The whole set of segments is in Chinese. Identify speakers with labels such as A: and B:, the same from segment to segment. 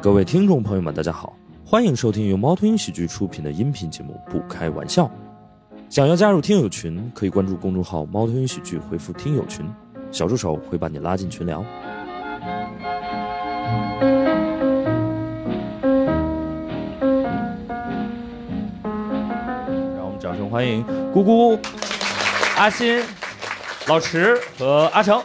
A: 各位听众朋友们，大家好，欢迎收听由猫头鹰喜剧出品的音频节目《不开玩笑》。想要加入听友群，可以关注公众号“猫头鹰喜剧”，回复“听友群”，小助手会把你拉进群聊。让我们掌声欢迎咕咕、阿欣、老池和阿成。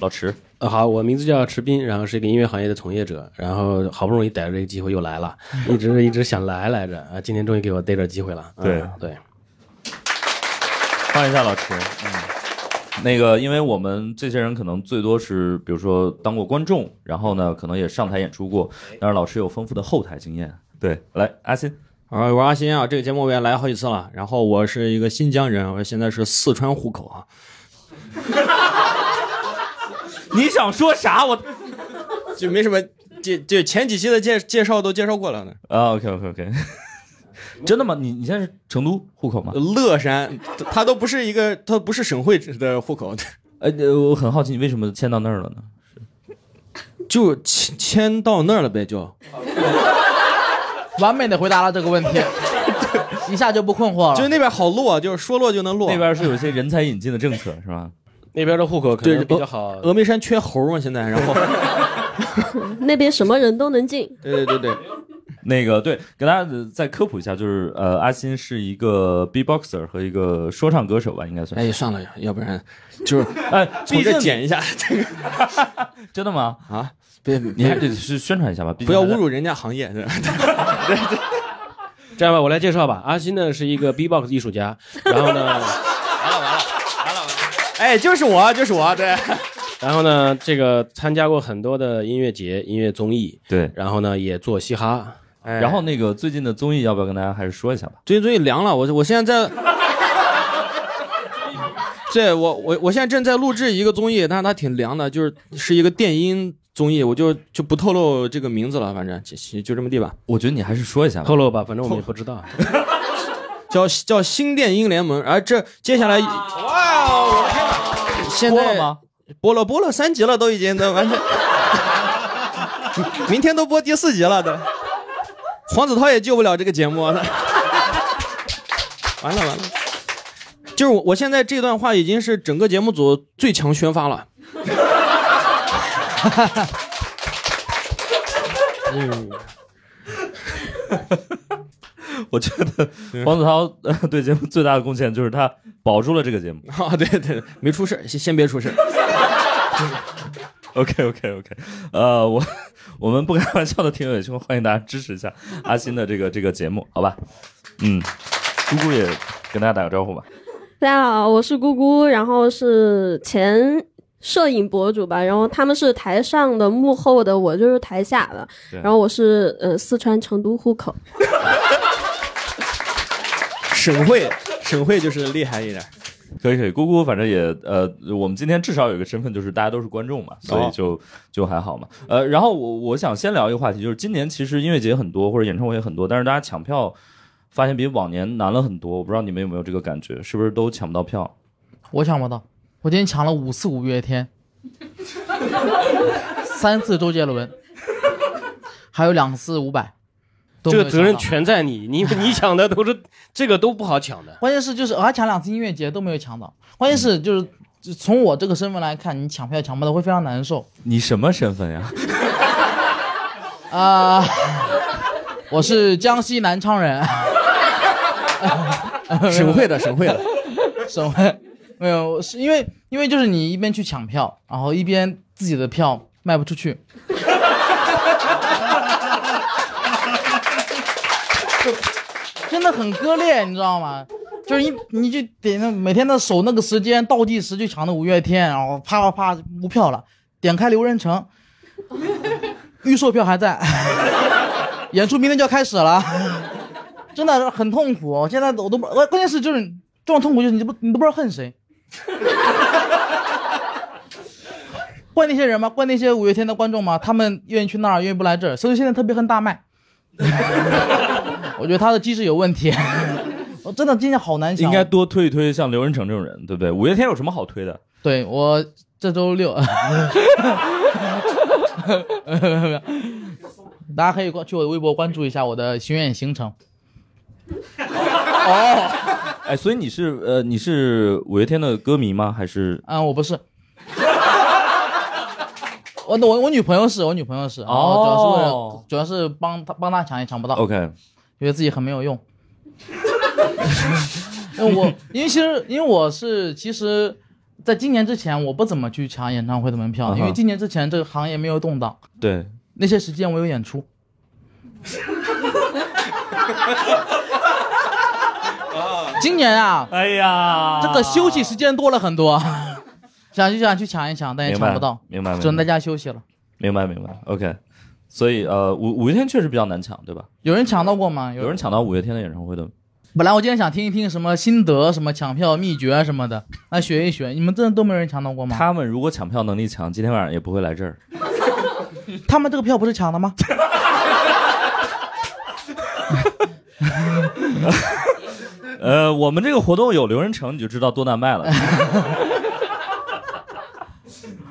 A: 老池，
B: 呃，好，我名字叫池斌，然后是一个音乐行业的从业者，然后好不容易逮着这个机会又来了，一直一直想来来着啊，今天终于给我逮着机会了。啊
A: 对
B: 对，
A: 换一下老池。嗯，那个，因为我们这些人可能最多是，比如说当过观众，然后呢，可能也上台演出过，
B: 哎
A: 但是老师有丰富的后台经验。对，来，阿欣，
C: 啊，我是阿新啊，这个节目我也来好几次了。然后我是一个新疆人，我现在是四川户口啊。
A: 你想说啥？我
C: 就没什么介，就前几期的介介绍都介绍过了呢。
A: 啊，OK，OK，OK，、真 的吗？你你现在是成都户口吗？
C: 乐山，它它都不是一个，它不是省会的 户口，
A: 呃，呃我很好奇，你为什么迁到那儿了呢？
C: 就迁迁到那儿了呗，就
D: 完美的回答了这个问题， 一下就不困惑了。
C: 就那边好落，啊就是说落就能落。
A: 啊那边是有一些人才引进的政策，是吧？
B: 那边的户口可
C: 对
B: 能比较好，
C: 峨眉山缺猴嘛，现在，然后
E: 那边什么人都能进。
C: 对对对对，
A: 那个对，给大家呃再科普一下，就是呃，阿欣是一个 B-boxer 和一个说唱歌手吧，应该算是。
C: 哎，算了，要不然就是
A: 哎，
C: 从
A: 毕
C: 这
A: 竟
C: 剪一下这个
A: 真的吗？
C: 啊，别
A: 你还
C: 别
A: 得去宣传一下吧，毕竟
C: 不要
A: 还在
C: 侮辱人家行业，对吧
B: 这样吧，我来介绍吧。阿新呢是一个 B-box 艺术家，然后呢，
C: 哎，就是我，就是我，对。
B: 然后呢，这个参加过很多的音乐节、音乐综艺，
A: 对。
B: 然后呢也做嘻哈，哎
A: 然后那个最近的综艺，要不要跟大家还是说一下吧？
C: 最近最近凉了，我我现在在，对我我我现在正在录制一个综艺，但是它挺凉的，就是是一个电音综艺，我就就不透露这个名字了，反正就就就这么地吧，
A: 我觉得你还是说一下吧
B: 透。露吧，反正我们也不知道。
C: 叫叫新电音联盟。而哎这接下来，哇哦，我的天哪！现
A: 播了
C: 在
A: 吗？
C: 播了播了三集了，都已经都完全，明天都播第四集了都。黄子韬也救不了这个节目，完了完了。就是我我现在这段话已经是整个节目组最强宣发了。
A: 我觉得黄子韬呃对节目最大的贡献就是他保住了这个节 目。
C: 啊，对对，没出事，先先别出事。
A: OK OK OK，呃，我我们不开玩笑的听友也希望欢迎大家支持一下阿欣的这个这个节目，好吧？嗯，姑姑也跟大家打个招呼吧。
E: 大家好，我是姑姑，然后是前摄影博主吧，然后他们是台上的幕后的，我就是台下的
A: 对，
E: 然后我是呃四川成都户口，
C: 省会省会就是厉害一点。
A: 可以可以，姑姑反正也呃，我们今天至少有一个身份，就是大家都是观众嘛，所以
C: 哦
A: 就就还好嘛。呃，然后我我想先聊一个话题，就是今年其实音乐节很多，或者演唱会也很多，但是大家抢票发现比往年难了很多。我不知道你们有没有这个感觉，是不是都抢不到票？
D: 我抢不到，我今天抢了五次五月天，三次周杰伦，还有两次伍佰，都
B: 这
D: 没有
B: 个责任
D: 抢到。
B: 全在你，你你抢的都是这个都不好抢的。
D: 关键是就是我还抢两次音乐节都没有抢到，关键是就是。就从我这个身份来看，你抢票抢不到会非常难受
A: 你什么身份呀？
D: 啊、我是江西南昌人，
C: 省会的省会的，
D: 什么？没有，是因为因为就是你一边去抢票，然后一边自己的票卖不出去，就真的很割裂，你知道吗？就是你你就得那每天的守那个时间倒计时去抢那五月天，然后啪啪啪无票了，点开刘仁成，预售票还在，演出明天就要开始了。真的很痛苦。我现在我都不，我关键是就是这种痛苦，就是你都不你都不知道恨谁，怪那些人吗？怪那些五月天的观众吗？他们愿意去那儿，愿意不来这儿，所以现在特别恨大麦。我觉得他的机制有问题，我真的今天好难想。
A: 应该多推一推像刘仁成这种人，对不对？五月天有什么好推的？
D: 对我这周六， 大家可以关去我的微博关注一下我的巡演行程。哦
A: 哎，所以你是呃，你是五月天的歌迷吗？还是
D: 嗯，我不是，我我我女朋友是我女朋友是，然后主要是为了、
A: 哦
D: 主要是帮她帮她抢也抢不到，
A: OK？
D: 觉得自己很没有用。 因为我因为其实因为我是其实在今年之前我不怎么去抢演唱会的门票
A: 啊
D: 的，
A: 哈
D: 因为今年之前这个行业没有动荡，
A: 对，
D: 那些时间我有演出。今年啊，
A: 哎呀
D: 这个休息时间多了很多， 想去想去抢一抢，但也
A: 明白
D: 抢不到，
A: 明白明白
D: 只能在家休息了。
A: 明白明白，OK。所以呃，五五月天确实比较难抢，对吧？
D: 有人抢到过吗？有
A: 有人抢到五月天的演唱会的，
D: 本来我今天想听一听什么心得、什么抢票秘诀什么的，来学一学。你们真的都没有人抢到过吗？
A: 他们如果抢票能力强，今天晚上也不会来 这儿。
D: 他们这个票不是抢的吗？
A: 呃，我们这个活动有刘仁成，你就知道多难卖 了。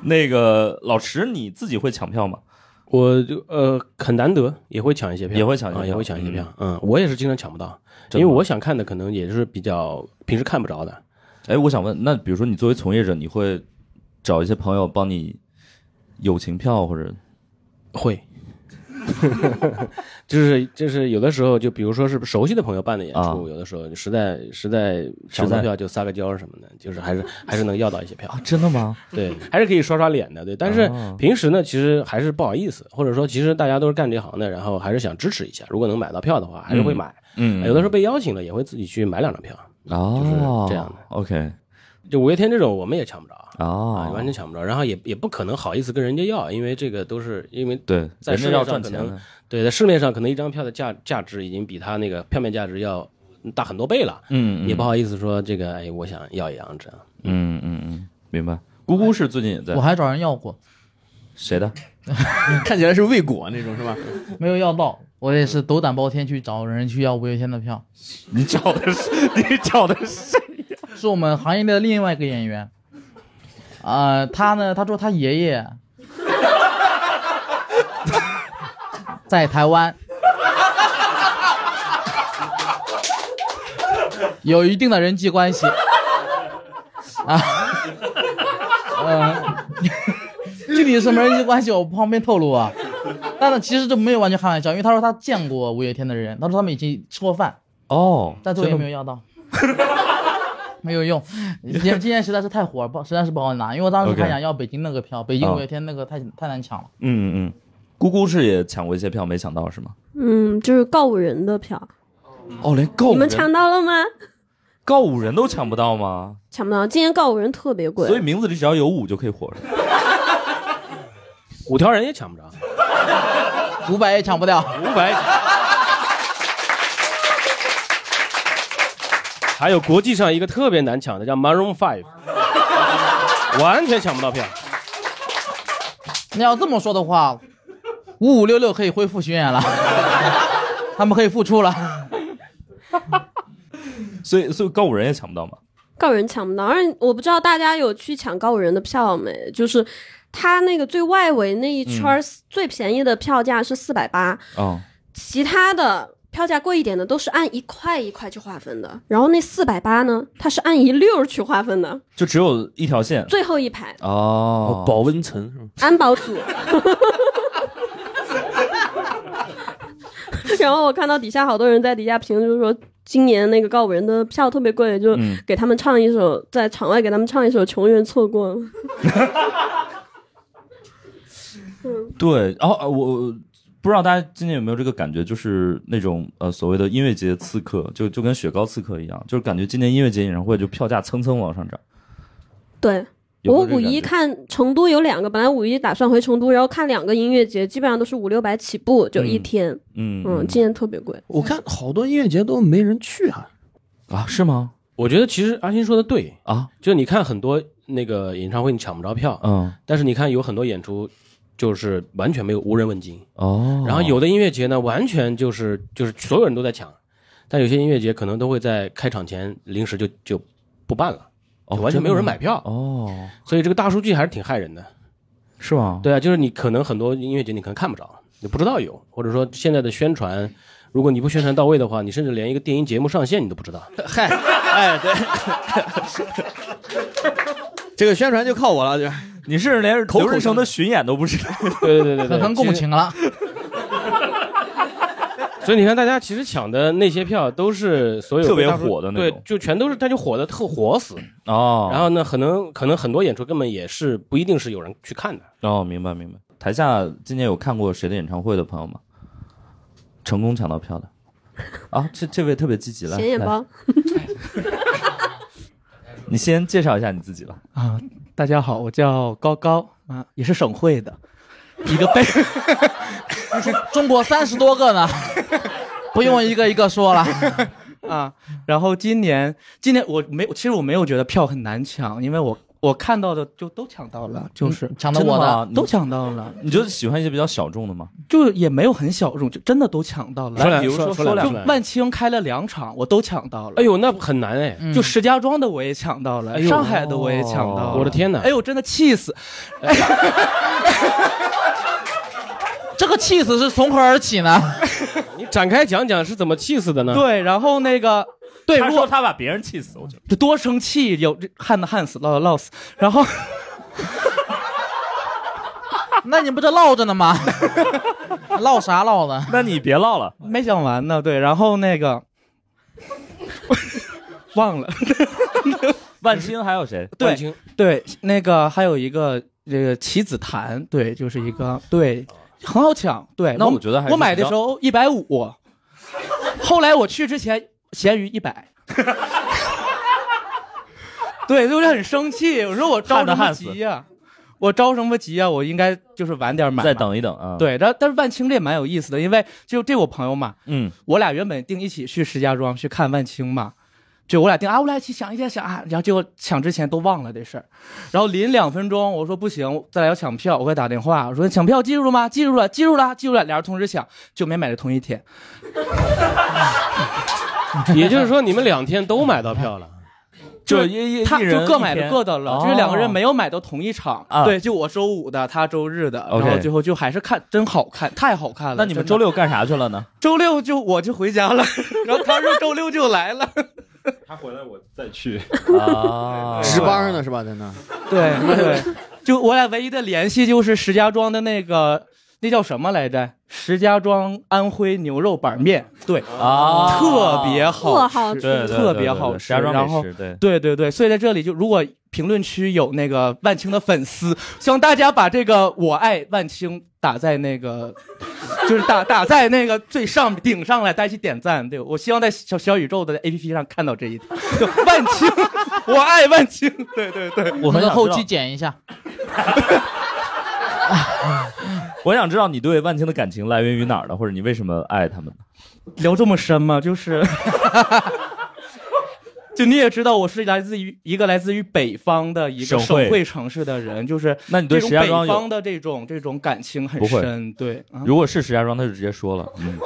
A: 那个老池，你自己会抢票吗？
B: 我就呃很难得也会抢一些票，
A: 也会抢一些
B: 啊
A: 票
B: 也会抢一些
A: 嗯
B: 票。嗯，我也是经常抢不到，因为我想看的可能也是比较平时看不着的。
A: 哎，我想问，那比如说你作为从业者，你会找一些朋友帮你友情票或者
B: 会， 就是就是有的时候就比如说是熟悉的朋友办的演出，
A: 啊
B: 有的时候实在实在抢不
A: 实在
B: 到票就撒个娇什么的，就是 还是还是能要到一些
A: 啊
B: 票。
D: 真的吗？
B: 对，还是可以刷刷脸的，对。但是
A: 哦
B: 平时呢，其实还是不好意思，或者说其实大家都是干这行的，然后还是想支持一下，如果能买到票的话，还是会买。
A: 嗯
B: 有的时候被邀请了，也会自己去买两张票。
A: 哦，
B: 就是这样的
A: OK
B: 就五月天这种，我们也抢不着。啊，
A: 哦，
B: 完全抢不着，然后也也不可能好意思跟人家要，因为这个都是因为
A: 对，
B: 在
A: 人
B: 市
A: 家要
B: 面上
A: 赚
B: 可
A: 钱
B: 能
A: 的，
B: 对，在市面上可能一张票的价价值已经比它那个票面价值要大很多倍了，
A: 嗯，嗯
B: 也不好意思说这个，哎，我想要一张这啊样。
A: 嗯嗯嗯，明白。姑姑是最近也在
D: 我还找人要过，
A: 谁的？
C: 看起来是未果那种是吧？
D: 没有要到。我也是斗胆包天去找人去要五月天的票，
A: 你找的是你找的是
D: 是我们行业内的另外一个演员。啊，他呢？他说他爷爷 在台湾有一定的人际关系啊，呃，具体是什么人际关系我不方便透露啊。但是其实这没有完全开玩笑，因为他说他见过五月天的人，他说他们已经吃过饭，
A: 哦，
D: 但最后也
A: 真
D: 没
A: 的
D: 有要到，没有用。今天今天实在是太火了，不实在是不好拿，因为我当时
A: OK
D: 还想要北京那个票，北京
A: 啊
D: 五月天那个太、太难抢了。
A: 嗯嗯，姑姑是也抢过一些票，没抢到是吗？
E: 嗯，就是告五人的票，
A: 哦，连告
E: 你
A: 五
E: 们
A: 人
E: 抢到了吗？
A: 告五人都抢不到吗？
E: 抢不到，今天告五人特别贵
A: 所，以名字里只要有五就可以活着。
B: 五条人也抢不着，
D: 五百也抢不掉，
B: 五百，还有国际上一个特别难抢的叫 Maroon Five，完全抢不到票。
D: 你要这么说的话，五五六六可以恢复巡演了，他们可以复出了。
A: 所以所以告五人也抢不到嘛？
E: 告五人抢不到。而我不知道大家有去抢告五人的票没？就是他那个最外围那一圈
A: 嗯
E: 儿最便宜的票价是四百八，
A: 哦，
E: 其他的票价贵一点的都是按一块一块去划分的，然后那四百八呢，它是按一溜儿去划分的，
A: 就只有一条线
E: 最后一排
A: 哦。
C: 保温层是吧？
E: 安保组。 然后我看到底下好多人在底下评论，就是说今年那个告五人的票特别贵，就
A: 嗯
E: 给他们唱一首，在场外给他们唱一首《穷人错过了》。
A: 对，然后呃我我不知道大家今年有没有这个感觉，就是那种呃所谓的音乐节刺客，就就跟雪糕刺客一样，就是感觉今年音乐节演唱会就票价蹭蹭往上涨。
E: 对
A: 有没
E: 我
A: 有这个
E: 五
A: 感觉
E: 一看成都有两个，本来五一打算回成都，然后看两个音乐节，基本上都是五六百起步，就一
A: 嗯
E: 天。
A: 嗯
E: 嗯，今年特别贵。
C: 我看好多音乐节都没人去啊。
A: 啊是吗？
B: 我觉得其实阿星说的对，
A: 啊
B: 就你看很多那个演唱会你抢不着票，
A: 嗯
B: 但是你看有很多演出就是完全没有无人问津，
A: 哦，
B: 然后有的音乐节呢完全就是就是所有人都在抢，但有些音乐节可能都会在开场前临时就就不办了。
A: 哦
B: 完全没有人买票，
A: 哦，
B: 所以这个大数据还是挺害人的。
A: 是吗？
B: 对啊，就是你可能很多音乐节你可能看不着，你不知道有，或者说现在的宣传，如果你不宣传到位的话，你甚至连一个电音节目上线你都不知道。
C: 嗨，哎，对，这个宣传就靠我了，就
A: 你是连
C: 口
A: 刘润成的巡演都不是？
B: 对对对对
D: 可
B: 对，
D: 能共
B: 其实
D: 情了。
B: 所以你看，大家其实抢的那些票都是所有
A: 特别
B: 大数
A: 火的那
B: 对
A: 种，
B: 就全都是他就火的特火死。
A: 哦，
B: 然后呢，可能可能很多演出根本也是不一定是有人去看的。
A: 哦，明白明白。台下今年有看过谁的演唱会的朋友吗？成功抢到票的啊，这这位特别积极了。
E: 显眼
A: 来
E: 包，
A: 你先介绍一下你自己吧。
F: 啊，大家好，我叫高高啊，也是省会的，一个被
D: 中国三十多个呢， 不用一个一个说了。
F: 啊。然后今年，今年我没有，其实我没有觉得票很难抢，因为我我看到的就都抢到了，就是、
D: 嗯抢到
A: 真的
D: 我
A: 吗
D: 的，
A: 你
F: 都抢到了，
A: 你就喜欢一些比较小众的吗？
F: 就也没有很小众，就真的都抢到了。
B: 来
A: 比如说说
B: 说两
A: 两
F: 就
B: 句来
F: 万青开了两场，我都抢到了。
B: 哎呦，那很难哎！
D: 嗯
F: 就石家庄的我也抢到了，
B: 哎呦哦
F: 上海的我也抢到了。
B: 我的天哪！哎
F: 哎呦，真的气死！
D: 这个气势是从何而起呢？
B: 你展开讲讲是怎么气死的呢？
F: 对，然后那个，对，
A: 他
F: 如
A: 说
F: 果
A: 他把别人气死，我觉得。
F: 这多生气，有这旱的旱死，涝的涝死。然后，
D: 那你不这唠着呢吗？ 唠啥唠的？
A: 那你别唠了，
F: 没讲完呢，对，然后那个 忘了，
A: 万青还有谁？
F: 对
B: 万青，
F: 对，那个还有一个这个棋子弹，对，就是一个对，很好抢，对。
A: 那我觉得还是
F: 我买的时候一百五，后来我去之前闲鱼一百。对，就是很生气，我说我着
A: 旱的
F: 什么
A: 旱死
F: 急呀、我着什么急呀、我应该就是晚点买。
A: 再。等一等啊。，
F: 对，但但是万青这蛮有意思的，因为就这我朋友嘛，
A: 嗯，
F: 我俩原本定一起去石家庄去看万青嘛，就我俩定啊，我俩一起想一下想啊，然后结果抢之前都忘了这事儿，然后临两分钟我说不行，咱俩要抢票，我给他打电话，我说抢票记住了吗？记住了，记住了，记住了，俩人同时抢，就没买的同一天，
B: 也就是说你们两天都买到票了。
A: 就
F: 就是
A: 一一
F: 他
A: 一人
F: 就各买
A: 一天
F: 的各的了，
A: 哦
F: 就是两个人没有买到同一场，
A: 啊
F: 对，就我周五的，他周日的，然
A: OK
F: 后最后就还是看真好看，太好看了。
A: 那你们
F: 真的
A: 周六干啥去了呢？
F: 周六就我就回家了， 然后他说周六就来了，
G: 他回来我再去。
A: 啊，
C: 值班呢是吧？在那
F: 对 对，就我俩唯一的联系就是石家庄的那个那叫什么来着？石家庄安徽牛肉板面，对，
A: 啊，
F: 特别好
E: 特好吃
A: 对，对，对
F: 特别好
A: 对对
F: 吃
A: 石家庄
F: 然
A: 美
F: 后
A: 食，对，
F: 对对对，所以在这里就如果评论区有那个万青的粉丝，希望大家把这个“我爱万青”打在那个， 就是打打在那个最上顶上来，大家一起点赞。对我希望在小小宇宙的 APP 上看到这一条，就万青，我爱万青。对对对，
A: 我很想
D: 那个后
A: 知道
D: 期剪一下。
A: 我想知道你对万青的感情来源于哪儿呢？或者你为什么爱他们？
F: 聊这么深 吗？就是。就你也知道，我是来自于一个来自于北方的一个
A: 省会
F: 省会城市的人，就是
A: 那你对
F: 这种
A: 石家
F: 北
A: 庄有
F: 方？的这种这种感情很
A: 不会
F: 深，对，啊
A: 如果是石家庄，他就直接说了， 嗯，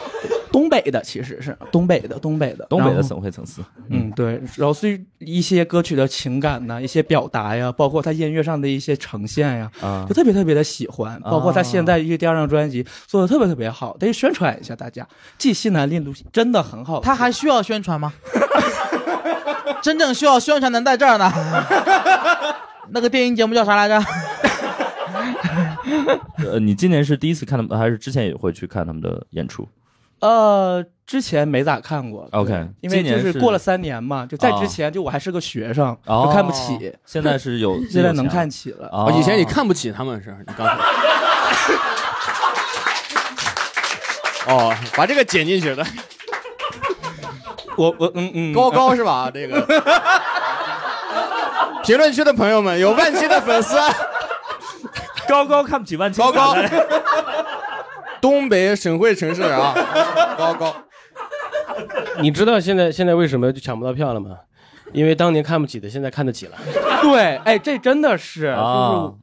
F: 东北的其实是东北的，东北的，
A: 东北
F: 然
A: 的
F: 后
A: 省会层次，
F: 嗯，对，然后所以一些歌曲的情感呐、一些表达呀，包括他音乐上的一些呈现呀，
A: 啊
F: 就，特别特别的喜欢。包括他现在一个第二张专辑做的特别特别好，得宣传一下大家，《记西南林路》真的很好听。
D: 他还需要宣传吗？ 真正需要宣传的在这儿呢。 那个电影节目叫啥来着？
A: 呃，你今年是第一次看他们，还是之前也会去看他们的演出？
F: 呃，之前没咋看过。对
A: OK，
F: 因为
A: 今年
F: 就是过了三年嘛，就在
A: 啊
F: 之前就我还是个学生，
A: 哦
F: 就看不起，
A: 现在是有，
F: 现在能
A: 有钱
F: 看起了。
A: 啊？
C: 哦以前你看不起他们是？你刚才。 哦，把这个剪进去的，
F: 我我嗯嗯，
C: 高高 是吧？这个评论区的朋友们，有万青的粉丝，
A: 高高看不起万青，
C: 高高，东北省会城 市啊，高高，
B: 你知道现在现在为什么就抢不到票了吗？因为当年看不起的，现在看得起了。
F: 对，哎，这真的是，
A: 啊
F: 就是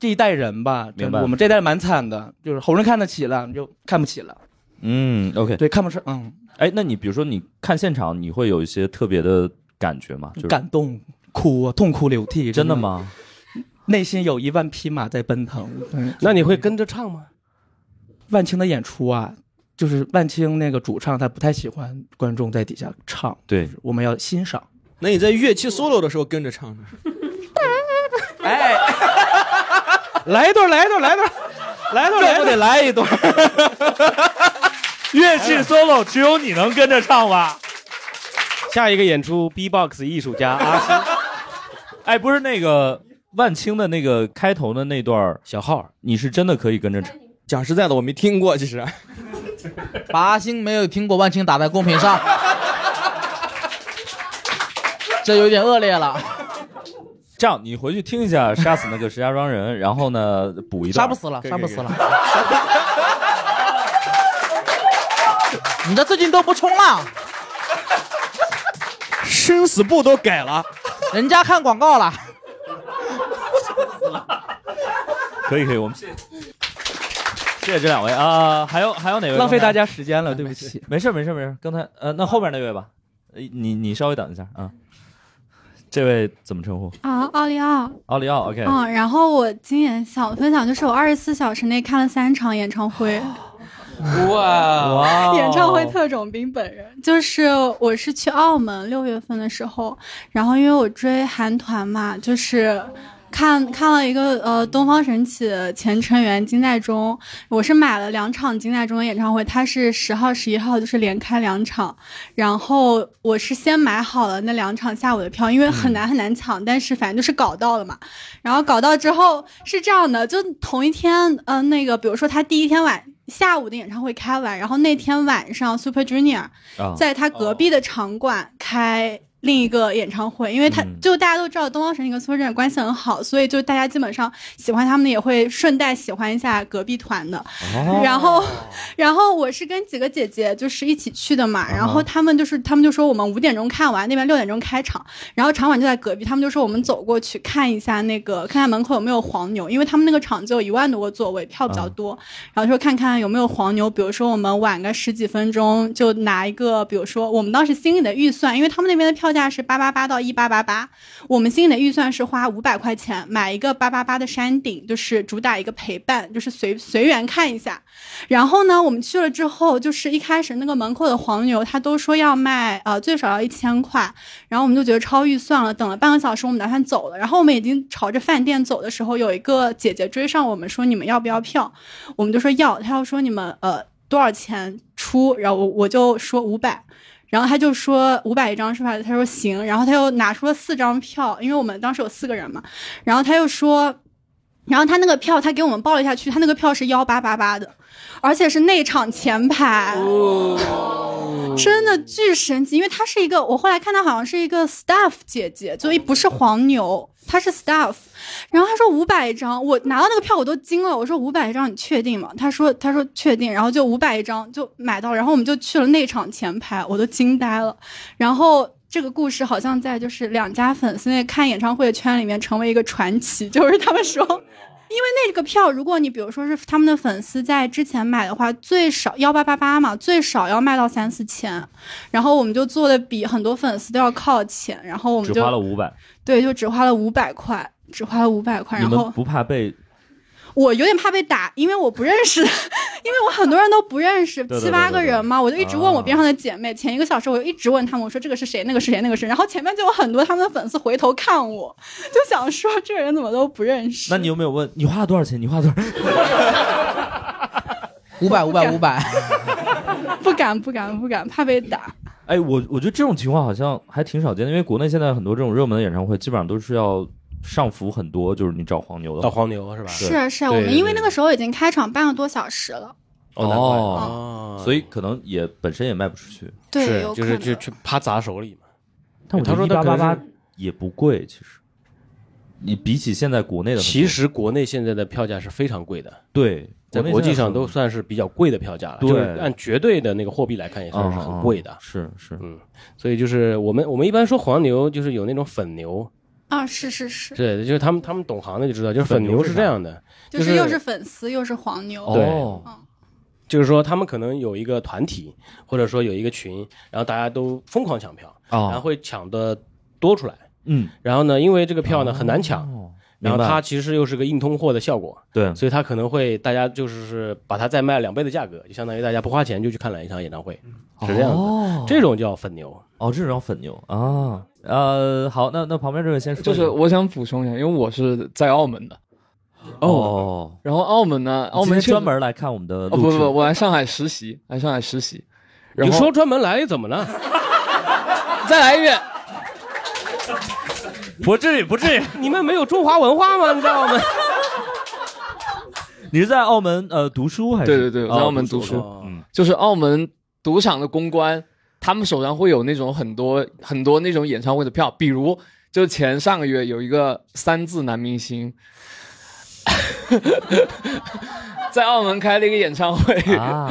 F: 这一代人吧，真
A: 明
F: 的
A: 白
F: 我们这代人蛮惨的，就是红人看得起了，你就看不起了，
A: 嗯，OK，
F: 对，看不上，嗯，
A: 哎，那你比如说你看现场，你会有一些特别的感觉吗？就是
F: 感动，哭啊，痛哭流涕。
A: 真的 吗？
F: 内心有一万匹马在奔腾。嗯
B: 那你会跟着唱吗？
F: 万青的演出啊，就是万青那个主唱，他不太喜欢观众在底下唱，
A: 对，
F: 我们要欣赏。
C: 那你在乐器 solo 的时候跟着唱呢？哎，
F: 来一段，来一段，来一段，来一段，来一
B: 不得
F: 段。
B: 来一段？
A: 乐器 solo 只有你能跟着唱吧？
B: 下一个演出 B-box 艺术家阿星
A: 哎，不是那个万青的那个开头的那段儿，
B: 小号，
A: 你是真的可以跟着唱。
C: 讲实在的，我没听过，其实。
D: 把阿星没有听过万青打在公屏上， 这有点恶劣 了。
A: 这样，你回去听一下《杀死那个石家庄人》，然后呢补一段。
D: 杀不死了，杀不死了。你这最近都不冲浪，
C: 生死簿都改了，
D: 人家看广告了。
A: 可以可以，我们谢谢谢谢这两位啊、还有还有哪位？
F: 浪费大
A: 家。
F: 家时间了，对不起。
A: 没事儿没事儿没事儿，刚才呃，那后边那位吧，呃你你稍微等一下啊。这位怎么称呼？
H: 啊，奥利奥，
A: 奥利奥，OK，、
H: 嗯，然后我今年想分享就是我二十四小时内看了三场演唱会，
F: 哇，
A: 哇哦
H: 演唱会特种兵本人，就是我是去澳门六月份的时候，然后因为我追韩团嘛，就是。看看了一个呃东方神起的前成员金在中，我是买了两场金在中的演唱会，他是十号、十一号就是连开两场，然后我是先买好了那两场下午的票，因为很难很难抢，但是反正就是搞到了嘛。然后搞到之后是这样的，就同一天，呃，那个比如说他第一天晚下午的演唱会开完，然后那天晚上 Super Junior
A: 啊，
H: 在他隔壁的场馆开另一个演唱会，因为他
A: 嗯
H: 就大家都知道东方神起跟 Super Junior 关系很好，所以就大家基本上喜欢他们的也会顺带喜欢一下隔壁团的。然后，然后我是跟几个姐姐就是一起去的嘛，然后他们就是他们就说我们五点钟看完，那边六点钟开场，然后场馆就在隔壁，他们就说我们走过去看一下那个看看门口有没有黄牛，因为他们那个场只有一万多个座位，票比较多，然后说看看有没有黄牛，比如说我们晚个十几分钟就拿一个，比如说我们当时心里的预算，因为他们那边的票价是八八八到一八八八，我们心里的预算是花五百块钱买一个八八八的山顶，就是主打一个陪伴，就是随随缘看一下。然后呢，我们去了之后，就是一开始那个门口的黄牛，他都说要卖呃最少要一千块，然后我们就觉得超预算了。等了半个小时，我们打算走了，然后我们已经朝着饭店走的时候，有一个姐姐追上我们说你们要不要票？我们就说要，她要说你们呃多少钱出？然后我我就说五百。然后她就说五百一张是吧？她说行，然后她又拿出了四张票，因为我们当时有四个人嘛。然后她又说，然后她那个票，她给我们报了一下区，她那个票是幺八八八的，而且是内场前排，真的巨神奇。因为她是一个，我后来看她好像是一个 staff 姐姐，就一不是黄牛，她是 staff。然后她说五百张，我拿到那个票我都惊了，我说五百张你确定吗？她说她说确定，然后就五百张就买到了，然后我们就去了内场前排，我都惊呆了。然后这个故事好像在就是两家粉丝那看演唱会的圈里面成为一个传奇， 就是他们说。因为那个票，如果你比如说是他们的粉丝在之前买的话，最少幺八八八嘛，最少要卖到三四千，然后我们就做的比很多粉丝都要靠前，然后我们
A: 只花了
H: 就
A: 五百，
H: 对，就只花了五百块，只花了五百块，
A: 你
H: 然后
A: 们不怕被
H: 我有点怕被打，因为我不认识， 因为我很多人都不认识，
A: 对对对啊
H: 七八个人嘛，我就一直问我边上的姐妹。前一个小时我就一直问她们，我说这个是谁，那个是谁，那个是谁。然后前面就有很多他们的粉丝回头看我，就想说这个人怎么都不认识。
A: 那你有没有问你花了多少钱？你花了多少？
D: 五百，五百，五百。
H: 不敢不敢不敢，怕被打。
A: 哎，我我觉得这种情况好像还挺少见的，因为国内现在很多这种热门的演唱会，基本上都是要上浮很多，就是你找黄牛的
B: 到
A: 话。
B: 黄牛是吧？
H: 是啊是啊，
A: 对
H: 我
A: 对
H: 们因为那个时候已经开场半个多小时了，
B: 哦，难怪
A: 哦
B: 哦
A: 所以可能也本身也卖不出去。
H: 对，
B: 是
H: 有可
B: 就
H: 能。
B: 是就去啪砸手里嘛。
A: 但我觉
B: 他
A: 得
B: 说
A: 一
B: 的
A: 八
B: 可
A: 八
B: 能
A: 八
B: 是
A: 也不贵，其实你比起现在国内的很多，
B: 其实国内现在的票价是非常贵的，
A: 对
B: 在
A: 内
B: 国际
A: 现
B: 上
A: 很
B: 都算是比较贵的票价了，
A: 对
B: 就是按绝对的那个货币来看，也算是很贵的
A: 嗯嗯。嗯是是，
B: 嗯，所以就是我们我们一般说黄牛，就是有那种粉牛，
H: 啊，是是是，
B: 对，就是他们他们懂行的就知道，就是
A: 粉
B: 粉
A: 牛
B: 牛
A: 是
B: 是
A: 啥
B: 这样的，
H: 就
B: 就是
H: 是又是粉丝又是黄牛。嗯
B: 哦对
A: 哦
B: 就是说他们可能有一个团体，或者说有一个群，然后大家都疯狂抢票，然后
A: 哦
B: 会抢的多出来，
A: 嗯，
B: 然后呢，因为这个票呢很难抢，然后
A: 哦明白
B: 它其实又是个硬通货的效果，
A: 对，
B: 所以它可能会大家就是是把它再卖两倍的价格，就相当于大家不花钱就去看了一场演唱会，是这样的。
A: 哦，
B: 这种叫粉牛，
A: 哦，这种粉牛啊，呃，好，那那旁边这位先说一下，
I: 就是我想补充一下，因为我是在澳门的，
A: 哦，
I: 然后澳门呢，
A: 我
I: 澳
A: 们
I: 门确实
A: 专门来看我们的
I: 哦
A: 录
I: 不
A: 制
I: 不， 我来上海实习，来上海实习，
B: 你
I: 然后
B: 说专门来怎么了？
I: 再来一遍，
A: 不至于不至于，
B: 你们没有中华文化吗？你知道吗？
A: 你是在澳门呃读书还是？
I: 对对对我在
A: 哦
I: 澳门读书
B: 哦
A: 嗯，
I: 就是澳门赌场的公关，他们手上会有那种很多很多那种演唱会的票，比如就前上个月有一个三字男明星， 在澳门开了一个演唱会，
A: 啊，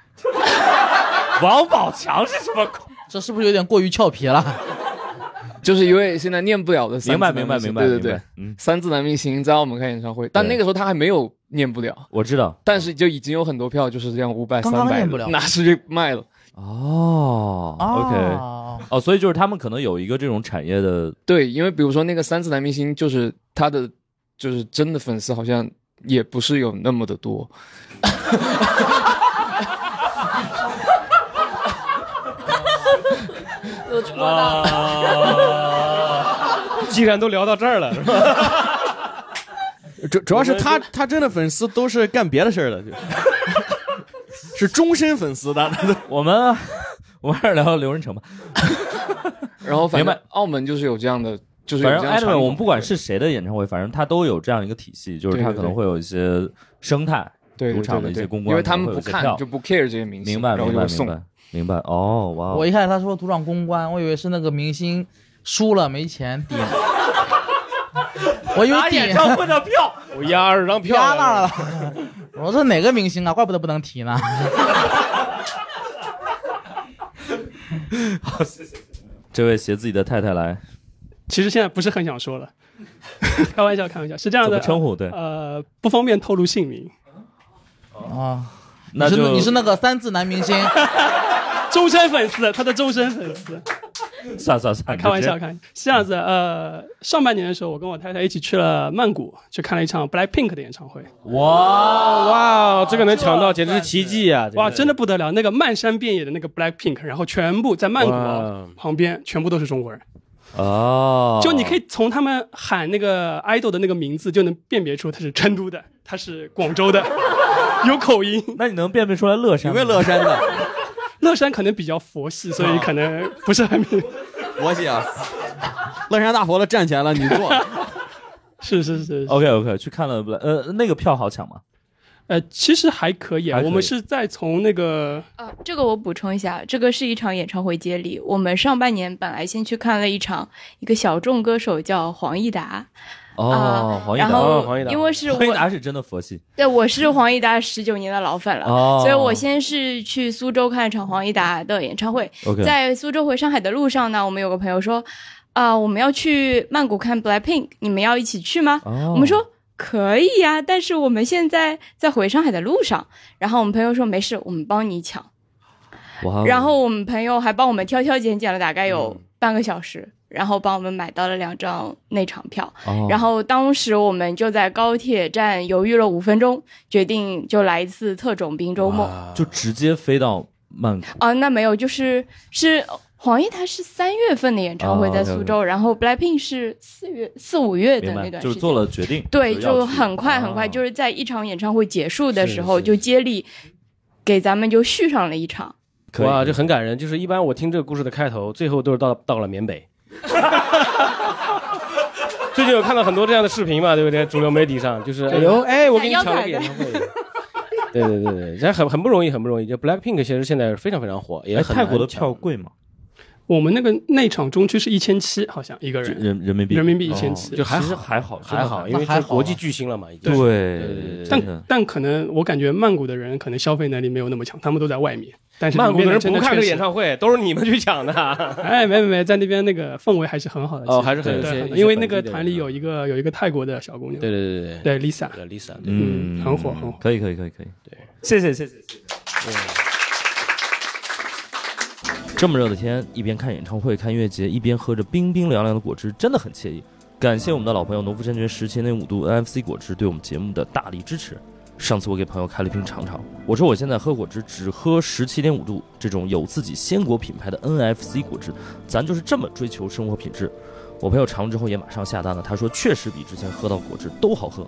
A: 王宝强是什么鬼？
D: 这是不是有点过于俏皮了？
I: 就是一位现在念不了的三
A: 明
I: 字
A: 白
I: 男
A: 明白
I: 明星
A: 明白，
I: 对对
A: 明
I: 对
A: 白，，嗯，
I: 三字男明星在澳门开演唱会，但
A: 对
I: 那个时候他还没有念不了，
A: 我知道
I: 但是就已经有很多票就是这样五百
D: 刚
I: 三
D: 刚
I: 百
D: 念不了
I: 拿出去卖了，
A: 哦，OK，
D: 啊
A: 哦，所以就是他们可能有一个这种产业的，
I: 对，因为比如说那个三字男明星，就是他的就是真的粉丝好像也不是有那么的多，
E: 有戳到。
B: 既然都聊到这儿了，是吧？
C: 主主要是他他真的粉丝都是干别的事儿的，就是 是终身粉丝的。
A: 我们 我们还是聊聊刘仁成吧。
I: 然后反
A: 明
I: 正
A: 白
I: 澳门就是有这样的，就是有
A: 反
I: 这
A: 正
I: 样的传
A: anyway，
I: 统
A: 我们不管是谁的演唱会，反正他都有这样一个体系，就是
I: 对
A: 他
I: 对
A: 可能
I: 对
A: 会有一些生态。
I: 对对
A: 赌场的
I: 对
A: 一些
I: 对
A: 公关
I: 因为他
A: 可
I: 们
A: 能
I: 不
A: 会有些票
I: 看就不 care 这些明星，
A: 明白
I: 然后
A: 明
I: 就
A: 白
I: 会
A: 明
I: 送。
A: 白明白。哦，哇哦，
D: 我一开始他说赌场公关，我以为是那个明星输了没钱顶，我以为顶
A: 会的票，
B: 我压二张票
D: 压那儿了。我说这哪个明星啊？怪不得不能提呢。
A: 这位携自己的太太来，
J: 其实现在不是很想说了， 开玩笑，开玩笑，是这样
A: 怎么
J: 的。
A: 称呼？对，
J: 呃，不方便透露姓名。
D: 啊，
A: 那
D: 你是
A: 就
D: 你是那个三字男明星，
J: 终身粉丝，他的终身粉丝，
A: 算算算，
J: 开玩笑，
A: 你直
J: 开玩笑是这样子。呃，上半年的时候，我跟我太太一起去了曼谷，去看了一场 Blackpink 的演唱会。
A: 接。 哇，
B: 哇，这个能抢到简直是奇迹啊！
J: 哇，
B: 这
J: 真的不得了！那个漫山遍野的那个 Blackpink，然后全部在曼谷哦旁边，全部都是中国人。
A: 哦，
J: 就你可以从他们喊那个 idol 的那个名字，就能辨别出他是成都的，他是广 州的，有口音。
A: 那你能辨别出来乐山？
C: 因为乐山的，
J: 乐山可能比较佛系，所以可能不是很明。
C: 我啊想，乐山大佛的站起来了，你坐。
J: 是是是，
A: OK OK，去看了不？呃，那个票好抢吗？
J: 呃，其实还可以啊。
A: 还可以
J: 我们是在从那个
K: 啊，这个我补充一下，这个是一场演唱会接力。我们上半年本来先去看了一场一个小众歌手叫黄义达，
A: 哦
K: 啊，
A: 黄义
K: 然
A: 达，
K: 后
B: 哦黄义达
K: 因为是我
A: 黄义达是真的佛系
K: 对我是黄义达十九年的老粉了，
A: 哦
K: 所以我先是去苏州看一场黄义达的演唱会。
A: ，OK，
K: 在苏州回上海的路上呢，我们有个朋友说，啊、我们要去曼谷看 BLACKPINK，你们要一起去吗？
A: 哦
K: 我们说可以呀、但是我们现在在回上海的路上。然后我们朋友说没事，我们帮你抢。
A: 哇哦，
K: 然后我们朋友还帮我们挑挑拣拣了大概
A: 嗯
K: 有半个小时，然后帮我们买到了两张内场票。
A: 哦
K: 然后当时我们就在高铁站犹豫了五分钟，决定就来一次特种兵周末。
B: 哇
A: 就直接飞到曼谷，
K: 啊，那没有，就是是黄奕他是三月份的演唱会
A: 哦
K: 在
A: ，OK，OK
K: 苏州，然后 BLACKPINK 是四月四五月的
A: 明
K: 那
A: 白，
K: 段
A: 就
K: 时间。
A: 是做了决定，
K: 对，
A: 要
K: 就
A: 去
K: 很快很快，
A: 哦
K: 就是在一场演唱会结束的
B: 是
K: 时候，
B: 是
K: 就接力给咱们就续上了一场。
A: 可以
B: 哇，这很感人。就是一般我听这个故事的开头，最后都是到到了缅北。 最近有看到很多这样的视频嘛，对不对？主流媒体上就是，哎呦，哎，我给你抢了个演唱会。对对对对，这很很不容易，很不容易。就 Blackpink 其实现在非常非常火，也
A: 哎，
B: 很
A: 泰国的
B: 难抢
A: 票贵吗？
J: 我们那个内场中区是一千七，好像一个人
A: 人人民币，
J: 人民币一千七。
B: 就还
A: 其实
B: 好
A: 还好，真的
B: 还好，因
D: 那
B: 为
D: 还
B: 是
D: 好
B: 国际
D: 啊
B: 巨星了嘛，已经。
A: 对
B: 对对对
A: 真的
J: 但但可能我感觉曼谷的人可能消费能力没有那么强，他们都在外面。但是
B: 曼谷的
J: 里面
B: 人
J: 真
B: 不看
J: 确
B: 这个
J: 实
B: 演唱会，都是你们去 抢的。
J: 哎，没没没，在那边那个氛围还是很好的。
B: 哦
J: 其实
B: 还是很有
J: 对
B: 一些一些
J: 因为
B: 本
J: 那
B: 地
J: 个
B: 的
J: 团
B: 人
J: 里
B: 啊
J: 有一个有一个泰国的小姑娘，
B: 对对对对
J: 对 Lisa，
B: 对，Lisa，对
A: 嗯，
J: 很火很火
A: 可以可以可以可以，
B: 对，
A: 谢谢谢谢谢谢。这么热的天，一边看演唱会、看音乐节，一边喝着冰冰凉凉的果汁，真的很惬意。感谢我们的老朋友农夫山泉十七点五度 NFC 果汁对我们节目的大力支持。上次我给朋友开了一瓶尝尝，我说我现在喝果汁只喝十七点五度这种有自己鲜果品牌的 NFC 果汁，咱就是这么追求生活品质。我朋友尝了之后也马上下单了，他说确实比之前喝到果汁都好喝。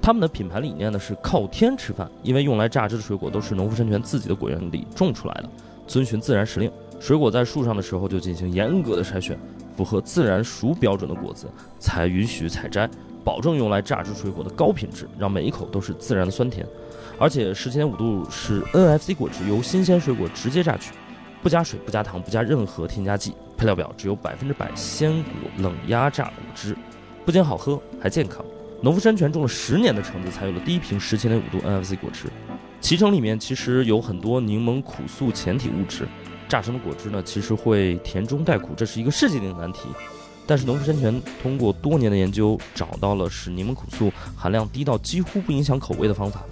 A: 他们的品牌理念呢是靠天吃饭，因为用来榨汁的水果都是农夫山泉自己的果园里种出来的，遵循自然时令。水果在树上的时候就进行严格的筛选，符合自然熟标准的果子才允许采摘，保证用来榨汁水果的高品质，让每一口都是自然的酸甜。而且十七点五度是 NFC 果汁，由新鲜水果直接榨取，不加水、不加糖、不加任何添加剂。配料表只有百分之百鲜果冷压榨果汁，不仅好喝还健康。农夫山泉种了十年的橙子，才有了第一瓶十七点五度 NFC 果汁。脐橙里面其实有很多柠檬苦素前体物质，榨成的果汁呢，其实会甜中带苦，这是一个世界性的难题。但是农夫山泉通过多年的研究，找到了使柠檬苦素含量低到几乎不影响口味的方法。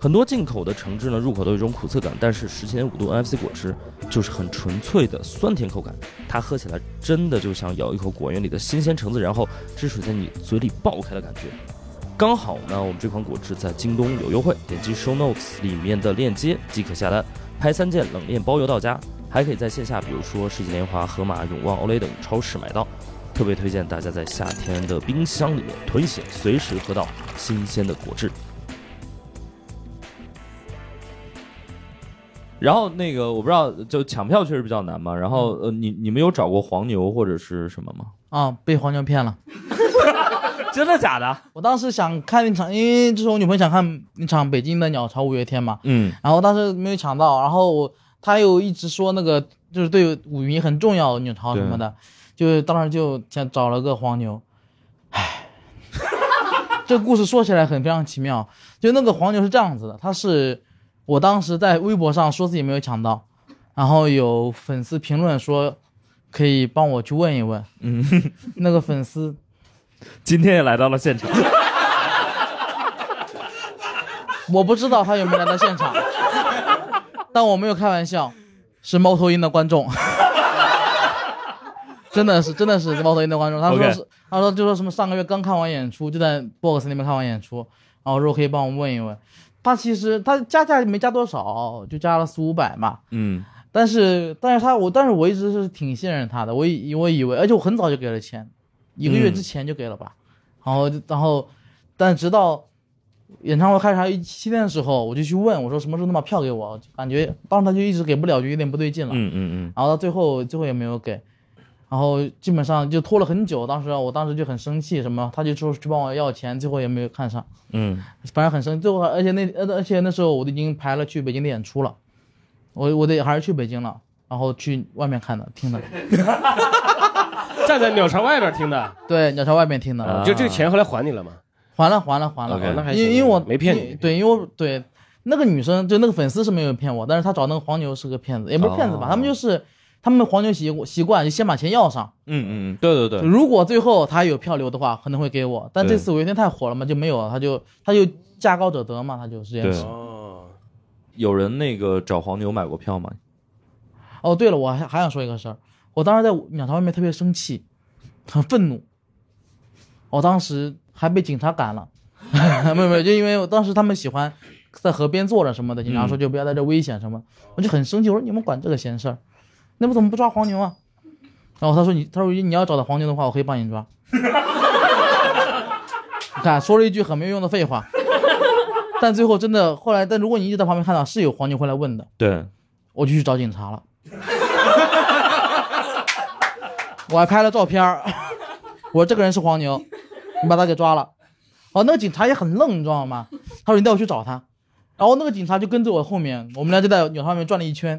A: 很多进口的橙汁呢，入口都有一种苦涩感，但是十七点五度 NFC 果汁就是很纯粹的酸甜口感，它喝起来真的就像咬一口果园里的新鲜橙子，然后汁水在你嘴里爆开的感觉。刚好呢，我们这款果汁在京东有优惠，点击 show notes 里面的链接即可下单，拍三件冷链包邮到家，还可以在线下，比如说世纪莲华、盒马、永旺、Olay 等超市买到。特别推荐大家在夏天的冰箱里面囤血，随时喝到新鲜的果汁。然后那个我不知道，就抢票确实比较难嘛。然
D: 嗯
A: 后呃，你你们有找过黄牛或者是什么吗？
D: 啊，被黄牛骗了，
A: 真的假的？
D: 我当时想看一场，因为就是我女朋友想看一场北京的鸟巢五月天嘛，
A: 嗯，
D: 然后当时没有抢到，然后我他又一直说那个就是对五迷很重要，鸟巢什么的，就当时就想找了个黄牛，唉， 这故事说起来很非常奇妙，就那个黄牛是这样子的，他是。我当时在微博上说自己没有抢到，然后有粉丝评论说，可以帮我去问一问。
A: 嗯，
D: 那个粉丝
A: 今天也来到了现场，
D: 我不知道他有没有来到现场，但我没有开玩笑，是猫头鹰的观众， 真的是真的是猫头鹰的观众。他说
A: OK
D: 是他说就说什么上个月刚看完演出，就在 box 那边看完演出，然后说可以帮我问一问。他其实他加价没加多少，就加了四五百嘛。
A: 嗯，
D: 但是，但是他我，但是我一直是挺信任他的，我以我以为，而且我很早就给了钱，一个月之前就给了吧。然后就，然后，但直到演唱会开始还有七天的时候，我就去问我说什么时候能把票给我，感觉当时他就一直给不了，就有点不对劲了。
A: 嗯嗯
D: 然后到最后，最后也没有给，然后基本上就拖了很久。当时啊我当时就很生气，什么他就说去帮我要钱，最后也没有看上。
A: 嗯
D: 反正很生气。最后还，而且那呃而且那时候我都已经排了去北京的演出了，我我得还是去北京了，然后去外面看的听的，
B: 站在鸟巢外边听 的，
D: 对，鸟巢外面听的。
B: 啊就这个钱后来还你了吗？
D: 还了还了还了
B: OK 那还行
D: 因为因为我
B: 没骗你
D: 因为对，因为我对那个女生就那个粉丝是没有骗我，但是她找那个黄牛是个骗子，也不是骗子吧，
A: 哦
D: 他们就是他们的黄牛习习惯就先把钱要上。
A: 嗯嗯，对对对，
D: 如果最后他有票留的话，可能会给我，但这次五月天太火了嘛，就没有了，他就他就价高者得嘛，他就直接
A: 对
B: 哦，
A: 有人那个找黄牛买过票吗？
D: 哦，对了，我还还想说一个事儿，我当时在鸟巢外面特别生气，很愤怒，我当时还被警察赶了， 没有没有，就因为我当时他们喜欢在河边坐着什么的，警察说就不要在这危险什么，我就很生气，我说你们管这个闲事儿，那我怎么不抓黄牛啊？然后他说你，他说你要找到黄牛的话，我可以帮你抓。 你看，说了一句很没有用的废话，但最后真的后来，但如果你一直在旁边看到，是有黄牛会来问的，
A: 对，
D: 我就去找警察了。我还拍了照片儿，我说这个人是黄牛，你把他给抓了。哦，那个警察也很愣，你知道吗？他说你带我去找他，然后那个警察就跟着我后面，我们俩就在鸟巢外面转了一圈，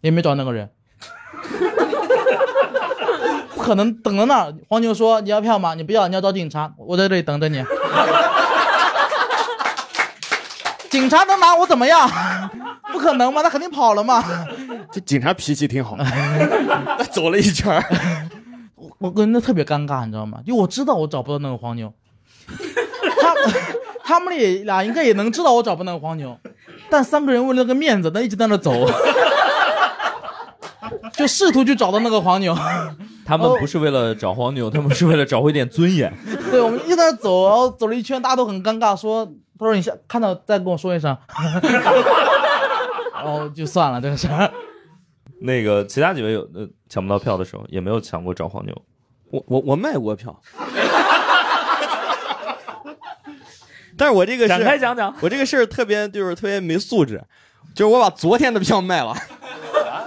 D: 也没找那个人。 不可能等到那儿，黄牛说你要票吗？你不要，你要找警察，我在这里等着你。 警察能拿我怎么样？ 不可能嘛，他肯定跑了嘛。
C: 这警察脾气挺好， 他走了一圈儿，
D: 我跟那特别尴尬，你知道吗？就我知道我找不到那个黄牛，他他们也俩应该也能知道我找不到那个黄牛，但三个人为了个面子，那一直在那走。 就试图去找到那个黄牛。
A: 他们不是为了找黄牛，他们是为了找回点尊严。
D: 对，我们一直在走，然后走了一圈，大家都很尴尬，说：“他说你下看到再跟我说一声。”然后哦就算了这个事儿。
A: 那个其他几位有呃抢不到票的时候，也没有抢过找黄牛。
C: 我我我卖过票，但是我这个
A: 展开讲讲，
C: 我这个事儿特别就是特别没素质，就是我把昨天的票 卖了。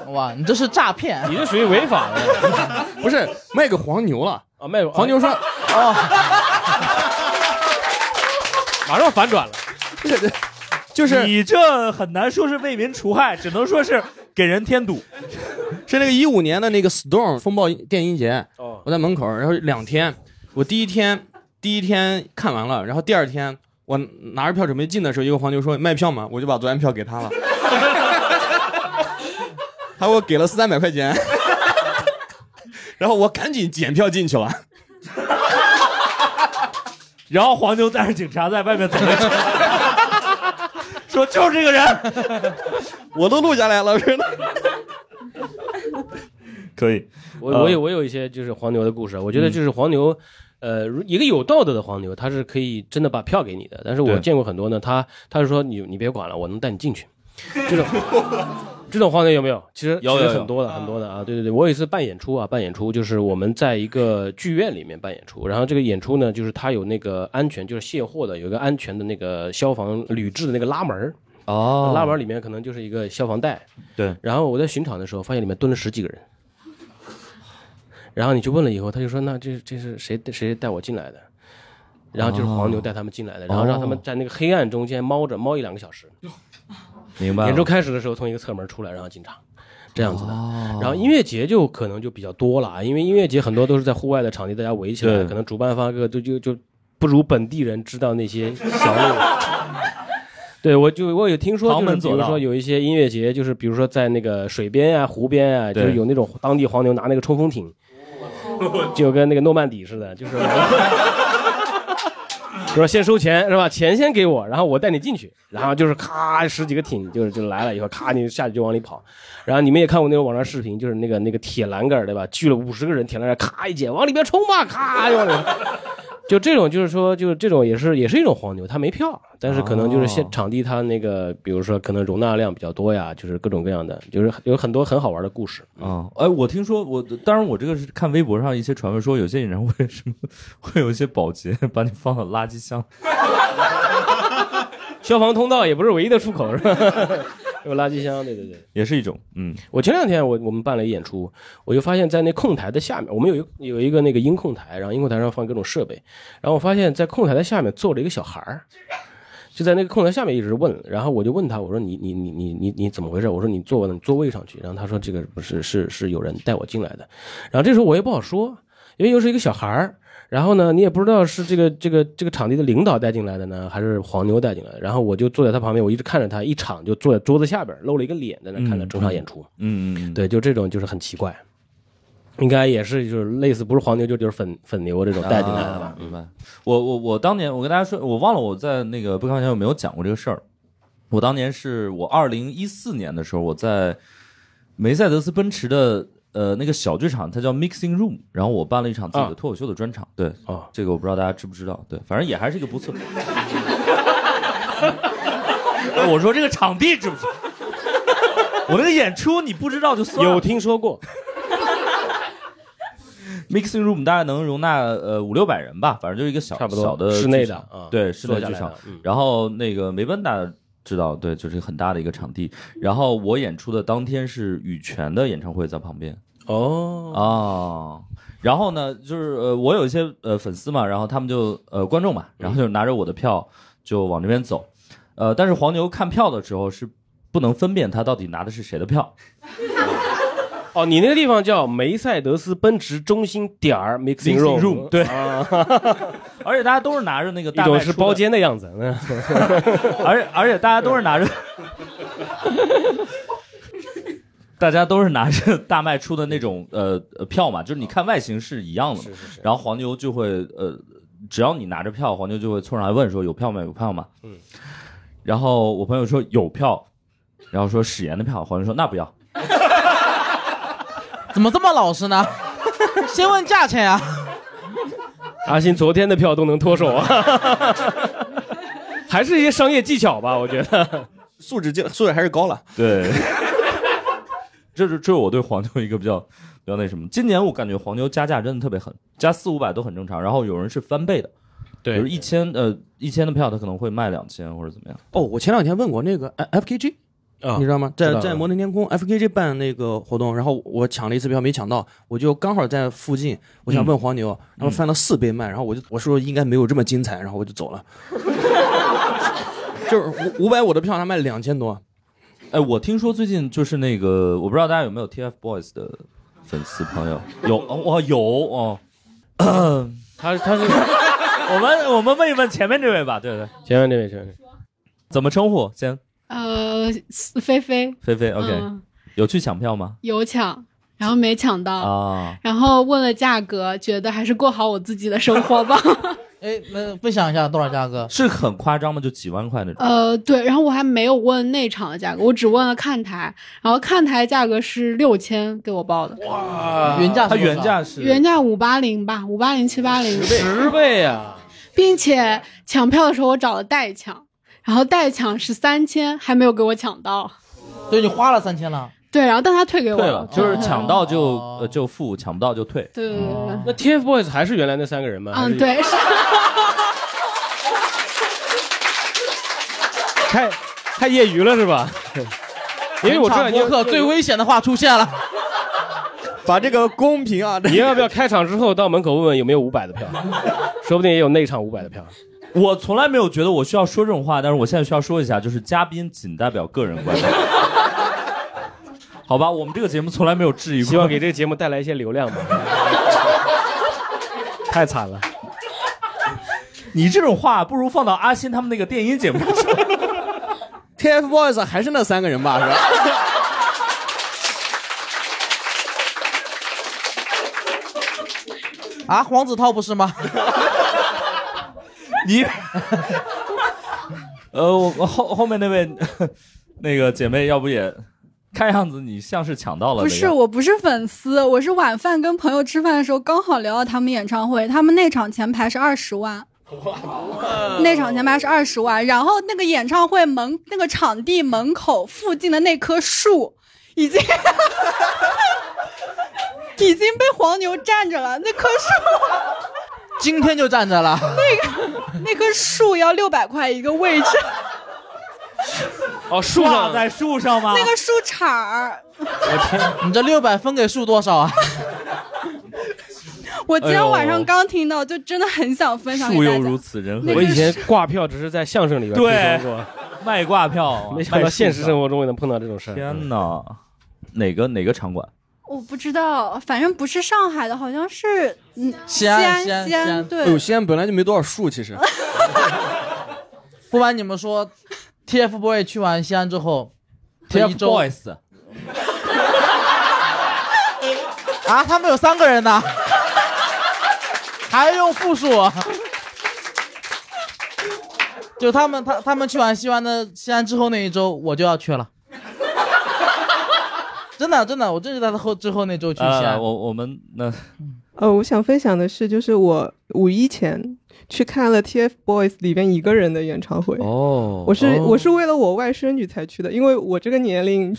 D: 哇，你这是诈骗！
B: 你这属于违法的，
C: 不是卖给黄牛了
B: 啊？卖
C: 黄牛说
D: 哦
B: 啊，马上反转了，
C: 对对，就是
A: 你这很难说是为民除害，只能说是给人添堵。
C: 是那个一五年的那个 Storm 风暴电音节，我在门口，然后两天，我第一天第一天看完了，然后第二天我拿着票准备进的时候，一个黄牛说卖票吗？我就把昨天票给他了。 他给我给了三百块钱， 然后我赶紧检票进 去了，
A: 然后黄牛带着警察在外面 走了，说就是这个人，
C: 我都录下来了，真的。
A: 可以，呃
B: 我我有我有一些就是黄牛的故事，啊我觉得就是黄
A: 嗯
B: 牛，呃，一个有道德的黄牛，他是可以真的把票给你的，但是我
A: 对
B: 见过很多呢，他他是说你你别管了，我能带你进去，这种。这种黄牛有没有？其实
A: 有
B: 其实
A: 有有
B: 很多的，很多的啊！对对对，我有一次办演出啊，办演出就是我们在一个剧院里面办演出，然后这个演出呢，就是它有那个安全，就是卸货的，有一个安全的那个消防铝制的那个拉门儿
A: 哦
B: 拉门儿里面可能就是一个消防带。
A: 对，
B: 然后我在巡场的时候，发现里面蹲了十几个人。然后你去问了以后，他就说：“那这这是谁谁带我进来的？”然后就是黄牛带他们进来的，然后让他们在那个黑暗中间猫着猫一两个小时。
A: 哦明白了
B: 演出开始的时候，从一个侧门出来，然后进场，这样子的。
A: 哦
B: 然后音乐节就可能就比较多了啊，因为音乐节很多都是在户外的场地，大家围起来，
A: 对
B: 可能主办方各个就就就不如本地人知道那些 小路。对，我就我有听说，
A: 旁
B: 就是
A: 门
B: 比
A: 左道
B: 如说有一些音乐节，就是比如说在那个水边啊、湖边啊，就是
A: 对
B: 有那种当地黄牛拿那个冲锋艇，
A: 哦
B: 就跟那个诺曼底似的，就是说先收钱是吧？钱先给我，然后我带你进去，然后就是咔十几个艇就是就来了以后，咔你下去就往里跑，然后你们也看过那种网上视频，就是那个那个铁栏杆儿对吧？聚了五十个人，铁栏杆儿咔一剪，往里面冲吧，咔就往里面。 就这种，就是说，就是这种也是也是一种黄牛，他没票，但是可能就是现场地他那个，比如说可能容纳量比较多呀，就是各种各样的，就是有很多很好玩的故事。
A: 啊，哎，我听说我，当然我这个是看微博上一些传闻说，有些演唱会什么会有一些保洁把你放到垃圾箱，
B: 消防通道也不是唯一的出口，是吧？有垃圾箱，对对对。
A: 也是一种，嗯，
B: 我前两天我我们办了一演出，我就发现，在那控台的下面，我们有一有一个那个音控台，然后音控台上放各种设备，然后我发现，在控台的下面坐着一个小孩儿，就在那个控台下面一直问，然后我就问他，我说你你你你你你怎么回事？我说你坐你座位上去，然后他说这个不是是是有人带我进来的，然后这时候我也不好说，因为又是一个小孩儿。然后呢，你也不知道是这个这个这个场地的领导带进来的呢，还是黄牛带进来的。然后我就坐在他旁边，我一直看着他，一场就坐在桌子下边，露了一个脸在那看着整场演出。
A: 嗯嗯，
B: 对，就这种就是很奇怪，应该也是就是类似不是黄牛就就是粉粉牛这种带进来的吧
A: 啊？明白。我我我当年我跟大家说，我忘了我在那个不开玩笑有没有讲过这个事儿。我当年是我二零一四年的时候，我在梅赛德斯奔驰的呃那个小剧场，它叫 Mixing Room，然后我办了一场自己的脱口秀的专场。对，
B: 啊哦，
A: 这个我不知道大家知不知道，对，反正也还是一个不错。哎 我说这个场地知不知道？ 我那个演出你不知道就算了。
B: 有听说过
A: Mixing Room 大概能容纳呃五六百人吧，反正就是一个小
B: 差不多
A: 小的
B: 室内的
A: 剧场
B: 啊
A: 对室内
B: 坐下
A: 剧
B: 来
A: 场
B: 的嗯。
A: 然后那个梅奔大家知道，对，就是很大的一个场地。然后我演出的当天是羽泉的演唱会在旁边。
B: 哦
A: 啊、然后呢，就是呃，我有一些呃粉丝嘛，然后他们就呃观众嘛，
B: 嗯
A: 然后就拿着我的票就往这边走，呃，但是黄牛看票的时候是不能分辨他到底拿的是谁的票，
B: 哦，你那个地方叫梅赛德斯奔驰中心点儿 mixing
A: Mixing
B: room，,
A: room，对
B: 啊、
A: 而且大家都是拿着那个
B: 一
A: 大
B: 种
A: 麦
B: 是
A: 出的
B: 包间的样子， 嗯
A: 而且而且大家都是拿着， 大家都是拿着大麦出的那种呃呃票嘛，就是你看外形是一样的嘛，然后黄牛就会呃，只要你拿着票，黄牛就会冲上来问说有票吗？有票吗？
B: 嗯，
A: 然后我朋友说有票，然后说史岩的票，黄牛说那不要，
D: 怎么这么老实呢？ 先问价钱啊呀、
B: 阿信昨天的票都能脱手啊， 还是一些商业技巧吧，我觉得
C: 素质就素质还是高了。
A: 对， 这是这是我对黄牛一个比较比较那什么。今年我感觉黄牛加价真的特别狠，加四五百都很正常，然后有人是翻倍的，
B: 对，
A: 比如一千呃一千的票他可能会卖两千或者怎么样。
C: 哦，我前两天问过那个呃 F K G，
A: 啊
C: 你知道吗？
A: 知
C: 在
A: 道
C: 在摩登天空 F K G 办那个活动，然后我抢了一次票没抢到，我就刚好在附近，我
A: 嗯
C: 想问黄牛，然后翻到四倍卖，然后我就我说应该没有这么精彩，然后我就走了。 就是五五百五的票，他卖两千多。
A: 哎，我听说最近就是那个，我不知道大家有没有 TFBOYS 的粉丝朋友？有哦，哇有 哦。他他是我们我们问一问前面这位吧，对对，
B: 前面这位前面
A: 怎么称呼？先
L: 呃，菲菲
A: 菲菲，OK，、
L: 嗯
A: 有去抢票吗？
L: 有抢，然后没抢到，
A: 啊，
L: 然后问了价格，觉得还是过好我自己的生活 吧。
D: 哎，
A: 呃
D: 那分享一下多少价格？
A: 是很夸张吗？就几万块那种？
L: 呃，对，然后我还没有问内场的价格，我只问了看台，然后看台价格是六千给我报的，
A: 啊
D: 原价是
A: 它
D: 多少
A: 原价是
L: 原价五八零吧，五八零七八零，
F: 十倍啊！
L: 并且抢票的时候我找了代抢，然后代抢是三千，还没有给我抢到，
D: 对你花了三千了，
L: 对，然后但他退给
A: 退
L: 我嗯
A: 了，就是抢到哦就、呃就付，抢不到就退。
L: 对对对对，
B: 那 TFBOYS 还是原来那三个人吗？还是
L: 嗯，对，是。
B: 太太业余了是吧？ 因为我这两
D: 本
B: 天
D: 场播客最危险的 话出现了，
C: 把这个公平啊，
B: 你要不要开场之后到门口问问有没有五百 的票？说不定也有内场五百的票。
A: 我从来没有觉得我需要说这种话，但是我现在需要说一下，就是嘉宾仅代表个人观 点。好吧，我们这个节目从来没有质疑过。
B: 希望给这个节目带来一些 流量吧。太惨了，
A: 你这种话不如放到阿信他们那个电音节目 上。
C: TFBOYS 还是那三个人吧，是吧？
D: 啊，黄子韬不是吗？
A: 你，呃，我我后后面那位那个姐妹，要不也看样子你像是抢到了、
H: 不是，我不是粉丝，我是晚饭跟朋友吃饭的时候刚好聊到他们演唱会，他们那场前排是二十万。那场前排是二十万，然后那个演唱会门那个场地门口附近的那棵树已经 已经被黄牛占着了， 那棵树
D: 今天就站着了，
H: 那个那棵树要六百块一个位置，
B: 哦，树
A: 上在树上吗
H: 那个树杈儿，
D: 我天，你这六百分给树多少啊？
H: 我今
B: 哎呦
H: 天晚上刚听到，就真的很想分享给大家。
A: 此，人
H: 何
B: 我以前挂票只是在相声里边
A: 对
B: 听说过，
A: 卖挂票，
B: 没想到现实生活中也能碰到这种事儿。
A: 天哪，哪个哪个场馆？
H: 我不知道，反正不是上海的，好像是嗯
D: 西
H: 安
D: 安
H: 西
D: 西安西安
H: 对
C: 哎
B: 嗯
C: 呦，西安本来就没多少树，其实。
D: 不瞒你们说，TFBOY 去完西安之后
A: TFBOYS
D: 啊，他们有三个人呢，还用复数？就他们，他他们去完西安的西安之后那一周，我就要去了。真的，真的，我真是在他后之后那周去西安。
A: 呃，我我们那
M: 呃，我想分享的是，就是我五一前去看了 TFBOYS 里边一个人的演唱会。
A: 哦
M: 我是、我是为了我外甥女才去的，因为我这个年龄，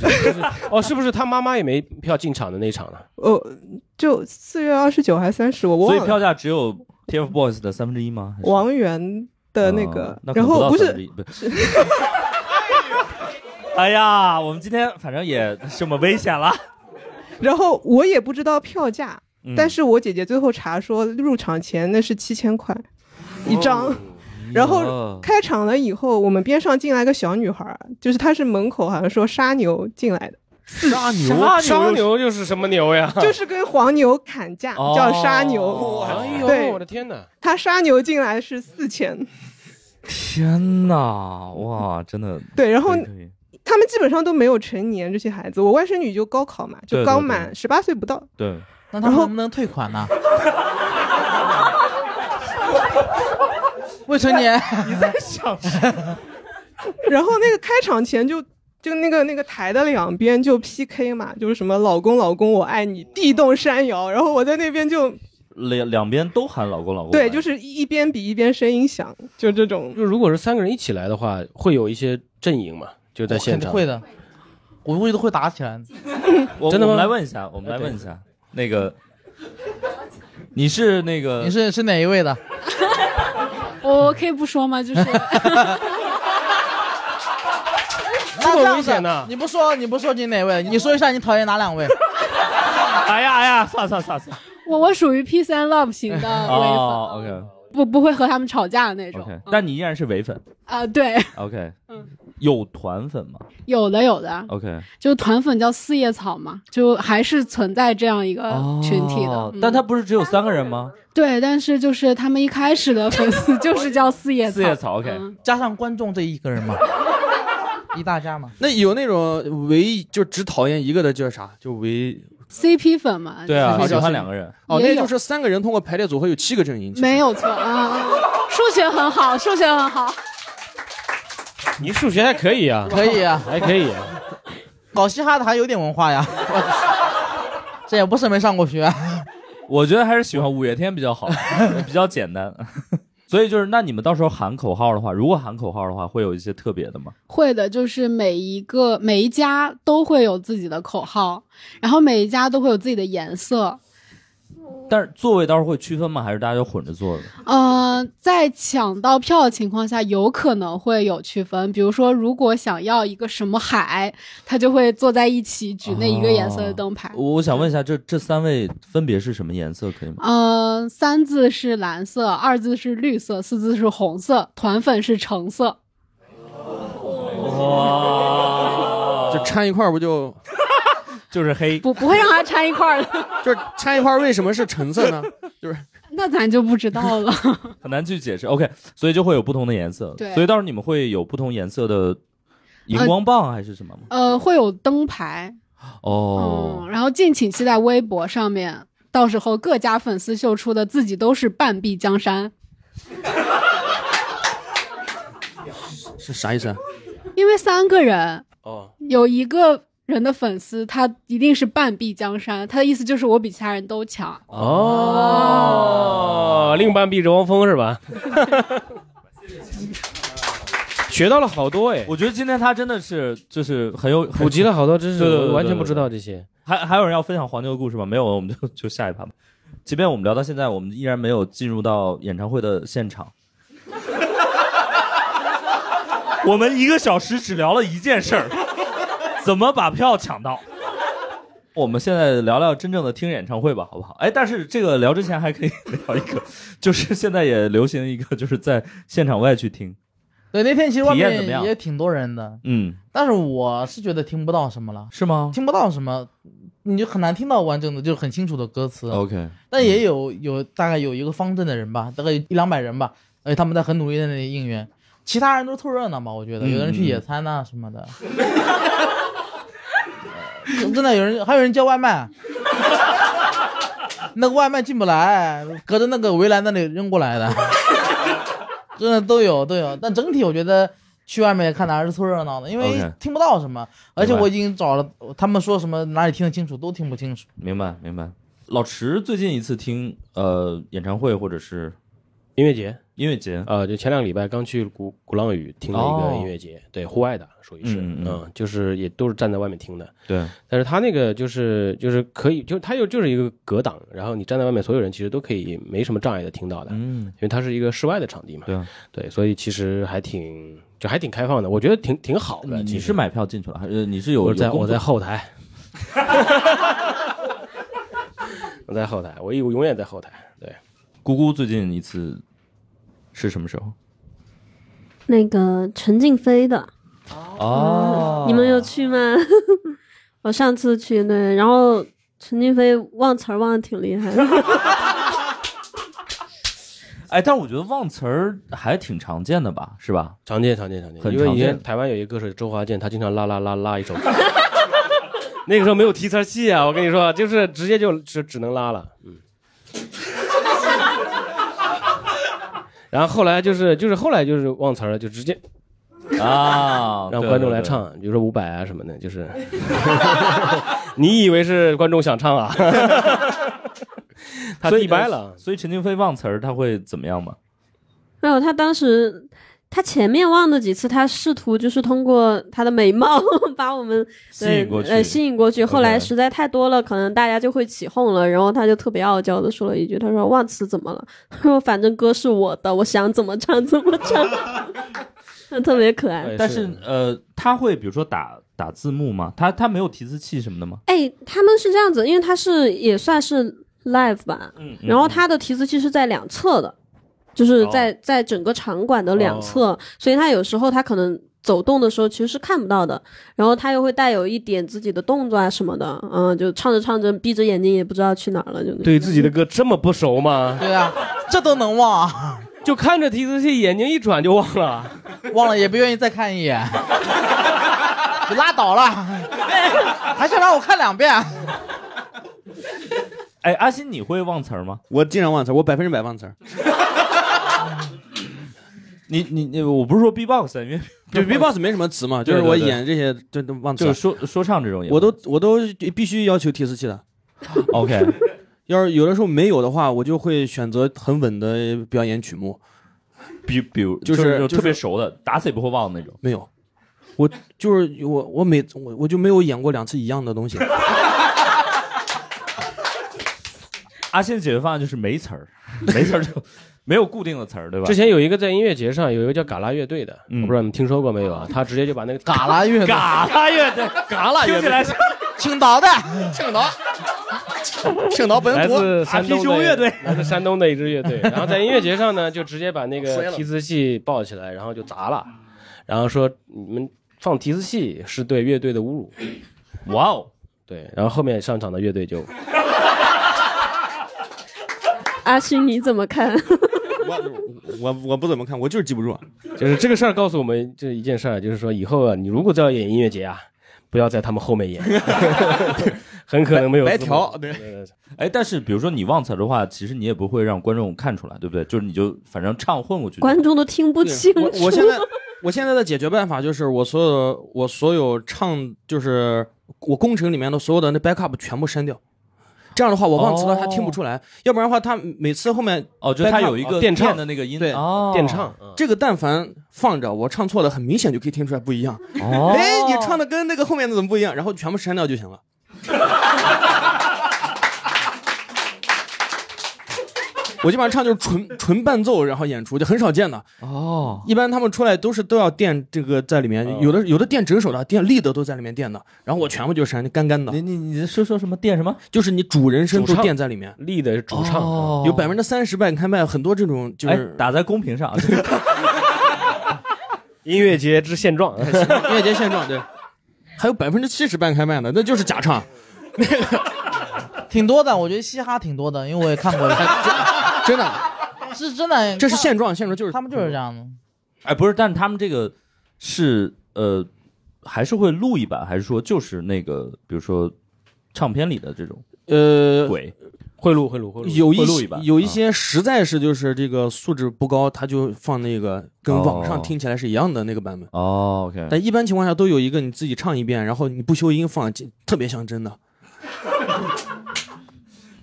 B: 哦，是不是他妈妈也没票进场的那一场呢？
M: 呃，就四月二十九还三十，我
A: 所以
M: 忘
A: 票
M: 了。
A: 价只有 TFBOYS 的三分之一吗？还是
M: 王源的那个，
A: 哦那可能
M: 然后
A: 到
M: 不
A: 三分之
M: 是
A: 一不是。哎呀，我们今天反正也这么危险了。
M: 然后我也不知道票价，
A: 嗯
M: 但是我姐姐最后查说入场前那是七千块
A: 哦
M: 一张。 然后
A: 哟
M: 开场了以后，我们边上进来个小女孩儿，就是她是门口好像说杀牛进来的，
C: 杀
M: 牛
B: 杀牛又是什么牛呀？
M: 就是跟黄牛砍价，
B: 哦
M: 叫杀牛。
B: 哎
M: 对
B: 呦，我的天哪！
M: 他杀牛进来是四千，
A: 天哪，哇，真的
M: 对，然后
A: 可以可以
M: 他们基本上都没有成年这些孩子。我外甥女就高考嘛，
A: 对
M: 就
A: 对
M: 刚
A: 对
M: 满十八岁不到。
A: 对，
D: 那他们能不能退款呢？未成年，
A: 你在想什
M: 然后那个开场前就就那个那个台的两边就 PK 嘛，就是什么老公老公我爱你，地动山摇。然后我在那边就
A: 两两边都喊老公老公，
M: 对，就是一边比一边声音响，就这种。
B: 就如果是三个人一起来的话，会有一些阵营嘛，就在现
D: 肯定
B: 场
D: 会的，我估计都会打起来的。
A: 我
B: 真的吗啊
A: 我们来问一下，我们来问一下那个，你是那个
D: 你是是哪一位的？
L: 我可以不说吗？ 就是。
D: 那这样
B: 危
D: 子
B: 险呢
D: 你不说，你不说你哪 位？你说一下你讨厌哪两位？
A: 哎呀哎呀，算了算了算了。
L: 我我属于 peace and love 型的唯粉，
A: 哦，OK
L: 不不会和他们吵架的那种
A: OK，但你依然是唯粉
L: 啊。对，
A: ，OK，有
L: 嗯
A: 团粉吗
L: 有的有的，
A: ？OK，
L: 就团粉叫四叶草嘛，就还是存在这样一个群体的。
A: 哦
L: 嗯
A: 但他不是只有三个人吗？
L: 对，但是就是他们一开始的粉 丝就是叫四叶草，嗯
A: 四叶草，OK，
D: 加上观众这一个人嘛，一大家嘛。
C: 那有那种唯就只讨厌一个的，叫啥？就唯
L: CP 粉嘛。啊
A: 啊
L: 就是
C: 喜
L: 这种
C: 欢
A: 两个人
C: 哦，
L: 也
C: 那
L: 有
C: 就是三个人通过排列组合有七个阵营。
L: 没有错啊，啊数学很好，数学很好。
B: 你数学还可以啊，
D: 可以啊
B: 还可以。
D: 搞嘻哈的还有点文化 呀，这也不是没上过学。
A: 我觉得还是喜欢五月天比较好，比较简单。 所以就是，那你们到时候喊口号的话，如果喊口号的话，会有一些特别的吗？
L: 会的，就是每一个每一家都会有自己的口号，然后每一家都会有自己的颜色。
A: 但是座位到时候会区分吗？还是大家就混着坐的？
L: 嗯、在抢到票的情况下，有可能会有区分。比如说，如果想要一个什么海，他就会坐在一起举那一个颜色
A: 哦
L: 的灯牌。
A: 我我想问一下，这这三位分别是什么颜色？可以吗？
L: 嗯、三字是蓝色，二字是绿色，四字是红色，团粉是橙色。
C: 就掺一块儿不就
A: 就是黑？
L: 不不会让它掺一块儿的，
C: 就是掺一块儿为什么是橙色呢？
L: 那咱就不知道了。
A: 很难去解释。OK，所以就会有不同的颜色。
L: 啊对
A: 所以到时候你们会有不同颜色的荧光棒还是什么吗？
L: 呃，会有灯牌，
A: 哦，
L: 然后敬请期待微博上面，到时候各家粉丝秀出的自己都是半壁江山，
C: 是啥意思啊？
L: 因为三个人
C: 哦，
L: 有一个人的粉丝，他一定是半壁江山，他的意思就是我比其他人都强。
B: 哦，另半壁是汪峰是吧？ 学到了
A: 哦
B: 好多哎，
A: 我觉得今天他真的是就是很有
B: 普及了好多知识
A: 对对对
B: 我完全不知道
A: 对对
B: 这些。
A: 还还有人要分享黄牛的故事吗？没有，我们就就下一趴吧。即便我们聊到现在，我们依然没有进入到演唱会的现场。我们一个小时只聊了一件事儿，怎么把票抢到？我们现在聊聊真正的听演唱会吧，好不好？哎，但是这个聊之前还可以聊一个，就是现在也流行一个，就是在现场外去听，
D: 对，那天其实外
A: 体验怎么
D: 面
A: 样
D: 也挺多人的，
A: 嗯，
D: 但是我是觉得听不到什么了，
A: 是吗？
D: 听不到什么，你就很难听到完整的，就是很清楚的歌词。
A: OK
D: 但也有有大概有一个方阵的人吧，大概有一两百人吧，而且他们在很努力的那里应援，其他人都凑热闹嘛，我觉得
A: 嗯
D: 有的人去
A: 嗯
D: 野餐呐、什么的，呃真的有人还有人叫外卖。啊 那个外卖进不来，隔着那个围栏那里扔过来的，真的都有都有。但整体我觉得去外面看还是凑热闹的，因为
A: OK
D: 听不到什么，而且
A: 明白
D: 我已经找了，他们说什么哪里听得清楚都听不清楚。
A: 明白明白。老池最近一次听呃演唱会或者是
B: 音乐节，
A: 音乐节，
B: 呃，就前两个礼拜刚去鼓鼓浪屿听了一
A: 哦
B: 个音乐节，对，户外的属于是，
A: 嗯嗯嗯
B: 就是也都是站在外面听的，
A: 对，
B: 但是他那个就是就是可以，就他又就是一个隔挡，然后你站在外面，所有人其实都可以没什么障碍的听到的，
A: 嗯，
B: 因为它是一个室外的场地嘛，
A: 对
B: 对，所以其实还挺就还挺开放的，我觉得挺挺好的。
A: 你
B: 其
A: 你
B: 实
A: 是买票进去了，还是你是有
B: 我在
A: 有工作
B: 我在后台， 我在后台，我一我永远在后台，对，
A: 姑姑最近一次是什么时候？
E: 那个陈静飞的，
A: 哦
E: 你们有去吗？ 我上次去，对，然后陈静飞忘词儿忘的挺厉 害的。
A: 哎，但我觉得忘词儿还挺常见的吧，是吧？
B: 常见常见常见
A: 很
B: 因为
A: 常
B: 以前
A: 见。
B: 台湾有一个歌手周华健，他经常拉拉拉拉一首 歌，那个时候没有提词器啊，我跟你说，就是直接就只只能拉了，嗯。然后后来就是就是后来就是忘词儿了，就直接
A: 啊，
B: 让观众来唱，比如说伍佰啊什么的，就是 你以为是观众想唱啊？ 他
A: 所以呃
B: 地掰了。
A: 所以陈静飞忘词儿，他会怎么样吗？
E: 没有，他当时他前面忘的几次，他试图就是通过他的美貌 把我们
A: 吸
E: 对
A: 引过去
E: 呃吸引过去。后来
A: OK
E: 实在太多了，可能大家就会起哄了，然后他就特别傲娇的说了一句：“他说忘词怎么了？ 他说反正歌是我的，我想怎么唱怎么唱。” 特别可爱，
A: 但是呃，他会比如说打打字幕吗？他他没有提词器什么的吗？
E: 哎，他们是这样子，因为它是也算是 live 吧，
A: 嗯
E: 然后它的提词器是在两侧的，
C: 哦
E: 就是在、在整个场馆的两侧，所以它有时候它可能走动的时候其实是看不到的，然后它又会带有一点自己的动作啊什么的，嗯，就唱着唱着闭着眼睛也不知道去哪儿了，就那
B: 对自己的歌这么不熟吗？
D: 对 啊，这都能忘啊，
B: 就看着提词器，眼睛一转就忘了，
D: 忘了也不愿意再看 一眼，就拉倒了，还想让我看两遍？
A: 哎，阿欣，你会忘词儿吗？
C: 我经常忘词儿，我百分之百忘词儿。
A: 你你你，我不是说 B-box，因为
C: 对 B-box 没什么词嘛，就是
A: 对对
C: 我
A: 对
C: 演这些就都忘词儿，
A: 就是说说唱这种也
C: 我都我都必须要求提词器的。
A: OK，
C: 要是有的时候没有的话，我就会选择很稳的表演曲目，
A: 比比如
C: 就是就是
A: 特别熟的，打死也不会忘的那种。
C: 没有。我就是我，我每我我就没有演过两次一样的东西。
A: 阿信的解决方案就是没词儿，没词儿就没有固定的词儿，对吧？嗯
B: 之前有一个在音乐节上有一个叫嘎啦乐队的，我不知道你们听说过没有啊？他直接就把那个嘎
D: 啦乐 队
B: 嘎啦乐队，
D: 嘎啦
B: 听
D: 乐队
B: 起 来
D: 青岛的，
N: 青岛，
D: 青岛本
B: 来
D: 土
B: 自山东的
D: 乐队，
B: 来自山东的一支乐队。然后在音乐节上呢，就直接把那
D: 摔
B: 个
D: 了
B: 提词器抱起来，然后就砸了，然后说你们放提词器是对乐队的侮辱。
A: 哇哦！
B: 对，然后后面上场的乐队就
E: 阿勋你怎么看？
C: 我我不怎么看，我就是记不住。啊
B: 就是这个事儿告诉我们这一件事儿，就是说以后啊，你如果再要演音乐节啊，不要在他们后面演，很可能没有字幕。
C: 对。
A: 哎，但是比如说你忘词儿的话，其实你也不会让观众看出来，对不对？就是你就反正唱混过去就。
E: 观众都听不清楚。
C: 我我现在我现在的解决办法就是，我所有的我所有唱就是我工程里面的所有的那 backup 全部删掉。这样的话，我忘词了，
A: 哦
C: 他听不出来。要不然的话，他每次后面
A: 哦就是他
C: backup-
A: 有一个电唱的那个音
C: 啊对
A: 哦，电唱嗯
C: 这个但凡放着，我唱错了，很明显就可以听出来不一样。
A: 哦
C: 哎，你唱的跟那个后面的怎么不一样？然后全部删掉 就行了。我基本上唱就是纯纯伴奏，然后演出就很少见的。
A: 哦，
C: 一般他们出来都是都要垫这个在里面，有的有的垫整首的，垫立的都在里面垫的，然后我全部就删，干干的。你
A: 你你说说什么垫什么？
C: 就是你主人声
A: 主
C: 都
A: 唱
C: 垫在里面，
B: 立的是主唱
A: 哦
C: 有百分之三十半开麦，很多这种就
A: 哎
C: 是，
A: 打在公屏上，
B: 音乐节之现状，
C: 音乐节现状对，还有百分之七十半开麦的，那就是假唱。
D: 挺多的，我觉得嘻哈挺多的，因为我也看过一下，
C: 真的
D: 是真的，
C: 这是现状，现状就是嗯
D: 他们就是这样的。
A: 哎，不是，但他们这个是呃，还是会录一版，还是说就是那个，比如说唱片里的这种
C: 呃
A: 鬼
B: 会录会录会录，
C: 有一
A: 会录一
C: 些
A: 版
C: 有一些实在是就是这个素质不高，他就放那个跟网上
A: 哦
C: 听起来是一样的那个版本。
A: 哦，OK，
C: 但一般情况下都有一个你自己唱一遍，然后你不修音放，特别像真的。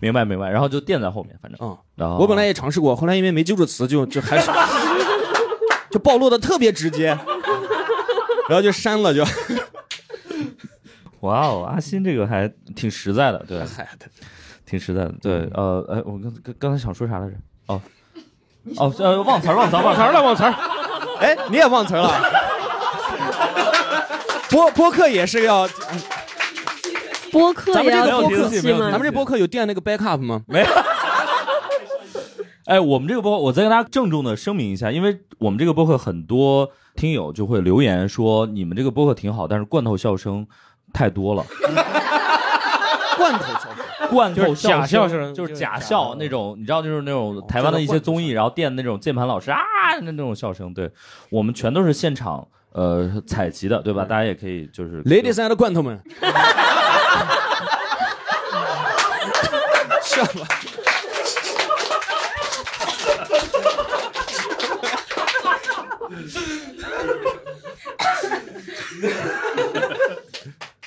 A: 明白明白，然后就垫在后面，反正
C: 嗯，
A: 然后
C: 我本来也尝试过，后来因为没记住词就，就还是 就暴露的特别直接，然后就删了就。
A: 哇哦，阿新这个还挺实在的，对，
C: 嗨
A: 挺实在的，对，呃，哎，我刚刚刚才想说啥来着？哦，哦，呃，忘词儿，忘词儿，忘词儿
C: 了，忘词儿。哎，你也忘词儿了？播播客也是要，
E: 播客
C: 咱们
E: 也
C: 这
E: 要播
C: 个播客
E: 客期吗？
C: 咱们这播客有垫那个 backup 吗？
A: 没有。哎，我们这个播客，我再跟大家郑重的声明一下，因为我们这个播客很多听友就会留言说，你们这个播客挺好，但是罐头笑声太多了，
C: 罐头笑
A: 罐头
B: 就是假
A: 笑
B: 笑声
A: 就是假笑那种，你知道，就是那种台湾的一些综艺，然后垫那种键盘老师啊那那种笑声，对我们全都是现场呃采集的，对吧？大家也可以就是
C: ，Ladies and 罐头们，笑了。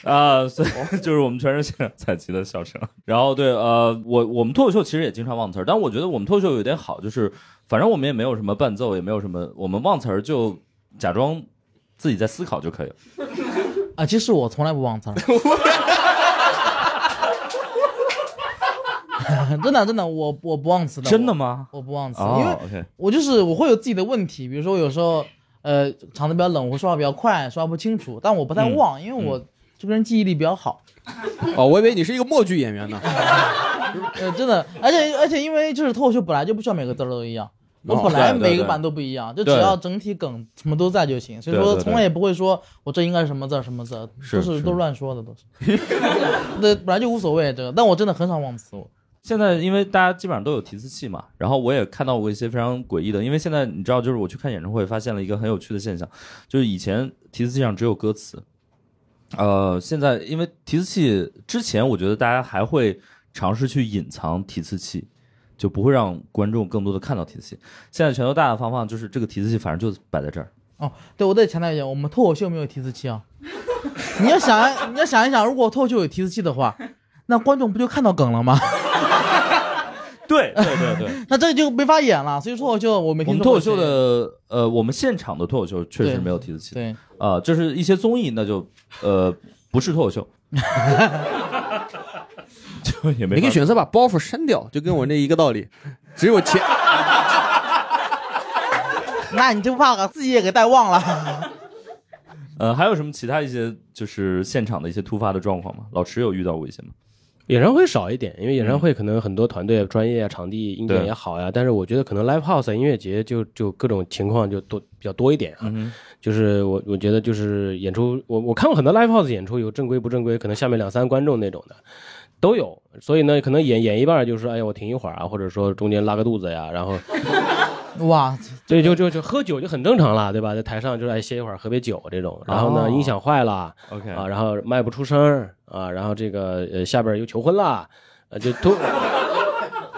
A: 啊，所
C: 哦
A: 以 就是我们全是现场采集的笑声。然后对，呃，我我们脱口秀其实也经常忘词儿，但我觉得我们脱口秀有点好，就是反正我们也没有什么伴奏，也没有什么，我们忘词儿就假装自己在思考就可以了。
D: 啊，其实我从来不 忘词儿，真的真的，我我不忘词的。
A: 真的吗？
D: 我不忘词，因为
A: 哦，OK，
D: 我就是我会有自己的问题，比如说我有时候呃场子比较冷，我说话比较快，说话不清楚，但我不太
C: 嗯
D: 忘，因为我这个人记忆力比较好。
C: 哦，我以为你是一个默剧演员呢。
D: 呃，真的，而且而且因为就是脱口秀本来就不需要每个字儿都一样，我
C: 哦
D: 本来
C: 对对
D: 每个
C: 对
D: 版都不一样，就只
C: 对
D: 要整体梗什么都在就行，所以
C: 对
D: 说
C: 对对
D: 从来也不会说我这应该是什么字儿什么字儿，
A: 是
D: 都是
A: 是
D: 都乱说的都是， 对，本来就无所谓这个，但我真的很少忘词，我
A: 现在因为大家基本上都有提词器嘛，然后我也看到过一些非常诡异的，因为现在你知道，就是我去看演唱会，发现了一个很有趣的现象，就是以前提词器上只有歌词，呃，现在因为提词器之前，我觉得大家还会尝试去隐藏提词器，就不会让观众更多的看到提词器。现在全都大大方方，就是这个提词器反正就摆在这儿，
D: 哦，对，我再强调一下，我们脱口秀没有提词器啊。 你要想，你要想一想，如果脱口秀有提词器的话，那观众不就看到梗了吗？
A: 对对对对。
D: 那这就没法演了。所以脱口秀我没
A: 我
D: 听
A: 们
D: 说
A: 脱
D: 过
A: 口
D: 谁。
A: 秀的呃，我们现场的脱口秀确实
D: 对
A: 没有提词器，
D: 对，
A: 啊，就是一些综艺那就呃不是脱口秀，就 也没
C: 你可
A: 法
C: 以选择把包袱删掉，就跟我那一个道理。只有钱，
D: 那你就怕把自己也给带忘了。
A: 呃，还有什么其他一些就是现场的一些突发的状况吗？老池有遇到过一些吗？
B: 演唱会少一点，因为演唱会可能很多团队、专业啊、场地、音点
A: 对
B: 也好呀、但是我觉得可能 live house 啊音乐节就就各种情况就多比较多一点啊。
A: 嗯
B: 就是我我觉得就是演出，我我看过很多 live house 演出，有正规不正规，可能下面两三观众那种的都有。所以呢，可能演演一半儿就是哎呀我停一会儿啊，或者说中间拉个肚子呀，然后
D: 哇，
B: 对就就就喝酒就很正常了，对吧？在台上就是哎歇一会儿喝杯酒这种，然后呢、
A: 哦
B: 音响坏了
A: OK
B: 啊，然后卖不出声儿啊，然后这个呃下边儿又求婚了，呃就突。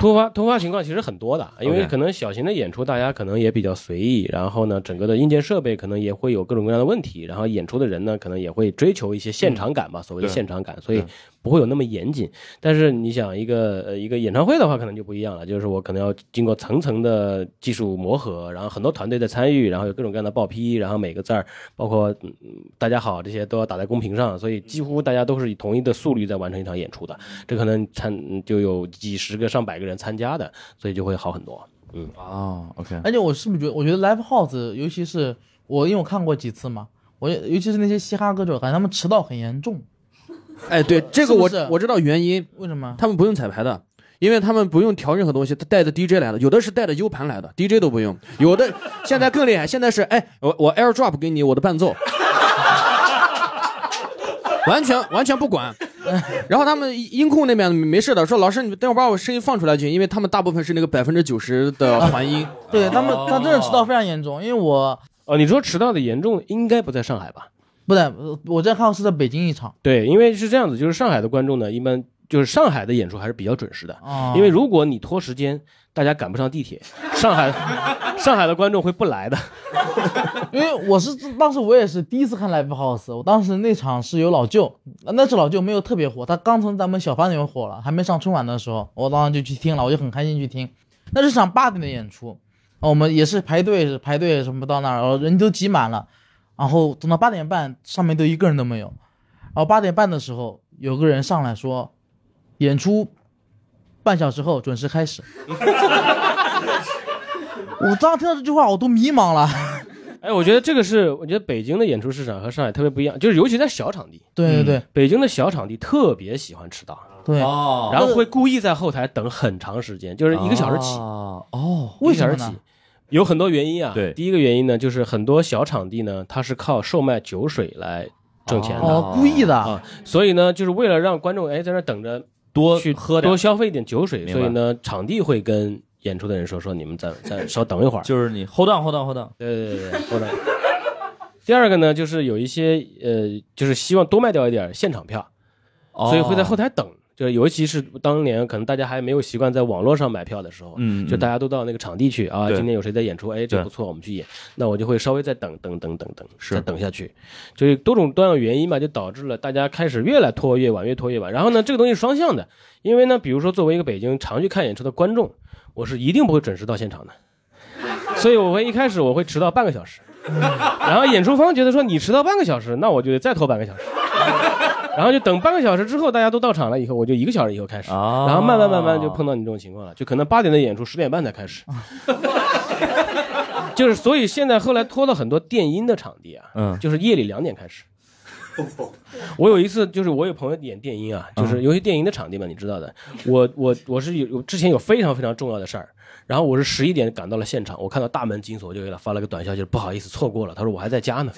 B: 突发突发情况其实很多的，因为
A: OK
B: 可能小型的演出大家可能也比较随意，然后呢，整个的硬件设备可能也会有各种各样的问题，然后演出的人呢可能也会追求一些现场感吧，所谓的
A: 对
B: 现场感，所以不会有那么严谨。但是你想一个呃一个演唱会的话，可能就不一样了，就是我可能要经过层层的技术磨合，然后很多团队的参与，然后有各种各样的报批，然后每个字儿包括、嗯、大家好这些都要打在公屏上，所以几乎大家都是以同一的速率在完成一场演出的，这可能参就有几十个上百个人参加的，所以就会好很多。嗯
A: 啊，OK，
D: 而且我是不是觉得，我觉得 live house，尤其是我，因为我看过几次嘛，我尤其是那些嘻哈歌手，感觉他们迟到很严重。
C: 哎，对这个我
D: 是不是
C: 我知道原因，
D: 为什么？
C: 他们不用彩排的，因为他们不用调任何东西，他带着 DJ 来的，有的是带着 U 盘来的，DJ 都不用，有的现在更厉害，现在是哎，我我 AirDrop 给你我的伴奏， 完全完全不管。然后他们音控那边没事的，说老师你等会儿把我声音放出来去，因为他们大部分是那个百分之九十的环音。
D: 啊
C: 哦
D: 对他们，他真的迟到非常严重，因为我
B: 哦，你说迟到的严重应该不在上海吧？
D: 不对，我在看是在北京一场。
B: 对，因为是这样子，就是上海的观众呢，一般就是上海的演出还是比较准时的，
D: 哦
B: 因为如果你拖时间，大家赶不上地铁，上海 上海的观众会不来的。
D: 因为我是当时我也是第一次看 live house，我当时那场是有老舅，那次老舅没有特别火，他刚从咱们小发那边火了，还没上春晚的时候，我当时就去听了，我就很开心去听。那是场八点的演出，啊我们也是排队排队什么到那儿，然后人都挤满了，然后等到八点半上面都一个人都没有，然后八点半的时候有个人上来说，演出半小时后准时开始。我当时听到这句话我都迷茫了。
B: 哎，我觉得这个是，我觉得北京的演出市场和上海特别不一样，就是尤其在小场地。嗯
D: 对对对
B: 北京的小场地特别喜欢迟到，
D: 对
A: 哦
B: 然后会故意在后台等很长时间，就是一个小时起。
A: 哦
B: 一个小时起？有很多原因啊。
A: 对
B: 第一个原因呢，就是很多小场地呢，它是靠售卖酒水来挣钱的，
D: 哦故意的
B: 啊。所以呢，就是为了让观众哎在那等着
A: 多
B: 去
A: 喝点
B: 多消费一点酒水，
A: 明白
B: 所以呢，场地会跟演出的人说说你们再再 稍等一会儿，
A: 就是你 hold on hold on hold on，
B: 对对对对 hold on。第二个呢，就是有一些呃，就是希望多卖掉一点现场票，
A: 哦
B: 所以会在后台等。就尤其是当年可能大家还没有习惯在网络上买票的时候，
A: 嗯嗯
B: 就大家都到那个场地去啊，
A: 对
B: 今天有谁在演出，哎，这
A: 对
B: 不错，我们去演，那我就会稍微再等等等等等，再等下去，就是多种多样的原因嘛，就导致了大家开始越来拖越晚，越拖越晚。然后呢，这个东西是双向的，因为呢，比如说作为一个北京常去看演出的观众，我是一定不会准时到现场的， 所以我会一开始我会迟到半个小时，然后演出方觉得说你迟到半个小时，那我就得再拖半个小时。然后就等半个小时之后，大家都到场了以后，我就一个小时以后开始，然后慢慢慢慢就碰到你这种情况了，就可能八点的演出十点半才开始，就是所以现在后来拖了很多电音的场地啊，
A: 嗯
B: 就是夜里两点开始。我有一次就是我有朋友演电音啊，就是有些电音的场地嘛，你知道的，我我我是有有之前有非常非常重要的事儿，然后我是十一点赶到了现场，我看到大门紧锁，我就给他发了个短消息，就是不好意思错过了，他说我还在家呢。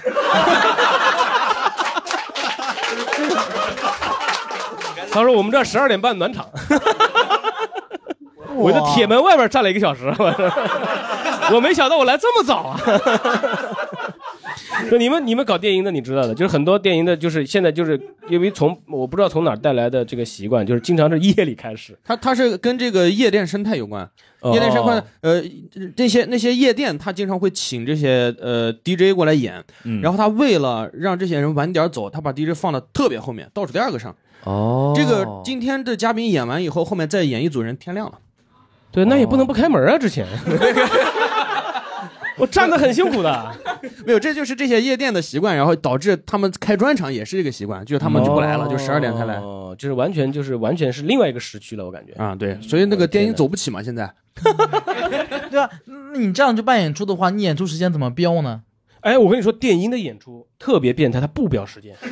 B: 他说我们这十二点半暖 场，我在铁门外边站了一个小时， 我说我没想到我来这么早啊。 就你们你们搞电音的，你知道的，就是很多电音的，就是现在就是因为从我不知道从哪儿带来的这个习惯，就是经常是夜里开始。
C: 它它是跟这个夜店生态有关，
B: 哦
C: 夜店生态，呃，那些那些夜店，他经常会请这些呃 DJ 过来演，
B: 嗯
C: 然后他为了让这些人晚点走，他把 DJ 放到特别后面，倒数第二个上。
A: 哦
C: 这个今天的嘉宾演完以后，后面再演一组人，天亮了。
B: 对，那也不能不开门啊，之前。我站得很辛苦的，
C: 没有，这就是这些夜店的习惯，然后导致他们开专场也是这个习惯，就是他们就不来了，就十二点才来。
B: 哦，就是完全就是完全是另外一个时区了，我感觉
C: 啊，对，所以那个电音走不起嘛，现在。
D: 对啊，那你这样就办演出的话，你演出时间怎么标呢？
B: 哎，我跟你说，电音的演出特别变态，它不标时间。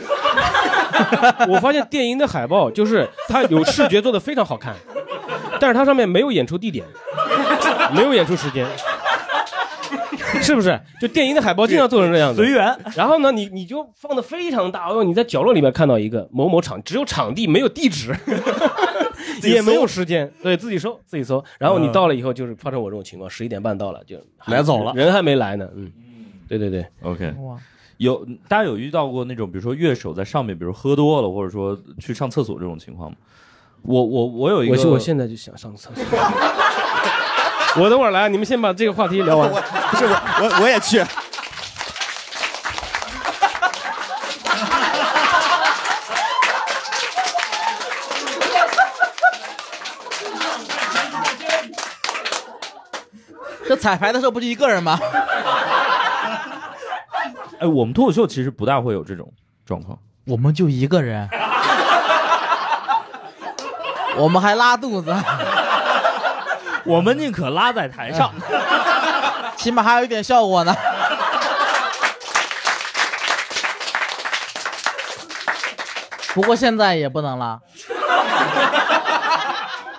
B: 我发现电音的海报就是它有视觉做的非常好看，但是它上面没有演出地点，没有演出时间， 是不是？就电音的海报经常做成这样子，
D: 随缘。
B: 然后呢，你你就放的非常大，哦，你在角落里面看到一个某某场，只有场地没有地址，也没有时间，对自己搜自己搜。然后你到了以后，就是发生我这种情况，十一点半到了就
A: 来早了
B: 人还没来呢，嗯。对对对
A: ，OK。有大家有遇到过那种，比如说乐手在上面，比如喝多了，或者说去上厕所这种情况吗？我我我有一个，
B: 我我现在就想上厕所。我等会儿来，你们先把这个话题聊完。不是我，我我也去。
D: 这彩排的时候不就一个人吗？
A: 哎，我们脱口秀其实不大会有这种状况。
D: 我们就一个人， 我们还拉肚子，
A: 我们宁可拉在台上，
D: 嗯起码还有一点效果呢。 不过现在也不能拉，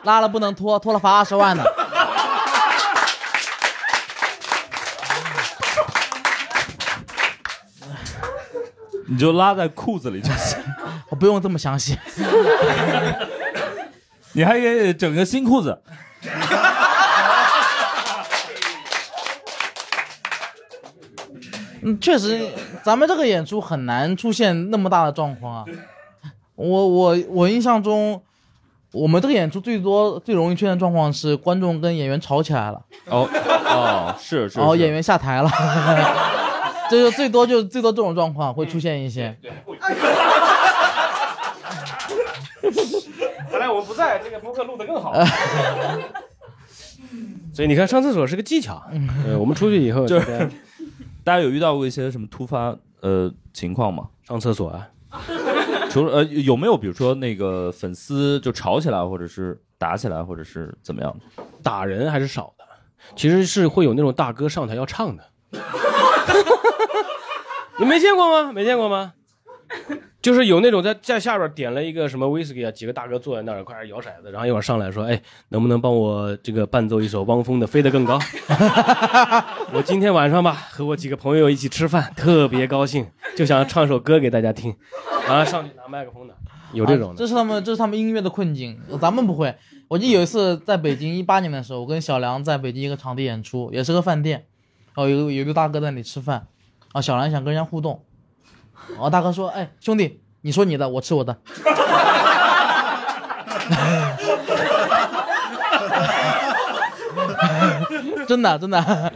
D: 拉了不能拖，拖了罚二十万呢。
A: 你就拉在裤子里就行。
D: 我不用这么详细，
A: 你还给整个新裤子，
D: 嗯，确实，咱们这个演出很难出现那么大的状况啊。我我我印象中，我们这个演出最多最容易出现的状况是观众跟演员吵起来了，
A: 哦哦，是是，
D: 然后
A: 是
D: 演员下台了， 这就最多就最多这种状况会出现一些。
B: 本 来我不在，这个播客录得更好。 所以你看，上厕所是个技巧。呃，我们出去以后
A: 嗯就是 大家有遇到过一些什么突发呃情况吗？
B: 上厕所 啊？
A: 除了呃有没有比如说那个粉丝就吵起来，或者是打起来，或者是怎么样的？
B: 打人还是少的，其实是会有那种大哥上台要唱的。 你没见过吗？没见过吗？就是有那种在在下边点了一个什么 whisky 啊，几个大哥坐在那儿，快点摇骰子，然后一会儿上来说，哎，能不能帮我这个伴奏一首汪峰的《飞得更高》？ 我今天晚上吧，和我几个朋友一起吃饭，特别高兴，就想唱首歌给大家听。然后上去啊拿麦克风的，有这种
D: 啊
B: 的。
D: 这是他们这是他们音乐的困境，咱们不会。我记得有一次在北京一八年的时候，我跟小梁在北京一个场地演出，也是个饭店，然后有一个有一个大哥在那里吃饭，啊，小梁想跟人家互动，哦然后大哥说，哎，兄弟，你说你的，我吃我的。 真的真的，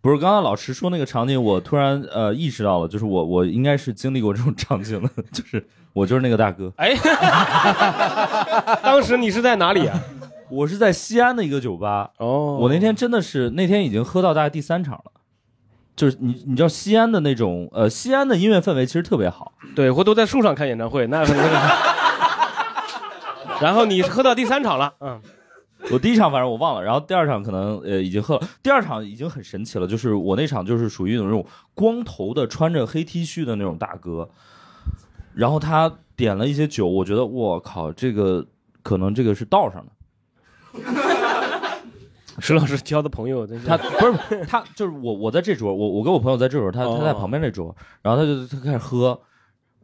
A: 不是，刚刚老师说那个场景，我突然呃意识到了，就是我我应该是经历过这种场景的， 就是我就是那个大哥。
B: 哎，当时你是在哪里啊？
A: 我是在西安的一个酒吧。
B: 哦，
A: 我那天真的是那天已经喝到大概第三场了。就是你，你知道西安的那种，呃，西安的音乐氛围其实特别好。
B: 对，回头在树上看演唱会，那那 个。然后你喝到第三场了，嗯，
A: 我第一场反正我忘了，然后第二场可能呃已经喝了，第二场已经很神奇了，就是我那场就是属于那种光头的，穿着黑 T 恤的那种大哥，然后他点了一些酒，我觉得我靠，这个可能这个是道上的。
B: 石老师交的朋友，真是
A: 他不是他，就是我，我在这桌，我我跟我朋友在这桌，
B: 哦
A: 他他在旁边那桌，然后他就他开始喝，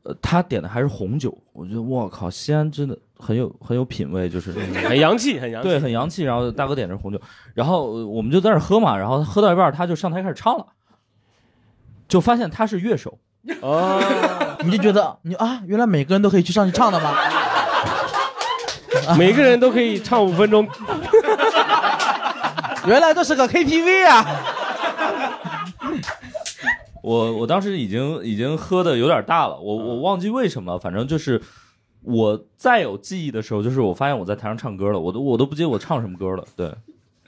A: 呃，他点的还是红酒，我觉得我靠，西安真的很有很有品味，就是
B: 很洋气，很洋气，
A: 对，很洋气。然后大哥点的是红酒，然后呃我们就在那儿喝嘛，然后喝到一半，他就上台开始唱了，就发现他是乐手，
B: 哦，
D: 你就觉得你啊，原来每个人都可以去上去唱的吗？
B: 每个人都可以唱五分钟，
D: 原来这是个 KTV 啊！
A: 我我当时已经已经喝的有点大了，我
B: 嗯
A: 我忘记为什么了，反正就是我再有记忆的时候，就是我发现我在台上唱歌了，我都我都不记得我唱什么歌了。对，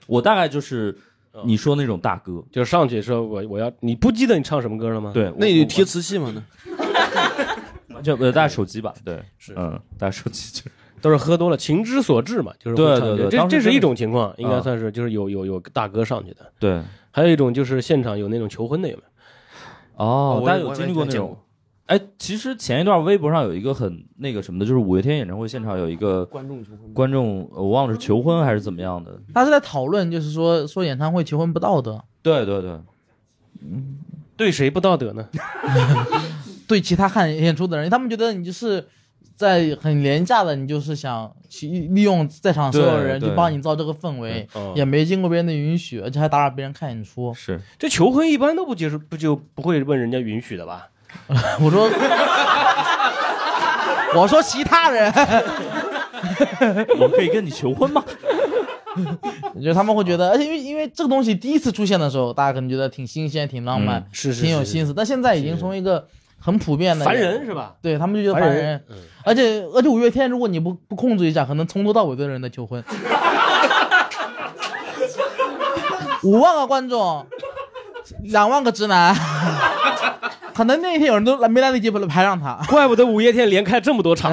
A: 我大概就是你说那种大哥，
B: 嗯就上去说我我要，你不记得你唱什么歌了吗？
A: 对，
C: 那你提词器吗？呢？
A: 完全呃，大家手机吧，对，是嗯，大家手机就是
B: 都是喝多了，情之所至嘛，就是会
A: 对
B: 唱
A: 对
B: 这
A: 对
B: 这
A: 当时
B: 这是
A: 真
B: 一
A: 的
B: 种情况，应该
A: 啊
B: 算是就是有有有大哥上去的，
A: 对
B: 还有一种就是现场有那种求婚的有没有？
A: 哦，
B: 我
A: 大家
B: 也我
A: 有
B: 也
A: 经历过那
B: 见
A: 种
B: 过。
A: 哎，其实前一段微博上有一个很那个什么的，就是五月天演唱会现场有一个观
C: 众求婚，
A: 观众呃我忘了是求婚还是怎么样的。
D: 他是在讨论，就是说说演唱会求婚不道德，
A: 对对对，
B: 对谁不道 德呢？
D: 对其他看演出的人，他们觉得你就是在很廉价的，你就是想去利用在场所有
B: 对
D: 人去
B: 对
D: 帮你造这个氛围
B: 嗯哦，
D: 也没经过别人的允许，而且还打扰别人看演出。
A: 是，
B: 这求婚一般都不接受，不就不会问人家允许的吧？
D: 我说， 我说其 他人，
A: 我可以跟你求婚 吗？
D: 我觉得他们会觉得，而且因为因为这个东西第一次出现的时候，大家可能觉得挺新鲜、挺浪漫
B: 嗯、是是
D: 挺有
B: 是是
D: 心思，但现在已经成为一个很普遍的
B: 烦人是吧？
D: 对他们就觉得
B: 烦
D: 烦
B: 人
D: 人，而且而且五月天，如果你不不控制一下，可能从头到尾都有人在 求婚。五万个观众，两万个直男， 可能那一天有人都来没来得及排上他。
B: 怪不得五月天连开这么多场，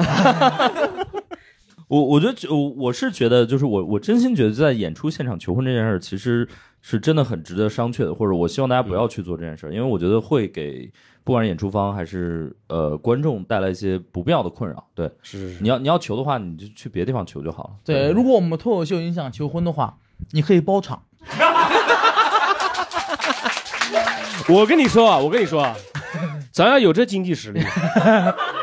A: 我我觉得就我是觉得就是我我真心觉得在演出现场求婚这件事儿，其实是真的很值得商榷的，或者我希望大家不要去做这件事儿，因为我觉得会给不管是演出方还是呃观众带来一些不必要的困扰。对，
B: 是
A: 你要你要求的话，你就去别地方求就好了。
D: 对，如果我们脱口秀影响求婚的话，你可以包场。
B: 我跟你说啊，我跟你说啊，咱要有这经济实力，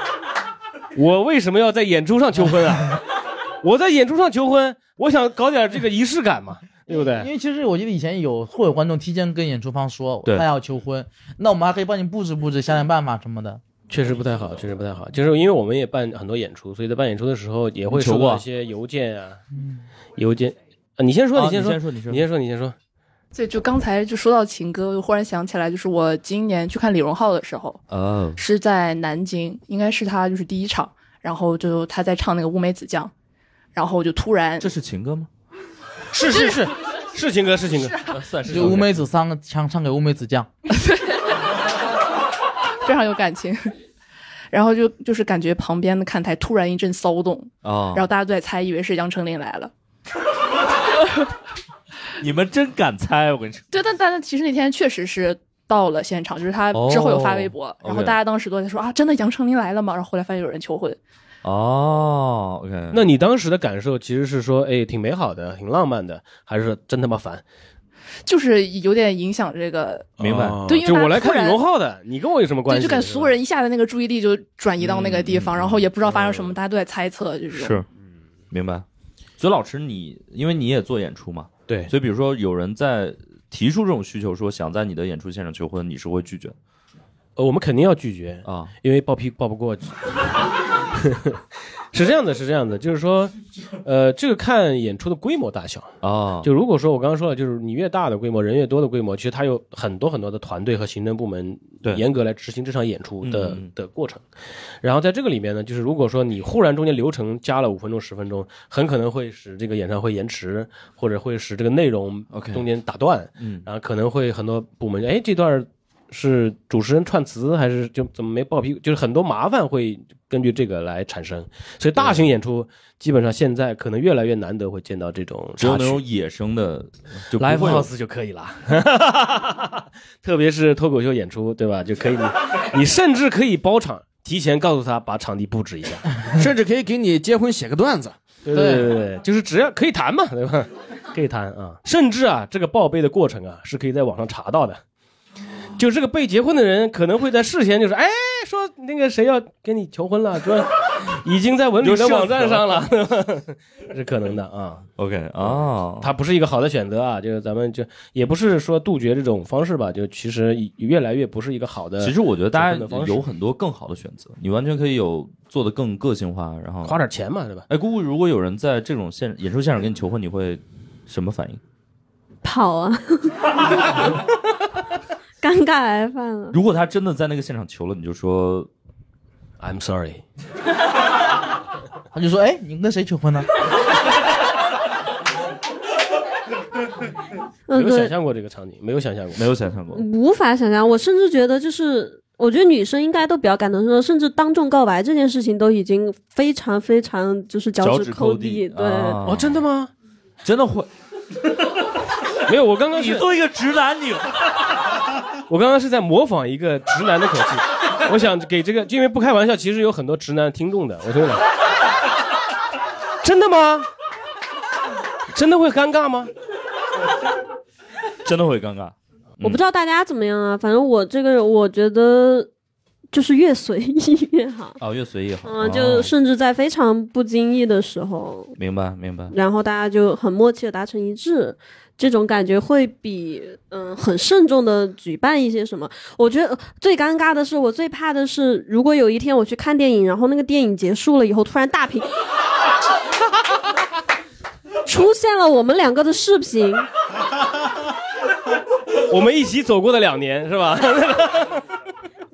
B: 我为什么要在演出上求婚啊？ 我在演出上求婚，我想搞点这个仪式感嘛，对不
A: 哎
D: 因
B: 对？
D: 为其实我记得以前有会有观众提前跟演出方说，
B: 对
D: 他要求婚，那我们还可以帮你布置布置，想想办法什么的。
B: 确实不太
A: 嗯
B: 好，确实不太好。就是因为我们也办很多演出，所以在办演出的时候也会
A: 你求
B: 收
A: 过啊
B: 到一些邮件啊，
D: 嗯
B: 邮件。啊，你先说，
A: 啊
B: 你先
A: 你
B: 说，
A: 先说你先
B: 你先说，你先说。
N: 对，就刚才就说到情歌，我就忽然想起来，就是我今年去看李荣浩的时候，
A: 哦，
N: 是在南京，应该是他就是第一场，然后就他在唱那个《乌梅子酱》，然后我就突然
A: 这是情歌吗？
B: 是 是是，是情歌，是情歌，
A: 算
D: 就乌梅子三个唱唱给乌梅子酱，
N: 非常有感情， 然后就就是感觉旁边的看台突然一阵骚动，
A: 哦
N: 然后大家都在猜，以为是杨丞琳来了。
A: 你们真敢猜，我跟你说。
N: 对，但但但其实那天确实是到了现场，就是他之后有发微博，
A: 哦
N: 然后
A: OK
N: 大家当时都在说啊，真的杨丞琳来了吗？然后后来发现有人求婚，
A: 哦，OK，
B: 那你当时的感受其实是说，哎，挺美好的，挺浪漫的，还是说真他妈烦？
N: 就是有点影响这个，
A: 明白
N: 对因为
B: 哦就
N: 大家
B: 我来
N: 突
B: 看
N: 然
B: 李荣浩的，你跟我有什么关
N: 对，
B: 系？嗯
N: 就感觉所有人一下子那个注意力就转移到那个地方，然后也不知道发生什么，大家都在猜测，就是
A: 是，明白。所以老师你，因为你也做演出嘛，
B: 对，
A: 所以比如说有人在提出这种需求，说想在你的演出现场求婚，你是会拒绝的
B: 呃，我们肯定要拒绝
A: 啊，
B: 因为抱屁抱不过，是这样的，是这样的，就是说，呃，这个看演出的规模大小
A: 啊。
B: 就如果说我刚刚说了，就是你越大的规模，人越多的规模，其实它有很多很多的团队和行政部门
A: 对
B: 严格来执行这场演出的
A: 嗯
B: 的过程。然后在这个里面呢，就是如果说你忽然中间流程加了五分钟、十分钟，很可能会使这个演唱会延迟，或者会使这个内容
A: OK
B: 中间打断，
A: 嗯
B: 然后可能会很多部门哎这段儿是主持人串词还是就怎么没爆屁股，就是很多麻烦会根据这个来产生，所以大型演出基本上现在可能越来越难得会见到这种
A: 只有那
B: 插曲
A: 种野生的，就不
B: Live
A: 会有
B: house 就可以了。特别是脱口秀演出，对吧？就可以你，你甚至可以包场，提前告诉他把场地布置一下，
C: 甚至可以给你结婚写个段子。
B: 对对对对对，就是只要可以谈嘛，对吧？可以谈啊，甚至啊，这个报备的过程啊，是可以在网上查到的。就这个被结婚的人可能会在事先就是，哎，说那个谁要跟你求婚了，说已经在文旅的网站 上了，是可能的啊。
A: OK 啊，
B: 它不是一个好的选择啊，就是咱们就也不是说杜绝这种方式吧，就其实越来越不是一个好的结
A: 其实
B: 婚的方式。
A: 我觉得大家有很多更好的选择，你完全可以有做的更个性化，然后
B: 花点钱嘛，对吧？
A: 哎，姑姑，如果有人在这种现演出现场跟你求婚，你会什么反应？
E: 跑 啊，尴尬癌犯了。
A: 如果他真的在那个现场求了，你就说
B: I'm sorry，
D: 他就说：“哎，你跟谁求婚呢？
B: 没有
E: 对
B: 想象过这个场景，没有想象过，
A: 没有想象过
E: 无法想象，我甚至觉得就是。我觉得女生应该都比较感同身受，甚至当众告白这件事情都已经非常非常就是脚趾抠
A: 地，
E: 对，
A: 啊
B: 哦真的吗？
A: 真的会。
B: 没有，我刚刚是
A: 一个直男女，
B: 我刚刚是在模仿一个直男的口气，我想给这个，因为不开玩笑，其实有很多直男听众的，我说了， 真的吗？真
A: 嗯
B: 的会尴尬吗？
A: 真的会尴尬。
E: 我不知道大家怎么样啊，反正我这个人我觉得就是越随意越好，
A: 哦，越随意好。
E: 嗯，就
A: 哦
E: 甚至在非常不经意的时候，
A: 明白明白。
E: 然后大家就很默契的达成一致，这种感觉会比嗯、很慎重的举办一些什么。我觉得最尴尬的是，我最怕的是，如果有一天我去看电影，然后那个电影结束了以后，突然大屏 出现了我们两个的视频，
B: 我们一起走过的两年是吧？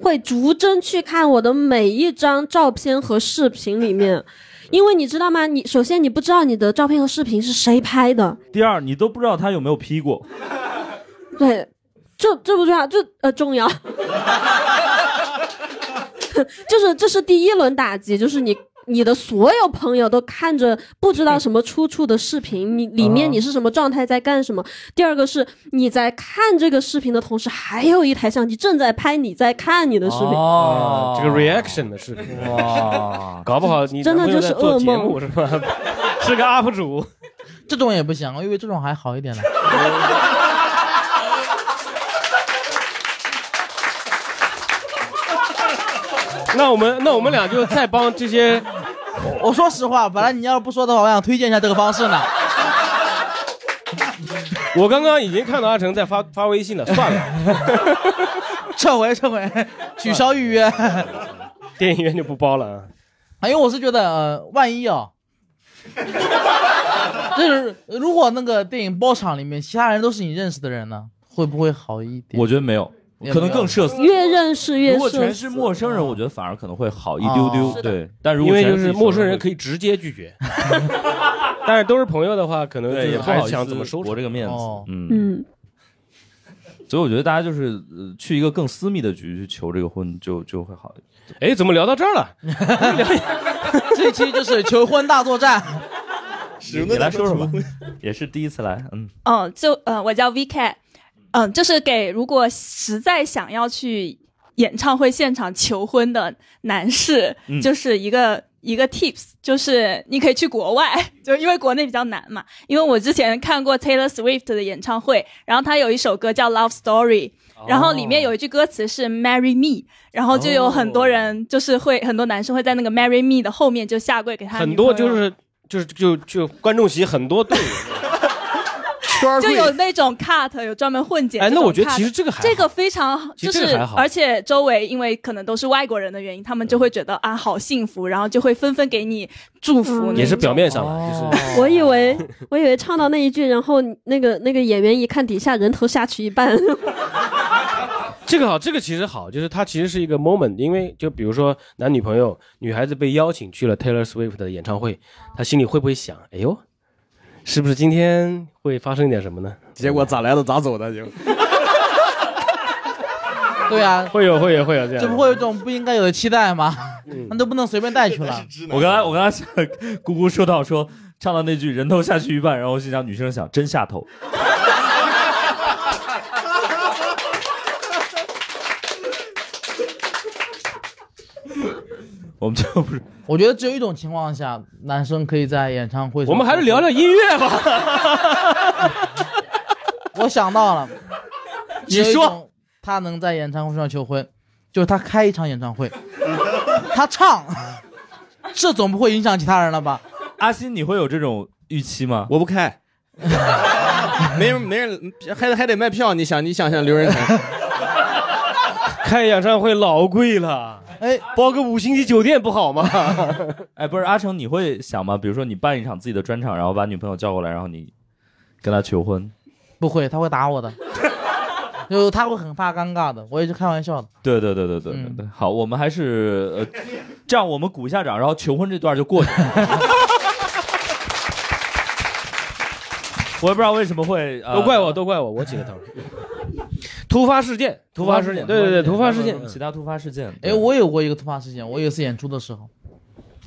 E: 会逐帧去看我的每一张照片和视频里面。因为你知道吗？你首先你不知道你的照片和视频是谁拍的，
A: 第二，你都不知道他有没有 P 过，
E: 对，这这不重要，这呃重要， 就是这是第一轮打击，就是你你的所有朋友都看着不知道什么出处的视频，你里面你是什么状态在干什么。第二个是你在看这个视频的同时，还有一台相机正在拍你在看你的视频。
A: 哦
B: 嗯这个 reaction 的视频，
A: 哇，
B: 搞不好你
E: 真的
B: 男朋友
E: 就是
B: 在做
E: 噩
B: 节
E: 梦
B: 目是吧？ 是个 UP 主，
D: 这种也不行，我以为这种还好一点呢。
B: 那我们那我们俩就再帮这些，
D: 我说实话，本来你要是不说的话，我想推荐一下这个方式呢。
B: 我刚刚已经看到阿成在发发微信了，算了，
D: 撤回，撤回，取消预约。
B: 电影院就不包了啊。
D: 哎，因为我是觉得，呃，万一啊， 就是如果那个电影包场里面其他人都是你认识的人呢，会不会好一点？
A: 我觉得没有，可能更社死。
E: 越认识越
A: 如果全
E: 社
A: 是
E: 死，
A: 陌生人，我觉得反而可能会好一丢
E: 啊
B: 哦
A: 丢。
B: 是的
A: 对，但如
B: 因
A: 果
B: 为
A: 全
B: 就是
A: 自
B: 是
A: 己
B: 陌
A: 熟
B: 生人
A: 会
B: 可以直接拒绝，但是都是朋友的话，可能就
A: 对，也
B: 是
A: 不好
B: 还
A: 意
B: 想怎么
A: 思
B: 收
A: 驳这个面子。
B: 哦
A: 嗯，
E: 嗯，
A: 所以我觉得大家就是呃去一个更私密的局去求这个婚，就就会好一点。
B: 哎，怎么聊到这儿了？
D: 这期就是求婚大 作战。
A: 你你来说说吧， 也是第一次来，嗯，
O: 嗯，就呃，我叫 VK，嗯、就是给如果实在想要去演唱会现场求婚的男士，
P: 嗯
O: 就是一个一个 tips，就是你可以去国外， 就因为国内比较难嘛。因为我之前看过 Taylor Swift 的演唱会，然后她有一首歌叫《Love Story》。然后里面有一句歌词是 “marry me”，然后就有很多人就是会、很多男生会在那个 “marry me” 的后面就下跪给他
B: 很多就是就是就就观众席很多队伍，
C: 儿
O: 就
C: 会
O: 有那种 cut，有专门混剪这
C: 哎
O: 种 cut。
C: 那我觉得其实这个还好
O: 这个非常
C: 其实
O: 就
C: 这个
O: 是
C: 还好，
O: 而且周围因为可能都是外国人的原因，他们就会觉得啊好幸福，然后就会纷纷给你祝福。
B: 也是表面上
E: 哦
B: 了，就是
E: 我以为我以为唱到那一句，然后那个那个演员一看底下人头下去一半，
B: 这个好，这个其实好，就是它其实是一个 moment，因为就比如说男女朋友，女孩子被邀请去了 Taylor Swift 的演唱会，她心里会不会想，哎呦，是不是今天会发生一点什么呢？
C: 结果咋来的咋走的就。
D: 对啊，
B: 会有 会有会有这样嗯的
D: 这不会有一种不应该有的期待吗？那都不能随便带去了。
A: 我刚才我刚才想姑姑说到说唱到那句人头下去一半，然后我心想女生想真下头，我们就不是，
D: 我觉得只有一种情况下，男生可以在演唱会。
B: 我们还是聊聊音乐吧。
D: 我想到了，
B: 你
D: 只有一
B: 说
D: 种他能在演唱会上求婚，就是他开一场演唱会，他唱，这总不会影响其他人了吧？
A: 阿新你会有这种预期吗？
C: 我不开， 没人没人，还得还得卖票。你想，你想想刘仁成，
B: 开演唱会老贵了，
D: 哎，
B: 包个五星级酒店不好吗？
A: 哎，不是阿成，你会想吗？比如说你办一场自己的专场，然后把女朋友叫过来，然后你跟她求婚，
D: 不会，他会打我的，就他会很怕尴尬的。我也是开玩笑的。
A: 对对对对对
B: 嗯
A: 对对，好，我们还是呃，这样我们鼓一下掌，然后求婚这段就过去了。 我也不知道为什么会，呃、
B: 都怪我，都怪我，我起的头。突发事件，突发事件，对对对，突发事件，
A: 其他突发事件。
D: 哎，我有过一个突发事件，我有一次演出的时候，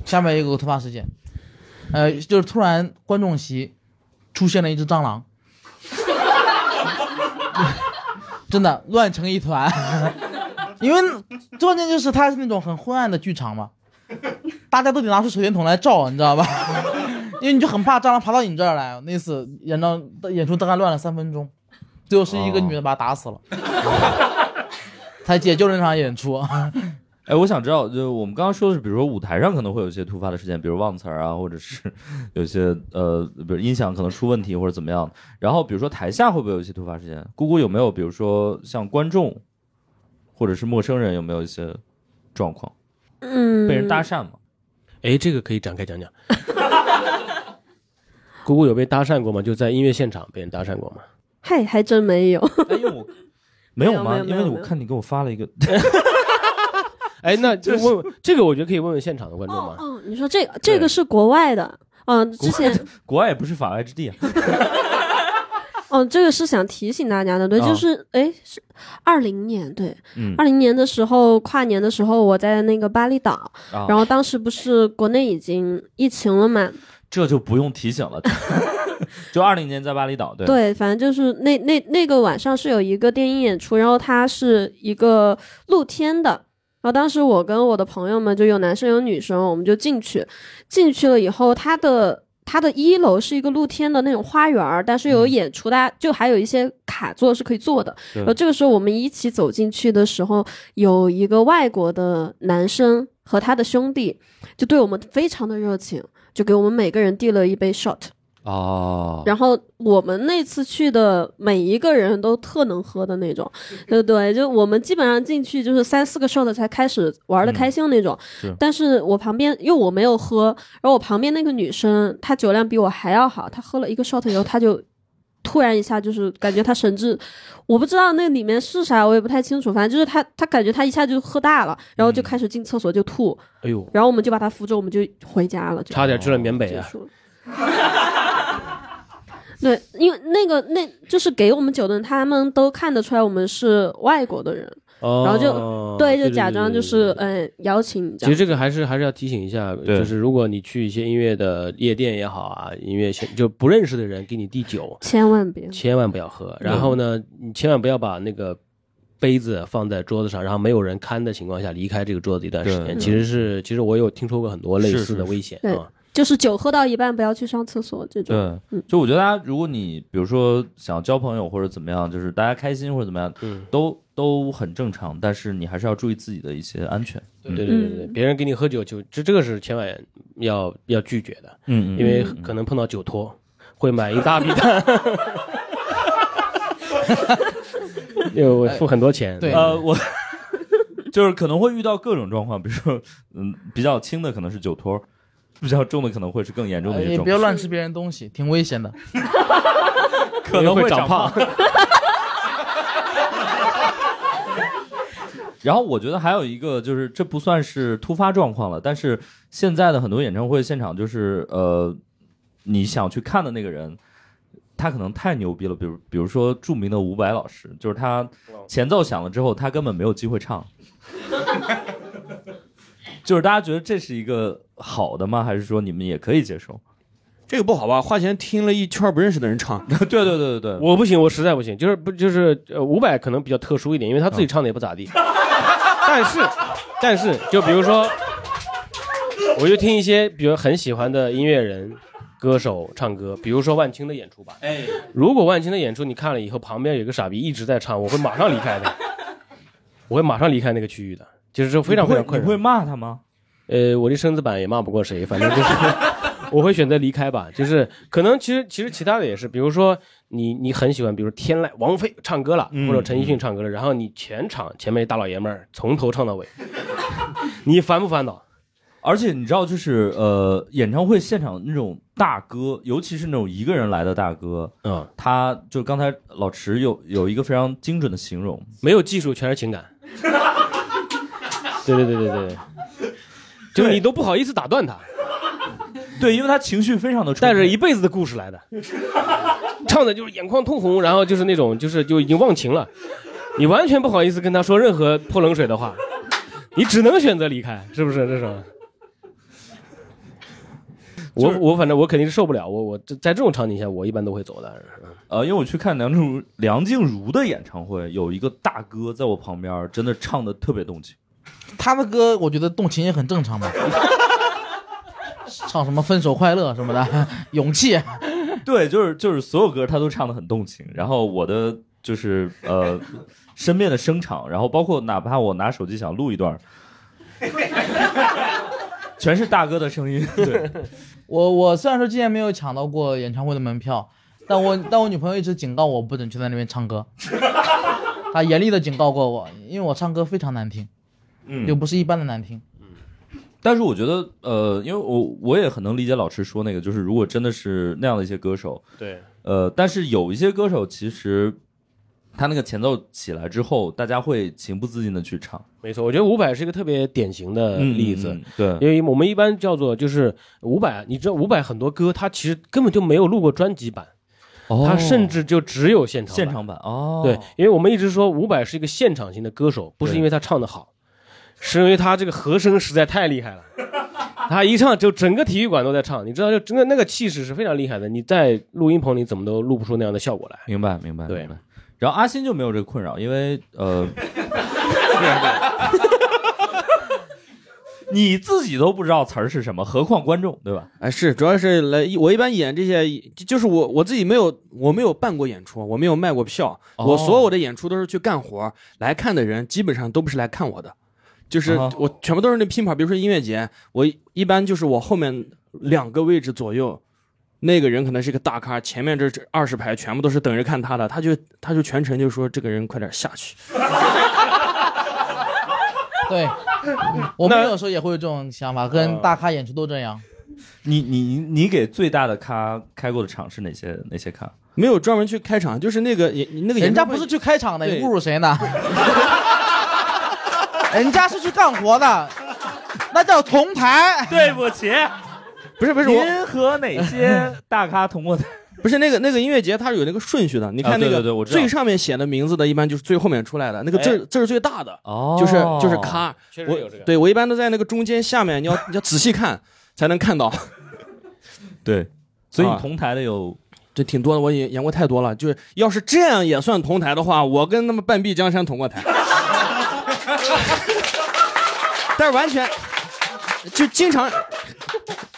D: 下面有个突发事件，呃，就是突然观众席出现了一只蟑螂， 真的乱成一团，因为关键就是它是那种很昏暗的剧场嘛，大家都得拿出手电筒来照，你知道吧？ 因为你就很怕蟑螂爬到你这儿来。那次演到演出大概乱了三分钟，最后是一个女的把它打死了，才解救了那场演出。
A: 哎，我想知道，就我们刚刚说的是，比如说舞台上可能会有一些突发的事件，比如忘词儿啊，或者是 有些呃，比如音响可能出问题或者怎么样。然后比如说台下会不会有一些突发事件？姑姑有没有，比如说像观众或者是陌生人有没有一些状况？
E: 嗯，
A: 被人 搭讪吗？
B: 哎，这个可以展开讲讲。姑姑有被搭讪过吗？就在音乐现场被人搭讪过吗？
E: 嗨，还真没有。
A: 没
E: 有
A: 有吗？
E: 没
A: 因
E: 有
A: 为
E: 没有
A: 我
E: 没有
A: 看你给我发了 一个，
B: 哎，那就问问这个，我觉得可以问问现场的观众嘛。
E: 哦，你说这个这个是国外的，嗯、之前
A: 国外也不是法外之地啊。
E: 哦，这个是想提醒大家的，对，
A: 啊
E: 就是哎，是二零年，对，
A: 嗯
E: 二零年的时候跨年的时候，我在那个巴厘岛，
A: 啊
E: 然后当时不是国内已经疫情了嘛，
A: 这就不用提醒 了。 就二零年在巴厘岛，对
E: 对，反正就是那那那个晚上是有一个电影演出，然后它是一个露天的。然后当时我跟我的朋友们就有男生有女生，我们就进去，进去了以后，它的它的一楼是一个露天的那种花园儿，但是有演出，大家就还有一些卡座是可以坐的。
P: 对
E: 然后这个时候我们一起走进去的时候，有一个外国的男生和他的兄弟，就对我们非常的热情，就给我们每个人递了一杯 shot。
A: 哦，
E: 然后我们那次去的每一个人都特能喝的那种，对对，就我们基本上进去就是三四个 shot 才开始玩的开心那种。
A: 是
E: 但是我旁边因为我没有喝，然后我旁边那个女生她酒量比我还要好，她喝了一个 shot 以后，她就突然一下就是感觉她神志，我不知道那里面是啥，我也不太清楚，反正就是她她感觉她一下就喝大了，然后就开始进厕所就吐，
B: 哎呦，
E: 然后我们就把她扶着，我们就回家了。就
B: 差点去了缅北啊！
E: 对，因为那个那就是给我们酒的人，他们都看得出来我们是外国的人，
B: 哦
E: 然后就
B: 对
E: 就
B: 对
E: 假装
B: 对
E: 就是嗯邀请你
B: 其
E: 这
B: 实
E: 样。
B: 这个还是还是要提醒一下，就是如果你去一些音乐的夜店也好啊，音乐现就不认识的人给你递酒，
E: 千万别
B: 千万不要喝。然后呢，你千万不要把那个杯子放在桌子上，然后没有人看的情况下离开这个桌子一段时
A: 对
B: 间。其实是，其实我有听说过很多类似的危险
E: 对
B: 啊。，
E: 就是酒喝到一半不要去上厕所这种。
A: 对，
D: 嗯
A: 就我觉得大家，如果你比如说想交朋友或者怎么样，就是大家开心或者怎么样，
B: 嗯
A: 都都很正常，但是你还是要注意自己的一些安全。嗯
B: 对对对对对，别人给你喝酒就这这个是千万要要拒绝的，
A: 嗯嗯
B: 因为
A: 嗯嗯
B: 可能碰到酒托，会买一大笔单。 因为我付很多钱。
A: 呃，我 就是可能会遇到各种状况，比如说，嗯，比较轻的可能是酒托，比较重的可能会是更严重的
D: 哎
A: 一
D: 也
A: 种。
D: 不要乱吃别人东西，挺危险的。
A: 可能会长胖。然后我觉得还有一个就是，这不算是突发状况了，但是现在的很多演唱会现场就是，呃，你想去看的那个人，他可能太牛逼了，比如比如说著名的伍佰老师，就是他前奏响了之后，他根本没有机会唱，就是大家觉得这是一个好的吗？还是说你们也可以接受？
C: 这个不好吧？花钱听了一圈不认识的 人唱，
A: 对对对对对，
B: 我不行，我实在不行，就是不就是呃五百可能比较特殊一点，因为他
A: 嗯
B: 自己唱的也不咋地。 但是，但是就比如说，我就听一些比如很喜欢的音乐人、歌手唱歌，比如说万青的演出吧。
F: 哎，
B: 如果万青的演出你看了以后，旁边有个傻逼一直在唱，我会马上离开的， 我会马上离开那个区域的，就是这非常非常困
A: 你
B: 扰。
A: 会骂他吗？
B: 呃，我这身子板也骂不过谁，反正就是我会选择离开吧。就是可能其实其实其他的也是，比如说你你很喜欢，比如天籁、王菲唱歌了，
A: 嗯
B: 或者陈奕迅唱歌了，然后你全场前面一大老爷们儿从头唱到尾， 你烦不烦恼？
A: 而且你知道，就是呃，演唱会现场那种大哥，尤其是那种一个人来的大哥，
B: 嗯，
A: 他就刚才老池有有一个非常精准的形容，
B: 没有技术，全是情感。 对对对对对，就你都不好意思打断他。
A: 对，因为他情绪非常的
B: 带着一辈子的故事来的，唱的就是眼眶通红，然后就是那种就是就已经忘情了，你完全不好意思跟他说任何泼冷水的话，你只能选择离开，是不是这种？我我反正我肯定是受不了，我我这在这种场景下，我一般都会走的。
A: 呃，因为我去看梁静茹梁静茹的演唱会，有一个大哥在我旁边，真的唱的特别动情。
D: 他的歌我觉得动情也很正 常吧，唱什么分手快乐什么的，勇气。
A: 对，就是就是所有歌他都唱的很动情。然后我的就是呃身边的声场，然后包括哪怕我拿手机想录一段，全是大哥的声 音。对，
D: 我我虽然说今年没有抢到过演唱会的门票，但我但我女朋友一直警告我不准去在那边 唱歌，她严厉的警告过我，因为我唱歌非常难听，
A: 嗯
D: 又不是一般的难听。
A: 但是我觉得，呃，因为我我也很能理解老师说那个，就是如果真的是那样的一些歌手，
B: 对，
A: 呃，但是有一些歌手其实他那个前奏起来之后，大家会情不自禁的去唱。
B: 没错，我觉得伍佰是一个特别典型的例子，
A: 嗯嗯嗯对
B: 因为我们一般叫做就是伍佰，你知道伍佰很多歌他其实根本就没有录过专辑版，
A: 哦
B: 他甚至就只有现场
A: 现场版哦，
B: 对，因为我们一直说伍佰是一个现场型的歌手，不是因为他唱的好，是因为他这个和声实在太厉 害了。他一唱就整个体育馆都在唱，你知道，就整个那个气势是非常厉害的。你在录音棚里怎么都录不出那样的效果来。
A: 明白明白对。然后阿信就没有这个困扰，因为 呃， 你自己都不知道词儿是什么，何况观众，对吧？
C: 哎，是，主要是来，我一般演这些，就就是我我自己没有，我没有办过演出，我没有卖过票，
A: 哦
C: 我所有的演出都是去干活儿，来看的人基本上都不是来看我的，就是
A: 哦
C: 我全部都是那拼盘，比如说音乐节，我一一般就是我后面两个位置左右，那个人可能是个大咖，前面这二十排全部都是等着看他的，他就他就全程就说这个人快点下去，
D: 对，我们有时候也会有这种想法，
A: 呃
D: 跟大咖演出都这样。
A: 你你你给最大的咖开过的场是哪些哪些咖？
C: 没有专门去开场，就是那个也那个
D: 人家
C: 演唱会
D: 不是去开场的，
C: 对
D: 你侮辱 谁呢？人家是去干活
B: 啊
D: 的，那叫同台。
A: 对不起，
C: 不是不是我
A: 您和哪些大咖同 过台？
C: 不是那个那个音乐节，它是有那个顺序的。你
A: 啊
C: 看那
A: 对
C: 个
A: 对对我知道
C: 最上面写的名字的，一般就是最后面出来的那个字儿
A: 哎
C: 字儿最大的，
A: 哦
C: 就是就是咖。
B: 确实
C: 我
B: 有这个
C: 对我一般都在那个中间下面，你要你要仔细看才能看到。
A: 对，所以
C: 啊
A: 你同台的有
C: 这挺多的，我演演过太多了。就是要是这样也算同台的话，我跟他们半壁江山同过台，但是完全就经常。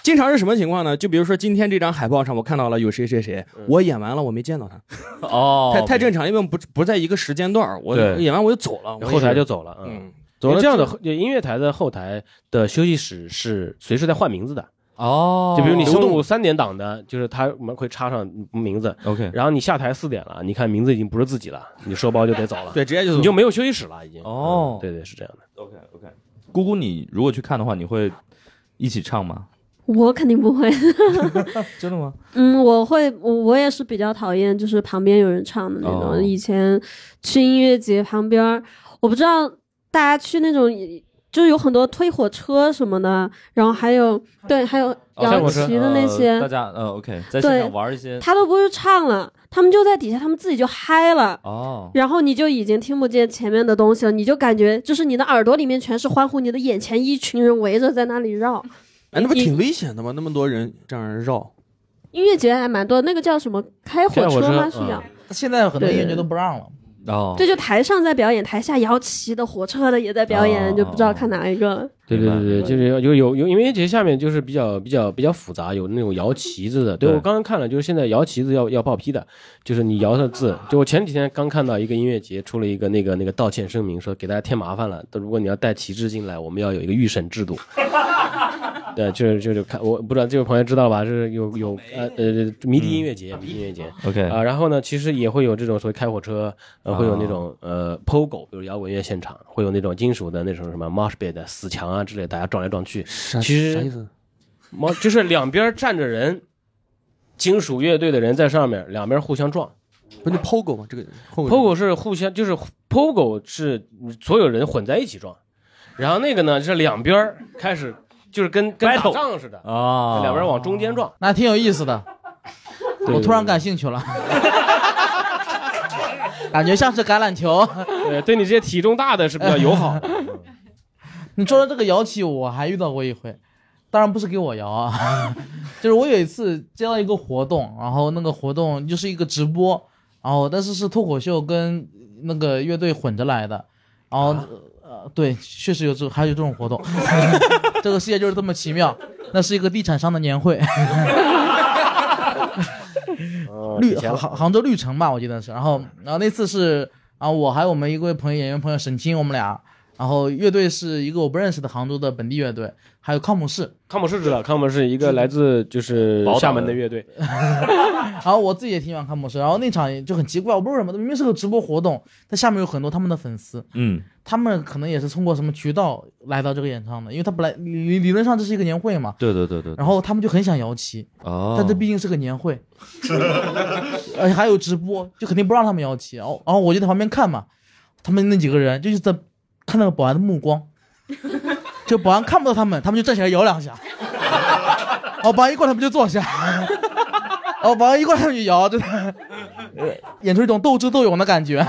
C: 经常是什么情况呢？就比如说今天这张海报上，我看到了有谁谁谁，我演完了我没见到他，
A: 嗯哦
C: 太太正常，因为我们不不在一个时间段儿，我
B: 对
C: 演完我就走了，我
B: 后台
C: 也是
B: 就走了，嗯
C: 嗯，
B: 走
C: 走了
B: 了这样的
C: 就
B: 后音乐台的后台的休息室是随时在换名字的，
A: 哦
B: 就比如你中午三点档的，就是他们会插上名字
A: ，OK，
B: 然后你下台四点了，你看名字已经不是自己了，你收包就得走了，
C: 对直接就走
B: 你就没有休息室啊了，已经。嗯
A: 哦，
B: 对对，是这样的。
A: OK OK，姑姑，你如果去看的话，你会一起唱吗？
E: 我肯定不会。
A: 真的吗？
E: 嗯，我会，我我也是比较讨厌，就是旁边有人唱的那种。
A: 哦
E: 以前去音乐节旁边儿，我不知道大家去那种，就是有很多推火车什么的，然后还有对，还有
A: 哦
E: 摇旗的那些，
A: 呃大家呃 OK，在现
E: 对
A: 场玩一些，
E: 他都不是唱了，他们就在底下，他们自己就嗨了。
A: 哦，
E: 然后你就已经听不见前面的东西了，你就感觉就是你的耳朵里面全是欢呼，你的眼前一群人围着在那里 绕。
C: 哎，那不挺危险的吗？那么多人这样绕，
E: 音乐节还蛮多，那个叫什么开火车吗？是叫？
D: 现嗯在很多音乐
E: 对
D: 节都不让了。
A: 哦
E: 对，就台上在表演，台下摇旗的、火车的也在表
D: 哦
E: 演，就不知道看哪一个了。
B: 对对对对，就是有有有，因为节下面就是比较比较比较复杂，有那种摇旗子的。对
A: 对
B: 我刚刚看了，就是现在摇旗子要要报批的，就是你摇的字。就我前几天刚看到一个音乐节出了一个那个那个道歉声明，说给大家添麻烦了，如果你要带旗帜进来，我们要有一个预审制度。 对，就是就是看，我不知道这位朋友知道吧？就是有有呃呃迷笛音乐节，迷笛音乐节
A: OK
B: 啊，然后呢，其实也会有这种所谓开火车，呃，会有那
C: 啊
A: 哦
B: 种呃 POGO，比如摇滚乐现场，会有那种金属的那种什么 mosh pit、死墙啊之类，大家撞来撞去。其
C: 啊啥
B: 实
C: 意思？
B: 猫就是两边站着人，金属乐队的人在上面，两边互相撞。
C: 不是那 POGO 吗？这个
B: POGO 是互相，就是 POGO 是所有人混在一起撞，然后那个呢是两边儿开始就是跟跟打仗似的
A: 啊
B: 两边儿往中间撞。
D: 那挺有意思的，
B: 对
D: 我突然感兴趣了，感觉像是橄榄球。
B: 对，对你这些体重大的是比较友好。
D: 你说到这个摇旗，我还遇到过一回，当然不是给我摇啊， 就是我有一次接到一个活动，然后那个活动就是一个直播，然后但是是脱口秀跟那个乐队混着来的，然后、呃对，确实有这还有这种活动， 这个世界就是这么奇妙。那是一个地产商的年会，
B: 哦呃
D: 绿 杭杭杭州绿城吧，我记得是。然后然后那次是啊，我还有我们一位朋友演员朋友沈清，我们俩。然后乐队是一个我不认识的杭州的本地乐队，还有康姆士。
B: 康姆士知道，康姆士一个来自就是
D: 宝岛
B: 厦门
D: 的
B: 的乐队，
D: 然后我自己也挺喜欢康姆士，然后那场也就很奇怪，我不知道为什么，明明是个直播活动，但下面有很多他们的粉丝，
A: 嗯，
D: 他们可能也是通过什么渠道来到这个演唱的，因为他本来理理论上这是一个年会嘛，
A: 对对对对，
D: 然后他们就很想摇旗，
A: 哦，
D: 但这毕竟是个 年会，而且呃还有直播，就肯定不让他们摇旗。然后，然后我就在旁边看嘛，他们那几个人就是在看那个保安的 目光，就保安看不到他们，他们就站起来摇两 下。然后保安一过来，他们就坐下。然后保安一过来，他们就摇，真的，呃 演出一种斗智斗勇的感觉，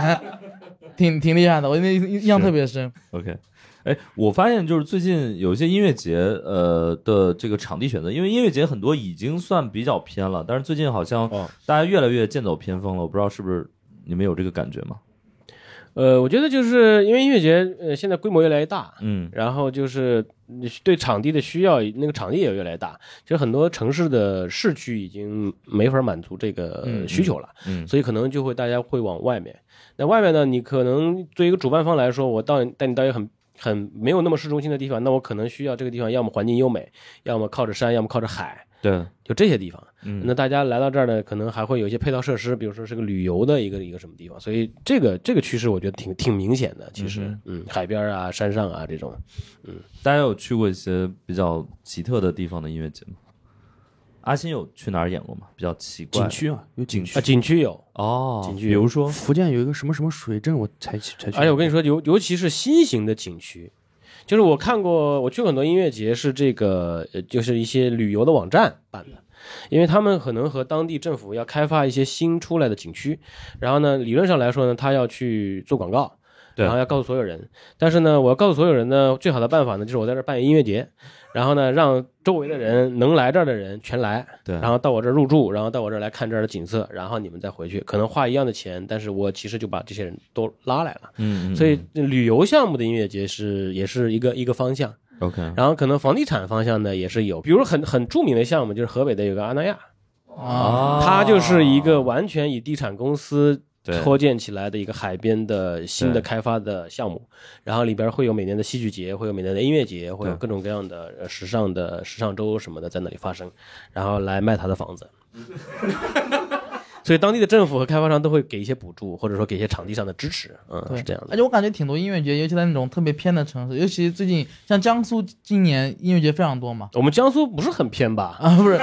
D: 挺挺厉害的，我那印象特别深。
A: OK，哎，我发现就是最近有一些音乐节，呃的这个场地选择，因为音乐节很多已经算比较偏了，但是最近好像大家越来越剑走偏锋了，我不知道是不是你们有这个感觉吗？
B: 呃，我觉得就是因为音乐节，呃，现在规模越来越大，
A: 嗯，
B: 然后就是你对场地的需要，那个场地也越来越大。其实很多城市的市区已经没法满足这个
A: 嗯
B: 呃需求了，
A: 嗯嗯
B: 所以可能就会大家会往外面。那外面呢，你可能对于一个主办方来说，我到带你到一个很很没有那么市中心的地方，那我可能需要这个地方要么环境优美，要么靠着山，要么靠着海，
A: 对，
B: 就这些地方。
A: 嗯
B: 那大家来到这儿呢，可能还会有一些配套设施，比如说是个旅游的一个一个什么地方，所以这个这个趋势我觉得挺挺明显的。其实，嗯海边啊、山上啊这种，嗯，
A: 大家有去过一些比较奇特的地方的音乐节吗？阿星有去哪儿演过吗？比较奇怪的
C: 景区啊，有景区
B: 啊，景区有
A: 哦，
B: 景区
A: 比
B: 有
A: 如说
C: 福建有一个什么什么水镇，我才去才去。
B: 而哎且我跟你说，尤尤其是新型的景区，就是我看过，我去过很多音乐节，是这个呃就是一些旅游的网站办的，因为他们可能和当地政府要开发一些新出来的景区，然后呢，理论上来说呢，他要去做广告。
A: 对
B: 然后要告诉所有人，但是呢，我要告诉所有人呢，最好的办法呢，就是我在这儿办音乐节，然后呢，让周围的人能来这儿的人全来，
A: 对
B: 然后到我这儿入住，然后到我这儿来看这儿的景色，然后你们再回去，可能花一样的钱，但是我其实就把这些人都拉来了。
A: 嗯
B: 所以旅游项目的音乐节是也是一个一个方向。
A: OK，
B: 然后可能房地产方向呢也是有，比如很很著名的项目
J: 哦
B: 就是河北的有个阿那亚，
D: 啊
B: 它就是一个完全以地产公司
A: 哦对
B: 扩建起来的一个海边的新的开发的项目，然后里边会有每年的戏剧节，会有每年的音乐节，会有各种各样的呃时尚的时尚周什么的在那里发生，然后来卖他的房子。 所以当地的政府和开发商都会给一些补助，或者说给一些场地上的支持，嗯，
D: 对
B: 是这样的。
D: 而且我感觉挺多音乐节，尤其在那种特别偏的城市，尤其最近像江苏今年音乐节非常多嘛。
B: 我们江苏不是很偏吧？
D: 啊， 不是，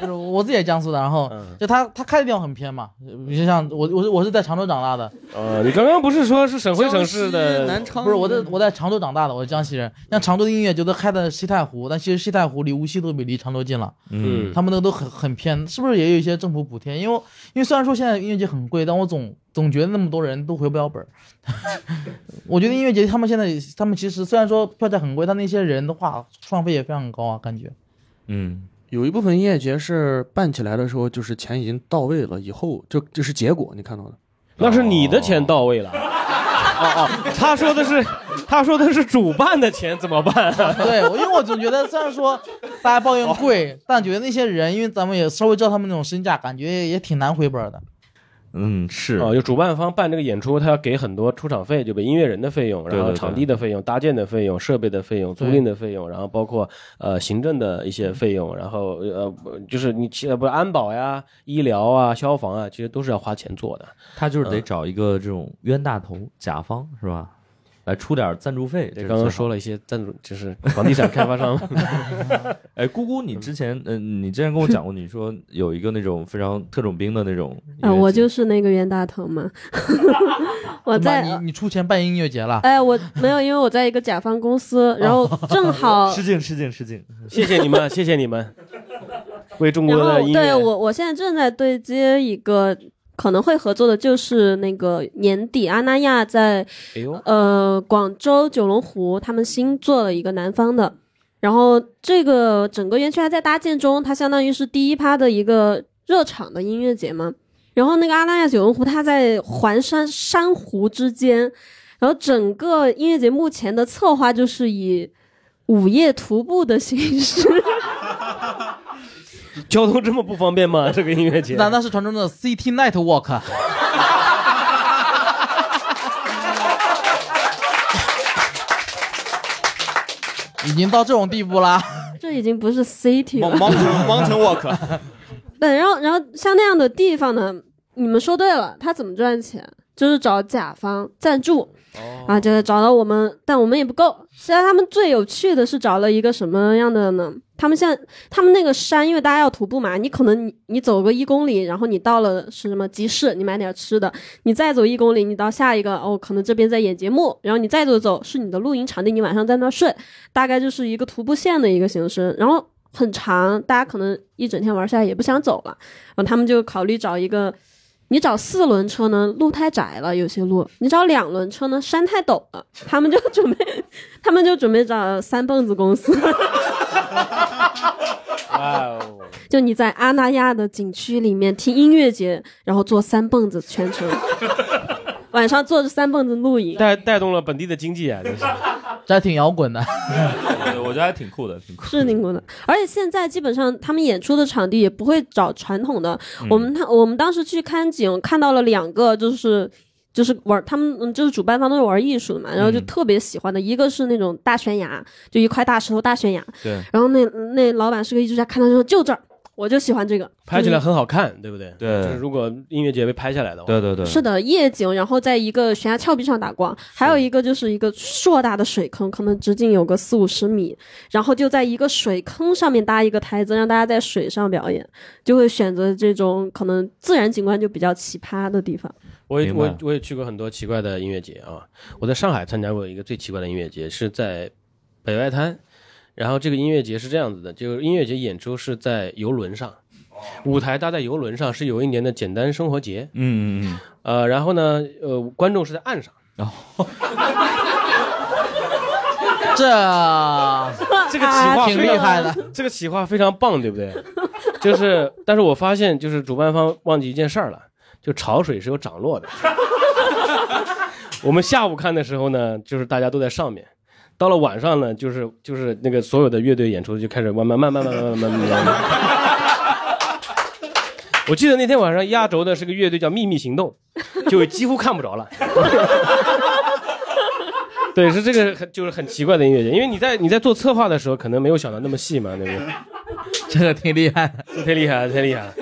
D: 不是，我自己也江苏的，然后
B: 嗯
D: 就他他开的地方很偏嘛，比如像我我是我是在常州长大的，
B: 呃，你刚刚不是说是省会城市的
D: 不是我
B: 嗯
D: 在我在常州长大的，我是江西人。像常州的音乐节都开在西太湖，但其实西太湖离无锡都比离常州近了。
A: 嗯
D: 他们那个都很很偏，是不是也有一些政府补贴？因为因为虽然说现在音乐节很贵，但我总总觉得那么多人都回不了本儿。 我觉得音乐节他们现在他们其实虽然说票价很贵，但那些人的话创费也非常高啊，感觉。
A: 嗯，
C: 有一部分音乐节是办起来的时候，就是钱已经到位了，以后就这是结果，你看到的。
B: 那是你的钱到位了。哦哦，他说的是， 他说的是主办的钱怎么 办、
D: 对，我因为我总觉得，虽然说大家抱
B: 哦
D: 怨贵，但觉得那些人，因为咱们也稍微知道他们那种身价，感觉也挺难回本儿的。
A: 嗯，是
B: 哦，就主办方办这个演出，他要给很多出场费，就给音乐人的费用，
A: 对对
B: 然后
A: 对
B: 场地的费用、搭建的费用、设备的费用、租
A: 对
B: 赁的费用，然后包括呃行政的一些费用，然后呃就是你其呃不是安保呀、医疗啊、消防啊，其实都是要花钱做的。嗯
A: 他就是得找一个这种冤大头甲方是吧，来出点赞助费。这
B: 刚刚说了一些赞助，就是房地产开发商。
A: 哎，姑姑，你之前嗯、你之前跟我讲过，你说有一个那种非常特种兵的那种音乐节，
E: 啊，我就是那个袁大头嘛，我
D: 怎么
E: 在。
D: 你你出钱办音乐节了？哦
E: 哎，我没有，因为我在一个甲方公 司，然后正好
A: 失敬失敬失敬，
B: 谢谢你们，啊谢谢你们，为中国
E: 然
B: 的
E: 后
B: 音
E: 对
B: 乐。
E: 我，我现在正在对接一个可能会合作的，就是那个年底阿那亚在
B: 哎呦，
E: 呃广州九龙湖他们新做了一个南方的，然后这个整个园区还在搭建中，它相当于是第一趴的一个热场的音乐节嘛。然后那个阿那亚九龙湖，它在环山珊瑚之间，然后整个音乐节目前的策划就是以午夜徒步的形式。
B: 交通这么不方便吗？这个音乐节？
D: 难道是传说中的 City Night Walk？已经到这种地步啦，
E: 这已经不是 city 了。
C: Mountain Walk，
E: 对，然后然后像那样的地方呢，你们说对了，他怎么赚钱？就是找甲方赞助，啊，就是找到我们，但我们也不够。现在他们最有趣的是找了一个什么样的呢？他们现在他们那个山，因为大家要徒步嘛，你可能你你走个一公里，然后你到了是什么集市，你买点吃的，你再走一公里，你到下一个哦，可能这边在演节目，然后你再走走是你的露营场地，你晚上在那儿睡，大概就是一个徒步线的一个形式，然后很长，大家可能一整天玩下来也不想走了，然后他们就考虑找一个。你找四轮车呢，路太窄了，有些路；你找两轮车呢，山太陡了。他们就准备， 他们就准备找三蹦子公司。
B: 哇哦！
E: 就你在阿那亚的景区里面听音乐节，然后坐三蹦子全程，晚上坐着三蹦子露营。
B: 带带动了本地的经济啊，真是。
D: 这还挺摇滚的。
A: 对我觉得还挺酷的，挺酷。
E: 是宁国的，而且现在基本上他们演出的场地也不会找传统的。
B: 嗯
E: 我们他我们当时去看景，看到了两个，就是就是玩他们嗯就是主办方都是玩艺术的
B: 嗯
E: 嘛，然后就特别喜欢的，一个是那种大悬崖，就一块大石头大悬崖，
B: 对
E: 然后那那老板是个艺术家，看到就说就这儿，我就喜欢这个，
B: 拍起
E: 就是
B: 来很好看，对不对？
A: 对
B: 就是如果音乐节被拍下来的话，
A: 对对对
E: 是的，夜景，然后在一个悬崖峭壁上打光，还有一个就是一个硕大的水坑，可能直径有个四五十米，然后就在一个水坑上面搭一个台子，让大家在水上表演，就会选择这种可能自然景观就比较奇葩的地方。
B: 我也
A: 明白
B: 我也我也去过很多奇怪的音乐节啊，我在上海参加过一个最奇怪的音乐节，是在北外滩，然后这个音乐节是这样子的，就是音乐节演出是在游轮上，舞台搭在游轮上，是有一年的简单生活节，
A: 嗯嗯
B: 呃，然后呢，呃，观众是在岸上。
D: 这
B: 这个企划
D: 挺厉害的，，
B: 这个企划非常棒，对不对？就是，但是我发现就是主办方忘记一件事儿了，就潮水是有涨落的。我们下午看的时候呢，就是大家都在上面。到了晚上呢，就是就是那个所有的乐队演出就开始慢慢慢慢慢慢慢慢慢慢慢，我记得那天晚上压轴的是个乐队叫《秘密行动》，就几乎看不着了。 对，是这个很就是很奇怪的音乐节，因为你在你在做策划的时候，可能没有想到那么细嘛，对不对？
P: 这个挺厉害的，
B: 这太厉害了，太厉害了。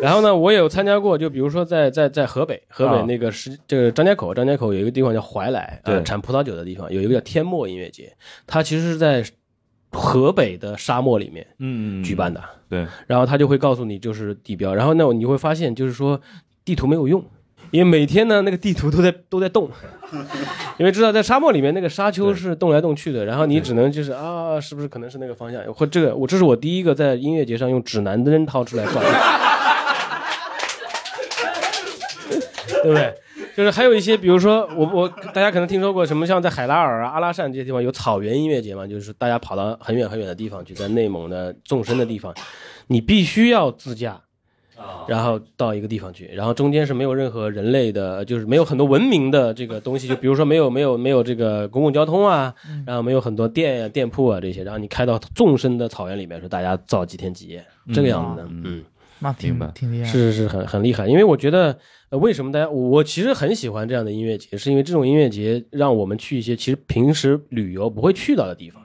B: 然后呢，我也有参加过，就比如说在在在河
P: 啊
B: 北，河北那个是这个张家口，张家口有一个地方叫怀来，呃，
A: 对
B: 产葡萄酒的地方，有一个叫天漠音乐节，它其实是在河北的沙漠里面
A: 嗯
B: 举办的。
A: 对，
B: 然后他就会告诉你就是地标，然后呢你会发现就是说地图没有用，因为每天呢那个地图都在都在动， 因为知道在沙漠里面那个沙丘是动来动去的，然后你只能就是啊是不是可能是那个方向，或这个我这是我第一个在音乐节上用指南针掏出来照的， 对不对？就是还有一些，比如说我我大家可能听说过什么，像在海拉尔啊、阿拉善这些地方有草原音乐节嘛，就是大家跑到很远很远的地方去，在内蒙的纵深的地方，你必须要自驾，然后到一个地方去，然后中间是没有任何人类的，就是没有很多文明的这个东西，就比如说没有没有没有这个公共交通啊，然后没有很多店呀、店铺啊这些，然后你开到纵深的草原里面，说大家造几天几夜，这个样子的，嗯
D: 那挺挺厉害的，
B: 是是是很很厉害，因为我觉得、呃、为什么大家我我其实很喜欢这样的音乐节，是因为这种音乐节让我们去一些其实平时旅游不会去到的地方，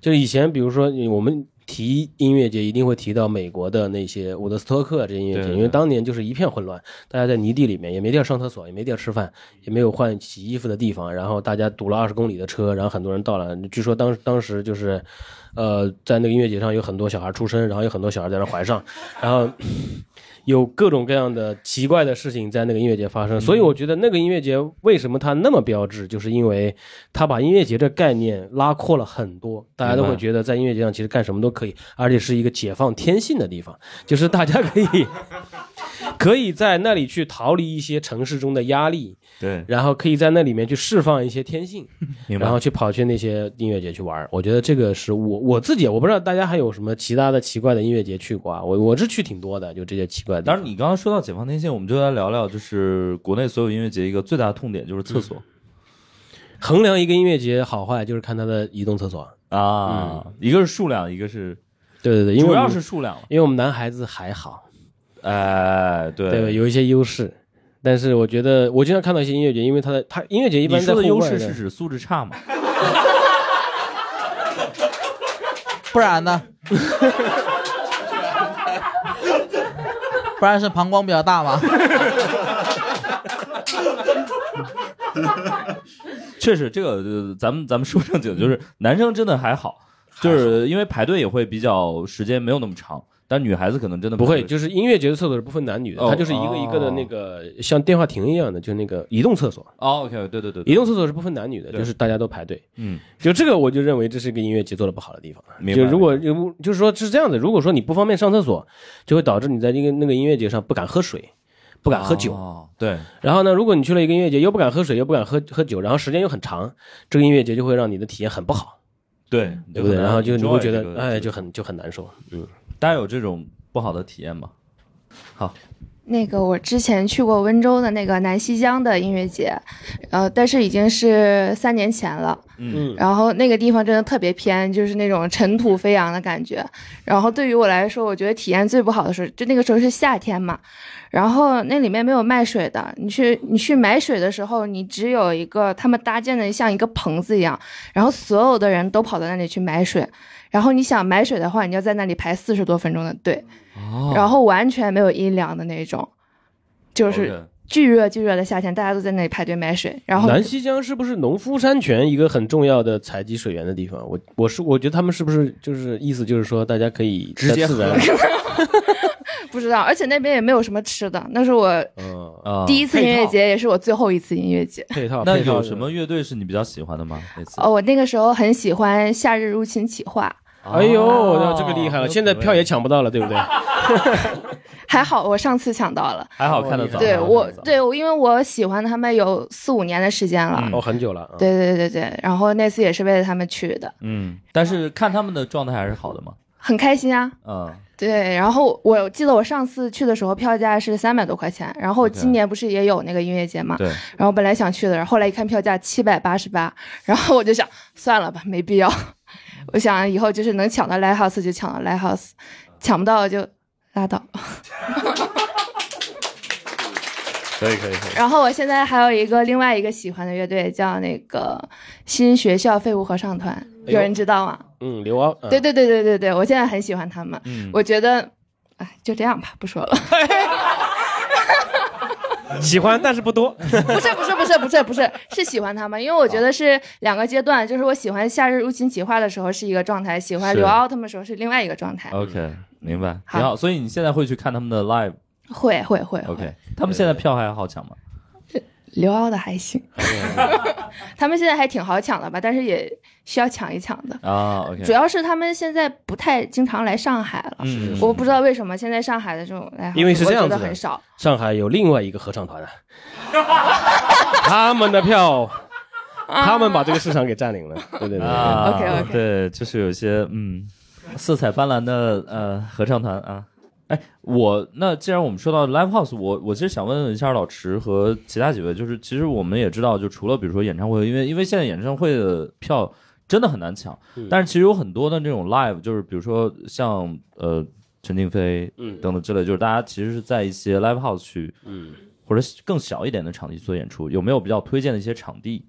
B: 就是以前比如说你我们提音乐节一定会提到美国的那些伍德斯托克啊这些音乐节，因为当年就是一片混乱，大家在泥地里面也没地儿上厕所，也没地儿吃饭，也没有换洗衣服的地方，然后大家堵了二十公里的车，然后很多人到了，据说当当时就是。呃，在那个音乐节上有很多小孩出生，然后有很多小孩在那怀上，然后有各种各样的奇怪的事情在那个音乐节发生，所以我
A: 嗯
B: 觉得那个音乐节为什么它那么标志，就是因为它把音乐节这概念拉阔了很多，大家都
A: 明
B: 会
A: 白
B: 觉得在音乐节上其实干什么都可以，而且是一个解放天性的地方，就是大家可 以可以在那里去逃离一些城市中的压力，
A: 对，
B: 然后可以在那里面去释放一些天性，
A: 明白
B: 然后去跑去那些音乐节去玩儿。我觉得这个是我我自己，我不知道大家还有什么其他的奇怪的音乐节去过啊？我我是去挺多的，就这些奇怪的地
A: 当
B: 方。
A: 然，你刚刚说到解放天性，我们就来聊聊，就是国内所有音乐节一个最大的痛点就是厕所。
B: 衡量一个音乐节好坏，就是看它的移动厕所
A: 啊、一个是数量，一个是，
B: 对对对，因为
A: 主要
B: 我们
A: 是数量，
B: 因为我们男孩子还好，
A: 哎，对
B: 对吧？有一些优势，但是我觉得我经常看到一些音乐节，因为它的它音乐节一般
A: 你
B: 在
A: 说的
B: 户
A: 优
B: 外
A: 势是指素质差吗？
D: 不然呢？不然是膀胱比较大吗？
A: 确实，这个、呃咱们咱们说正经，就是男生真的还好，就是因为排队也会比较时间没有那么长，但女孩子可能真的
B: 不
A: 排
B: 会，
A: 队
B: 就是音乐节的厕所是不分男女的，
A: 哦
B: 它就是一个一个的那个像电话亭一样的，就是那个移动厕所。
A: 哦，OK，对对对，对
B: 移动厕所是不分男女的，就是大家都排队。
A: 嗯，
B: 就这个，我就认为这是一个音乐节做的不好的地方。啊
A: 明白
B: 就如果就是说是这样子，如果说你不方便上厕所，就会导致你在那个那个音乐节上不敢喝水，不敢喝酒。
A: 哦对，
B: 然后呢，如果你去了一个音乐节，又不敢喝水，又不敢喝喝酒，然后时间又很长，这个音乐节就会让你的体验很不好，
A: 对
B: 对不对？然后就你会觉得，哎，
A: 就
B: 很就很难受。嗯，
A: 大家有这种不好的体验吗？好，
Q: 那个我之前去过温州的那个南溪江的音乐节，呃，但是已经是三年前了。
A: 嗯
Q: 然后那个地方真的特别偏，就是那种尘土飞扬的感觉。然后对于我来说，我觉得体验最不好的时候，就那个时候是夏天嘛，然后那里面没有卖水的，你去你去买水的时候，你只有一个他们搭建的像一个棚子一样，然后所有的人都跑到那里去买水，然后你想买水的话，你要在那里排四十多分钟的队，
B: 哦
Q: 然
J: 哦
Q: 后完全没有阴凉的那种，就是巨热巨热的夏天，大家都在那里排队买水，然后
B: 南溪江是不是农夫山泉一个很重要的采集水源的地方？我我是我觉得他们是不是就是意思就是说大家可以直
A: 接
B: 自然，
Q: 不知道，而且那边也没有什么吃的，那是我
B: 嗯
A: 啊
Q: 第一次音乐节，也是我最后一次音乐节。
B: 配套
A: 那
B: 配套
A: 有
B: 是
A: 什
B: 吧
A: 么乐队是你比较喜欢的吗？那次
Q: 哦，我那个时候很喜欢《夏日入侵》企划，
B: 哎呦，
A: 哦
B: 那
A: 啊
B: 这个厉害了！现在票也抢不到了，对不对？
Q: 还好我上次抢到了。
A: 还好
B: 哦
A: 看得早，
Q: 对我，对我，因为我喜欢他们有四五年的时间了。
B: 哦，很久了，啊
Q: 对对对对，然后那次也是为了他们去的，
A: 嗯，但是看他们的状态还是好的嘛，
Q: 很开心啊。
A: 嗯，
Q: 对，然后我记得我上次去的时候票价是三百多块钱，然后
A: OK
Q: 今年不是也有那个音乐节嘛，
A: 对，
Q: 然后本来想去的，然后后来一看票价七百八十八，然后我就想算了吧，没必要。我想以后就是能抢到 Live House 就抢到 Live House，抢不到就拉倒。
A: 可以可以可以。
Q: 然后我现在还有一个另外一个喜欢的乐队叫那个新学校废物合唱团，
B: 哎呦
Q: 有人知道吗？
B: 嗯，刘啊，嗯
Q: 对对对对对对，我现在很喜欢他们，
B: 嗯
Q: 我觉得，哎，就这样吧，不说了。
R: 喜欢但是不多。
Q: 不是不是不是不是不是 是喜欢他们，因为我觉得是两个阶段，就是我喜欢《夏日入侵企划》的时候是一个状态，喜欢
A: 是
Q: 刘奥特曼的时候是另外一个状态。
A: OK，明白。挺好，所以你现在会去看他们的 live？
Q: 会会会，
A: OK，他们现在票还好抢吗？
Q: 刘奥的 还行，
B: 哎
Q: 他们现在还挺好抢的吧，但是也需要抢一抢的。
A: 啊，OK，
Q: 主要是他们现在不太经常来上海了，
B: 嗯
Q: 我不知道为什么现在上海的这种来，
B: 因为是这样子
Q: 我觉得
B: 的
Q: 很少。，
B: 上海有另外一个合唱团啊， 他们的票，
Q: 啊
B: 他们把这个市场给占领了，对对对对。
A: 啊
B: OK，OK
A: 对，就是有一些嗯，色彩斑斓的呃合唱团啊。哎，我那既然我们说到 live house，我我其实想问一下老池和其他几位，就是其实我们也知道，就除了比如说演唱会，因为因为现在演唱会的票真的很难抢，
B: 嗯
A: 但是其实有很多的这种 live，就是比如说像呃陈静飞
B: 嗯
A: 等等之类，就是大家其实是在一些 live house 去
B: 嗯
A: 或者更小一点的场地做演出，有没有比较推荐的一些场地？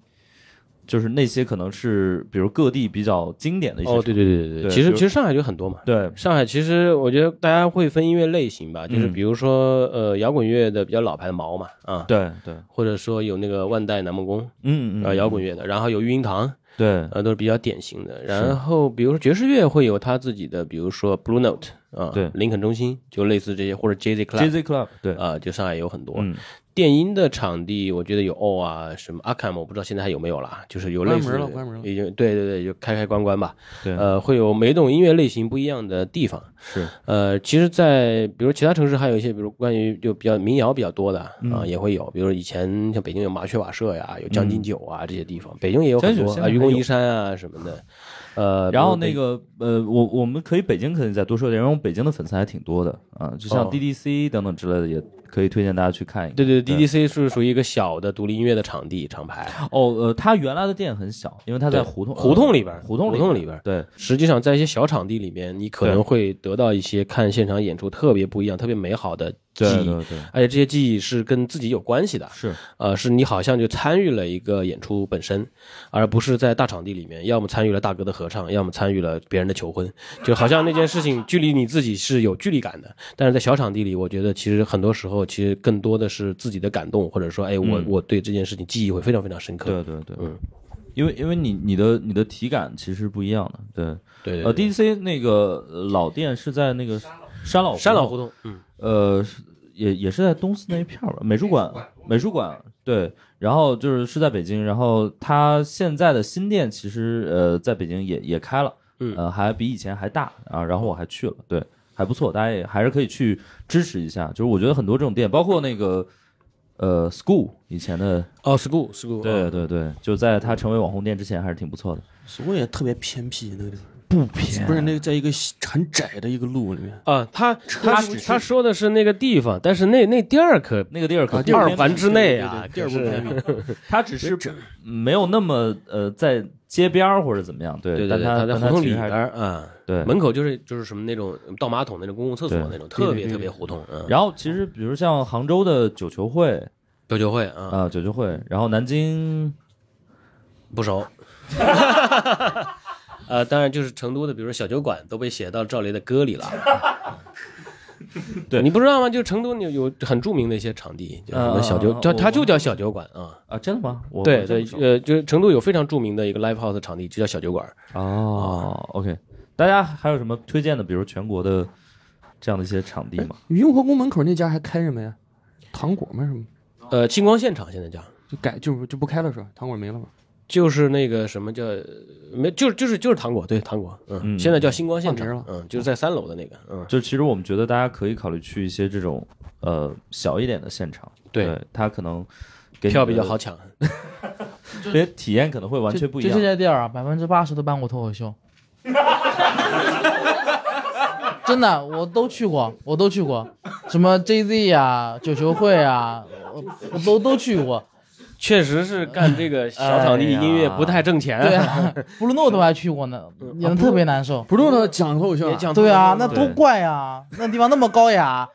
A: 就是那些可能是比如各地比较经典的一些
B: 哦，对对对对对，其实其实上海就很多嘛。
A: 对，
B: 上海其实我觉得大家会分音乐类型吧，就是
A: 嗯
B: 比如说呃摇滚乐的比较老牌的毛嘛，啊，
A: 对对，
B: 或者说有那个万代南梦宫，
A: 嗯嗯
B: 啊摇滚乐的，然后有育婴堂，
A: 对，
B: 呃都是比较典型的。然后比如说爵士乐会有他自己的，比如说 Blue Note 啊，
A: 对，
B: 林肯中心就类似这些，或者 Jazz Club。
A: JZ Club 对
B: 啊，就上海也有很多
A: 嗯。
B: 电音的场地，我觉得有 O 啊，什么 Arkham，我不知道现在还有没有了啊，就是有类似
C: 关门了关门了
B: 已经对对对，就开开关关吧。
A: 对，
B: 呃，会有每种音乐类型不一样的地方。
A: 是，
B: 呃，其实在，比如其他城市还有一些，比如关于就比较民谣比较多的啊、
A: 嗯
B: 也会有。比如以前像北京有麻雀瓦舍呀，有将进酒啊、这些地方，北京也有
A: 将
B: 很
A: 进酒
B: 多
A: 现
B: 啊，
A: 在
B: 愚
A: 还
B: 公
A: 有
B: 移山啊什么的。呃，
A: 然后
B: 比
A: 那
B: 如北
A: 个呃，我我们可以北京可以再多说一点，因为我们北京的粉丝还挺多的啊，就像
B: 哦
A: DDC 等等之类的，也可以推荐大家去看一看。
B: 对对，DDC 是属于一个小的独立音乐的场地厂牌。
A: 哦，呃，它原来的店很小，因为它在
B: 对
A: 胡同
B: 胡同里边儿，
A: 胡同
B: 胡同
A: 里
B: 里
A: 边
B: 边
A: 儿。对，
B: 实际上在一些小场地里面，你可
A: 对
B: 能会得到一些看现场演出特别不一样、特别美好的记
A: 对
B: 忆，
A: 对对
B: 而且这些记忆是跟自己有关系的，
A: 是，
B: 呃，是你好像就参与了一个演出本身，而不是在大场地里面，要么参与了大哥的合唱，要么参与了别人的求婚，就好像那件事情距离你自己是有距离感的，但是在小场地里，我觉得其实很多时候其实更多的是自己的感动，或者说，哎，我、
A: 嗯
B: 我对这件事情记忆会非常非常深刻，
A: 对对对，
B: 嗯。
A: 因为因为你你的你的体感其实不一样的，对
B: 对对
A: 呃，DDC 那个呃老店是在那个山老
B: 山老胡同嗯，
A: 呃，是也也是在东四那一片儿吧，美术馆美术馆对，然后就是是在北京，然后它现在的新店其实呃在北京也也开了，
B: 嗯
A: 呃还比以前还大啊，然后我还去了，对，还不错，大家也还是可以去支持一下，就是我觉得很多这种店，包括那个。呃，school 以前的
B: 哦，school school，
A: 对对对，就在它成为网红店之前，还是挺不错的。
C: 所以也特别偏僻那个地方，
A: 不偏
C: 不是那个在一个很窄的一个路里面。
B: 啊，他他
C: 车
B: 他说的是那个地方，但是那那地儿可
A: 那个地儿可
B: 啊二环之内啊，
A: 第二
B: 可是
A: 它只是没有那么呃在街边儿或者怎么样，对
B: 对
A: 但
B: 对，
A: 它
B: 在
A: 但
B: 胡同
A: 其
B: 里
A: 实还
B: 边儿啊，
A: 对
B: 门口就是就是什么那种倒马桶那种公共厕所
A: 对
B: 那种，特
A: 对
B: 别
A: 对对
B: 特别胡同，嗯，
A: 然后其实比如像杭州的九球会，
B: 九球会嗯
A: 啊、九球会，然后南京
B: 不熟，呃，当然就是成都的，比如说小酒馆都被写到赵雷的歌 里了。对你不知道吗？就成都有有很著名的一些场地，就什么小酒
A: 啊，
B: 叫
A: 我
B: 它就叫小酒馆啊。
A: 啊，真的吗？我
B: 对
A: 我真
B: 对
A: 不熟，
B: 呃，就是成都有非常著名的一个 live house 场地，就叫小酒馆。啊
A: 哦，OK，大家还有什么推荐的？比如全国的这样的一些场地吗？
C: 雍和宫门口那家还开着没？啊糖果吗？什么？
B: 呃，星光现场现在叫
C: 就改就就不开了是吧？糖果没了吧？
B: 就是那个什么叫呃没，就是就是就是糖果，对糖果，嗯，
A: 嗯
B: 现在叫星光现
A: 换
B: 场，嗯，就是在三楼的那个，嗯，
A: 就其实我们觉得大家可以考虑去一些这种呃小一点的现场，
B: 对
A: 它可能给你
B: 票
A: 的
B: 比较好 抢，
A: 这些体验可能会完全不一
D: 就
A: 样
D: 这。些地儿啊，百分之八十都办过脱口秀。真的，我都去过，我都去过，什么 JZ 啊、九球会啊，我我都都去过。
J: 确实是干这
A: 嗯
J: 个小场地音乐不太挣钱、
A: 哎
D: 对 啊布鲁诺都还去过呢，演的特别难受。
C: 啊布鲁诺讲脱口秀
D: 也
C: 啊
D: 讲脱口秀对啊，那多怪呀，那地方那么高 雅，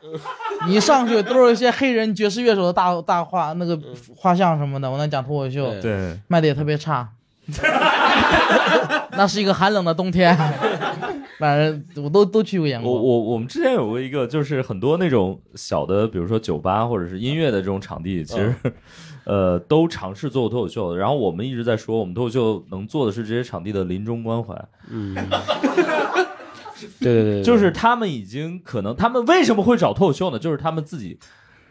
D: 你上去都是一些黑人爵士乐手的大大画那个画像什么的，我那讲脱口秀，
A: 对，
D: 卖的也特别差。 那是一个寒冷的冬天，反正我都都去过演
A: 我
D: 过。
A: 我我们之前有过一个，就是很多那种小的，比如说酒吧或者是音乐的这种场地，其实、
D: 嗯
A: 呃都尝试做过脱口秀的。然后我们一直在说，我们脱口秀能做的是这些场地的临终关怀。
J: 嗯， 对对对对
A: 就是他们已经可能，他们为什么会找脱口秀呢？就是他们自己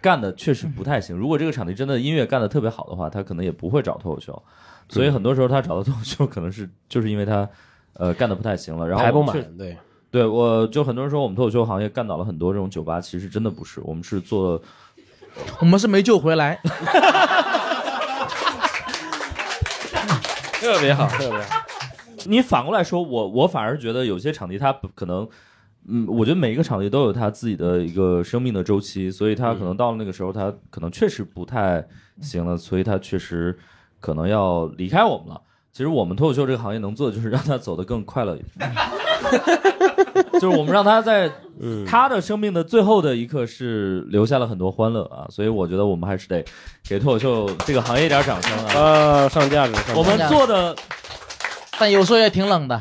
A: 干的确实不太行。如果这个场地真的音乐干的特别好的话，他可能也不会找脱口秀。所以很多时候他找到脱口秀，可能是就是因为他呃干的不太行了，然后
J: 排不
A: 我们确
J: 满，对。
A: 对，我就很多人说我们脱口秀行业干倒了很多这种酒吧，其实真的不是，我们是做，
D: 我们是没救回来，
J: 特别好，特别好。
A: 你反过来说，我我反而觉得有些场地它不可能，嗯，我觉得每一个场地都有它自己的一个生命的周期，所以它可能到了那个时候，它可能确实不太行
J: 嗯
A: 了，所以它确实可能要离开我们了。其实我们脱口秀这个行业能做的就是让它走得更快乐一 点，就是我们让它在
J: 嗯
A: 它的生命的最后的一刻是留下了很多欢乐啊，所以我觉得我们还是得给脱口秀这个行业一点掌声啊！
J: 呃，上价值，上
A: 我们做的，
D: 但有时候也挺冷的。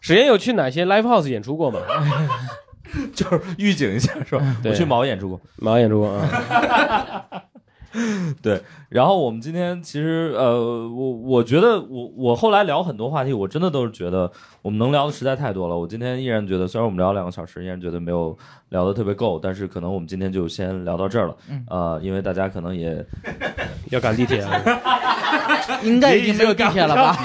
J: 史岩有去哪些 live house 演出过吗？
A: 就是预警一下是吧？
J: 嗯对
A: 我去毛演出过，
J: 毛演出过啊。
A: 对，然后我们今天其实呃，我我觉得我我后来聊很多话题，我真的都是觉得我们能聊的实在太多了。我今天依然觉得，虽然我们聊了两个小时，依然觉得没有聊的特别够，但是可能我们今天就先聊到这儿了。
D: 嗯
A: 呃，因为大家可能也
J: 要赶地铁了，
D: 应该已经没有地铁 了吧？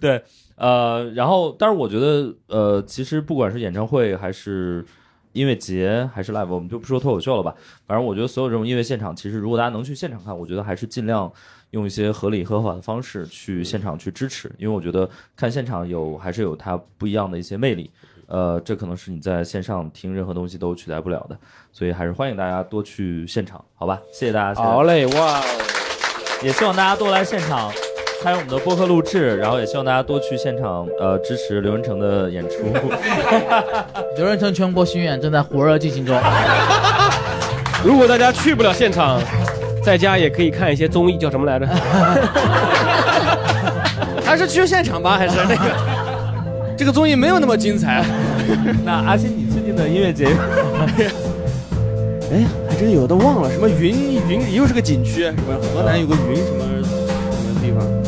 A: 对，呃，然后，但是我觉得，呃，其实不管是演唱会还是音乐节还是 live，我们就不说脱口秀了吧。反正我觉得所有这种音乐现场，其实如果大家能去现场看，我觉得还是尽量用一些合理合法的方式去现场去支持，因为我觉得看现场有还是有它不一样的一些魅力。呃，这可能是你在线上听任何东西都取代不了的，所以还是欢迎大家多去现场，好吧？谢谢大家。谢谢大家
J: 好嘞，哇哦！
A: 也希望大家多来现场参与我们的播客录制，然后也希望大家多去现场呃支持刘仁成的演出。
D: 刘仁成全国巡演正在火热进 行中。
J: 如果大家去不了现场，在家也可以看一些综艺，叫什么来着？
C: 还是去现场吧，还是那个 这个综艺没有那么精彩。
A: 那阿信，你最近的音乐节，
C: 哎呀，还真有的忘了，什么云云又是个景区，什么河南有个云什么什么地方，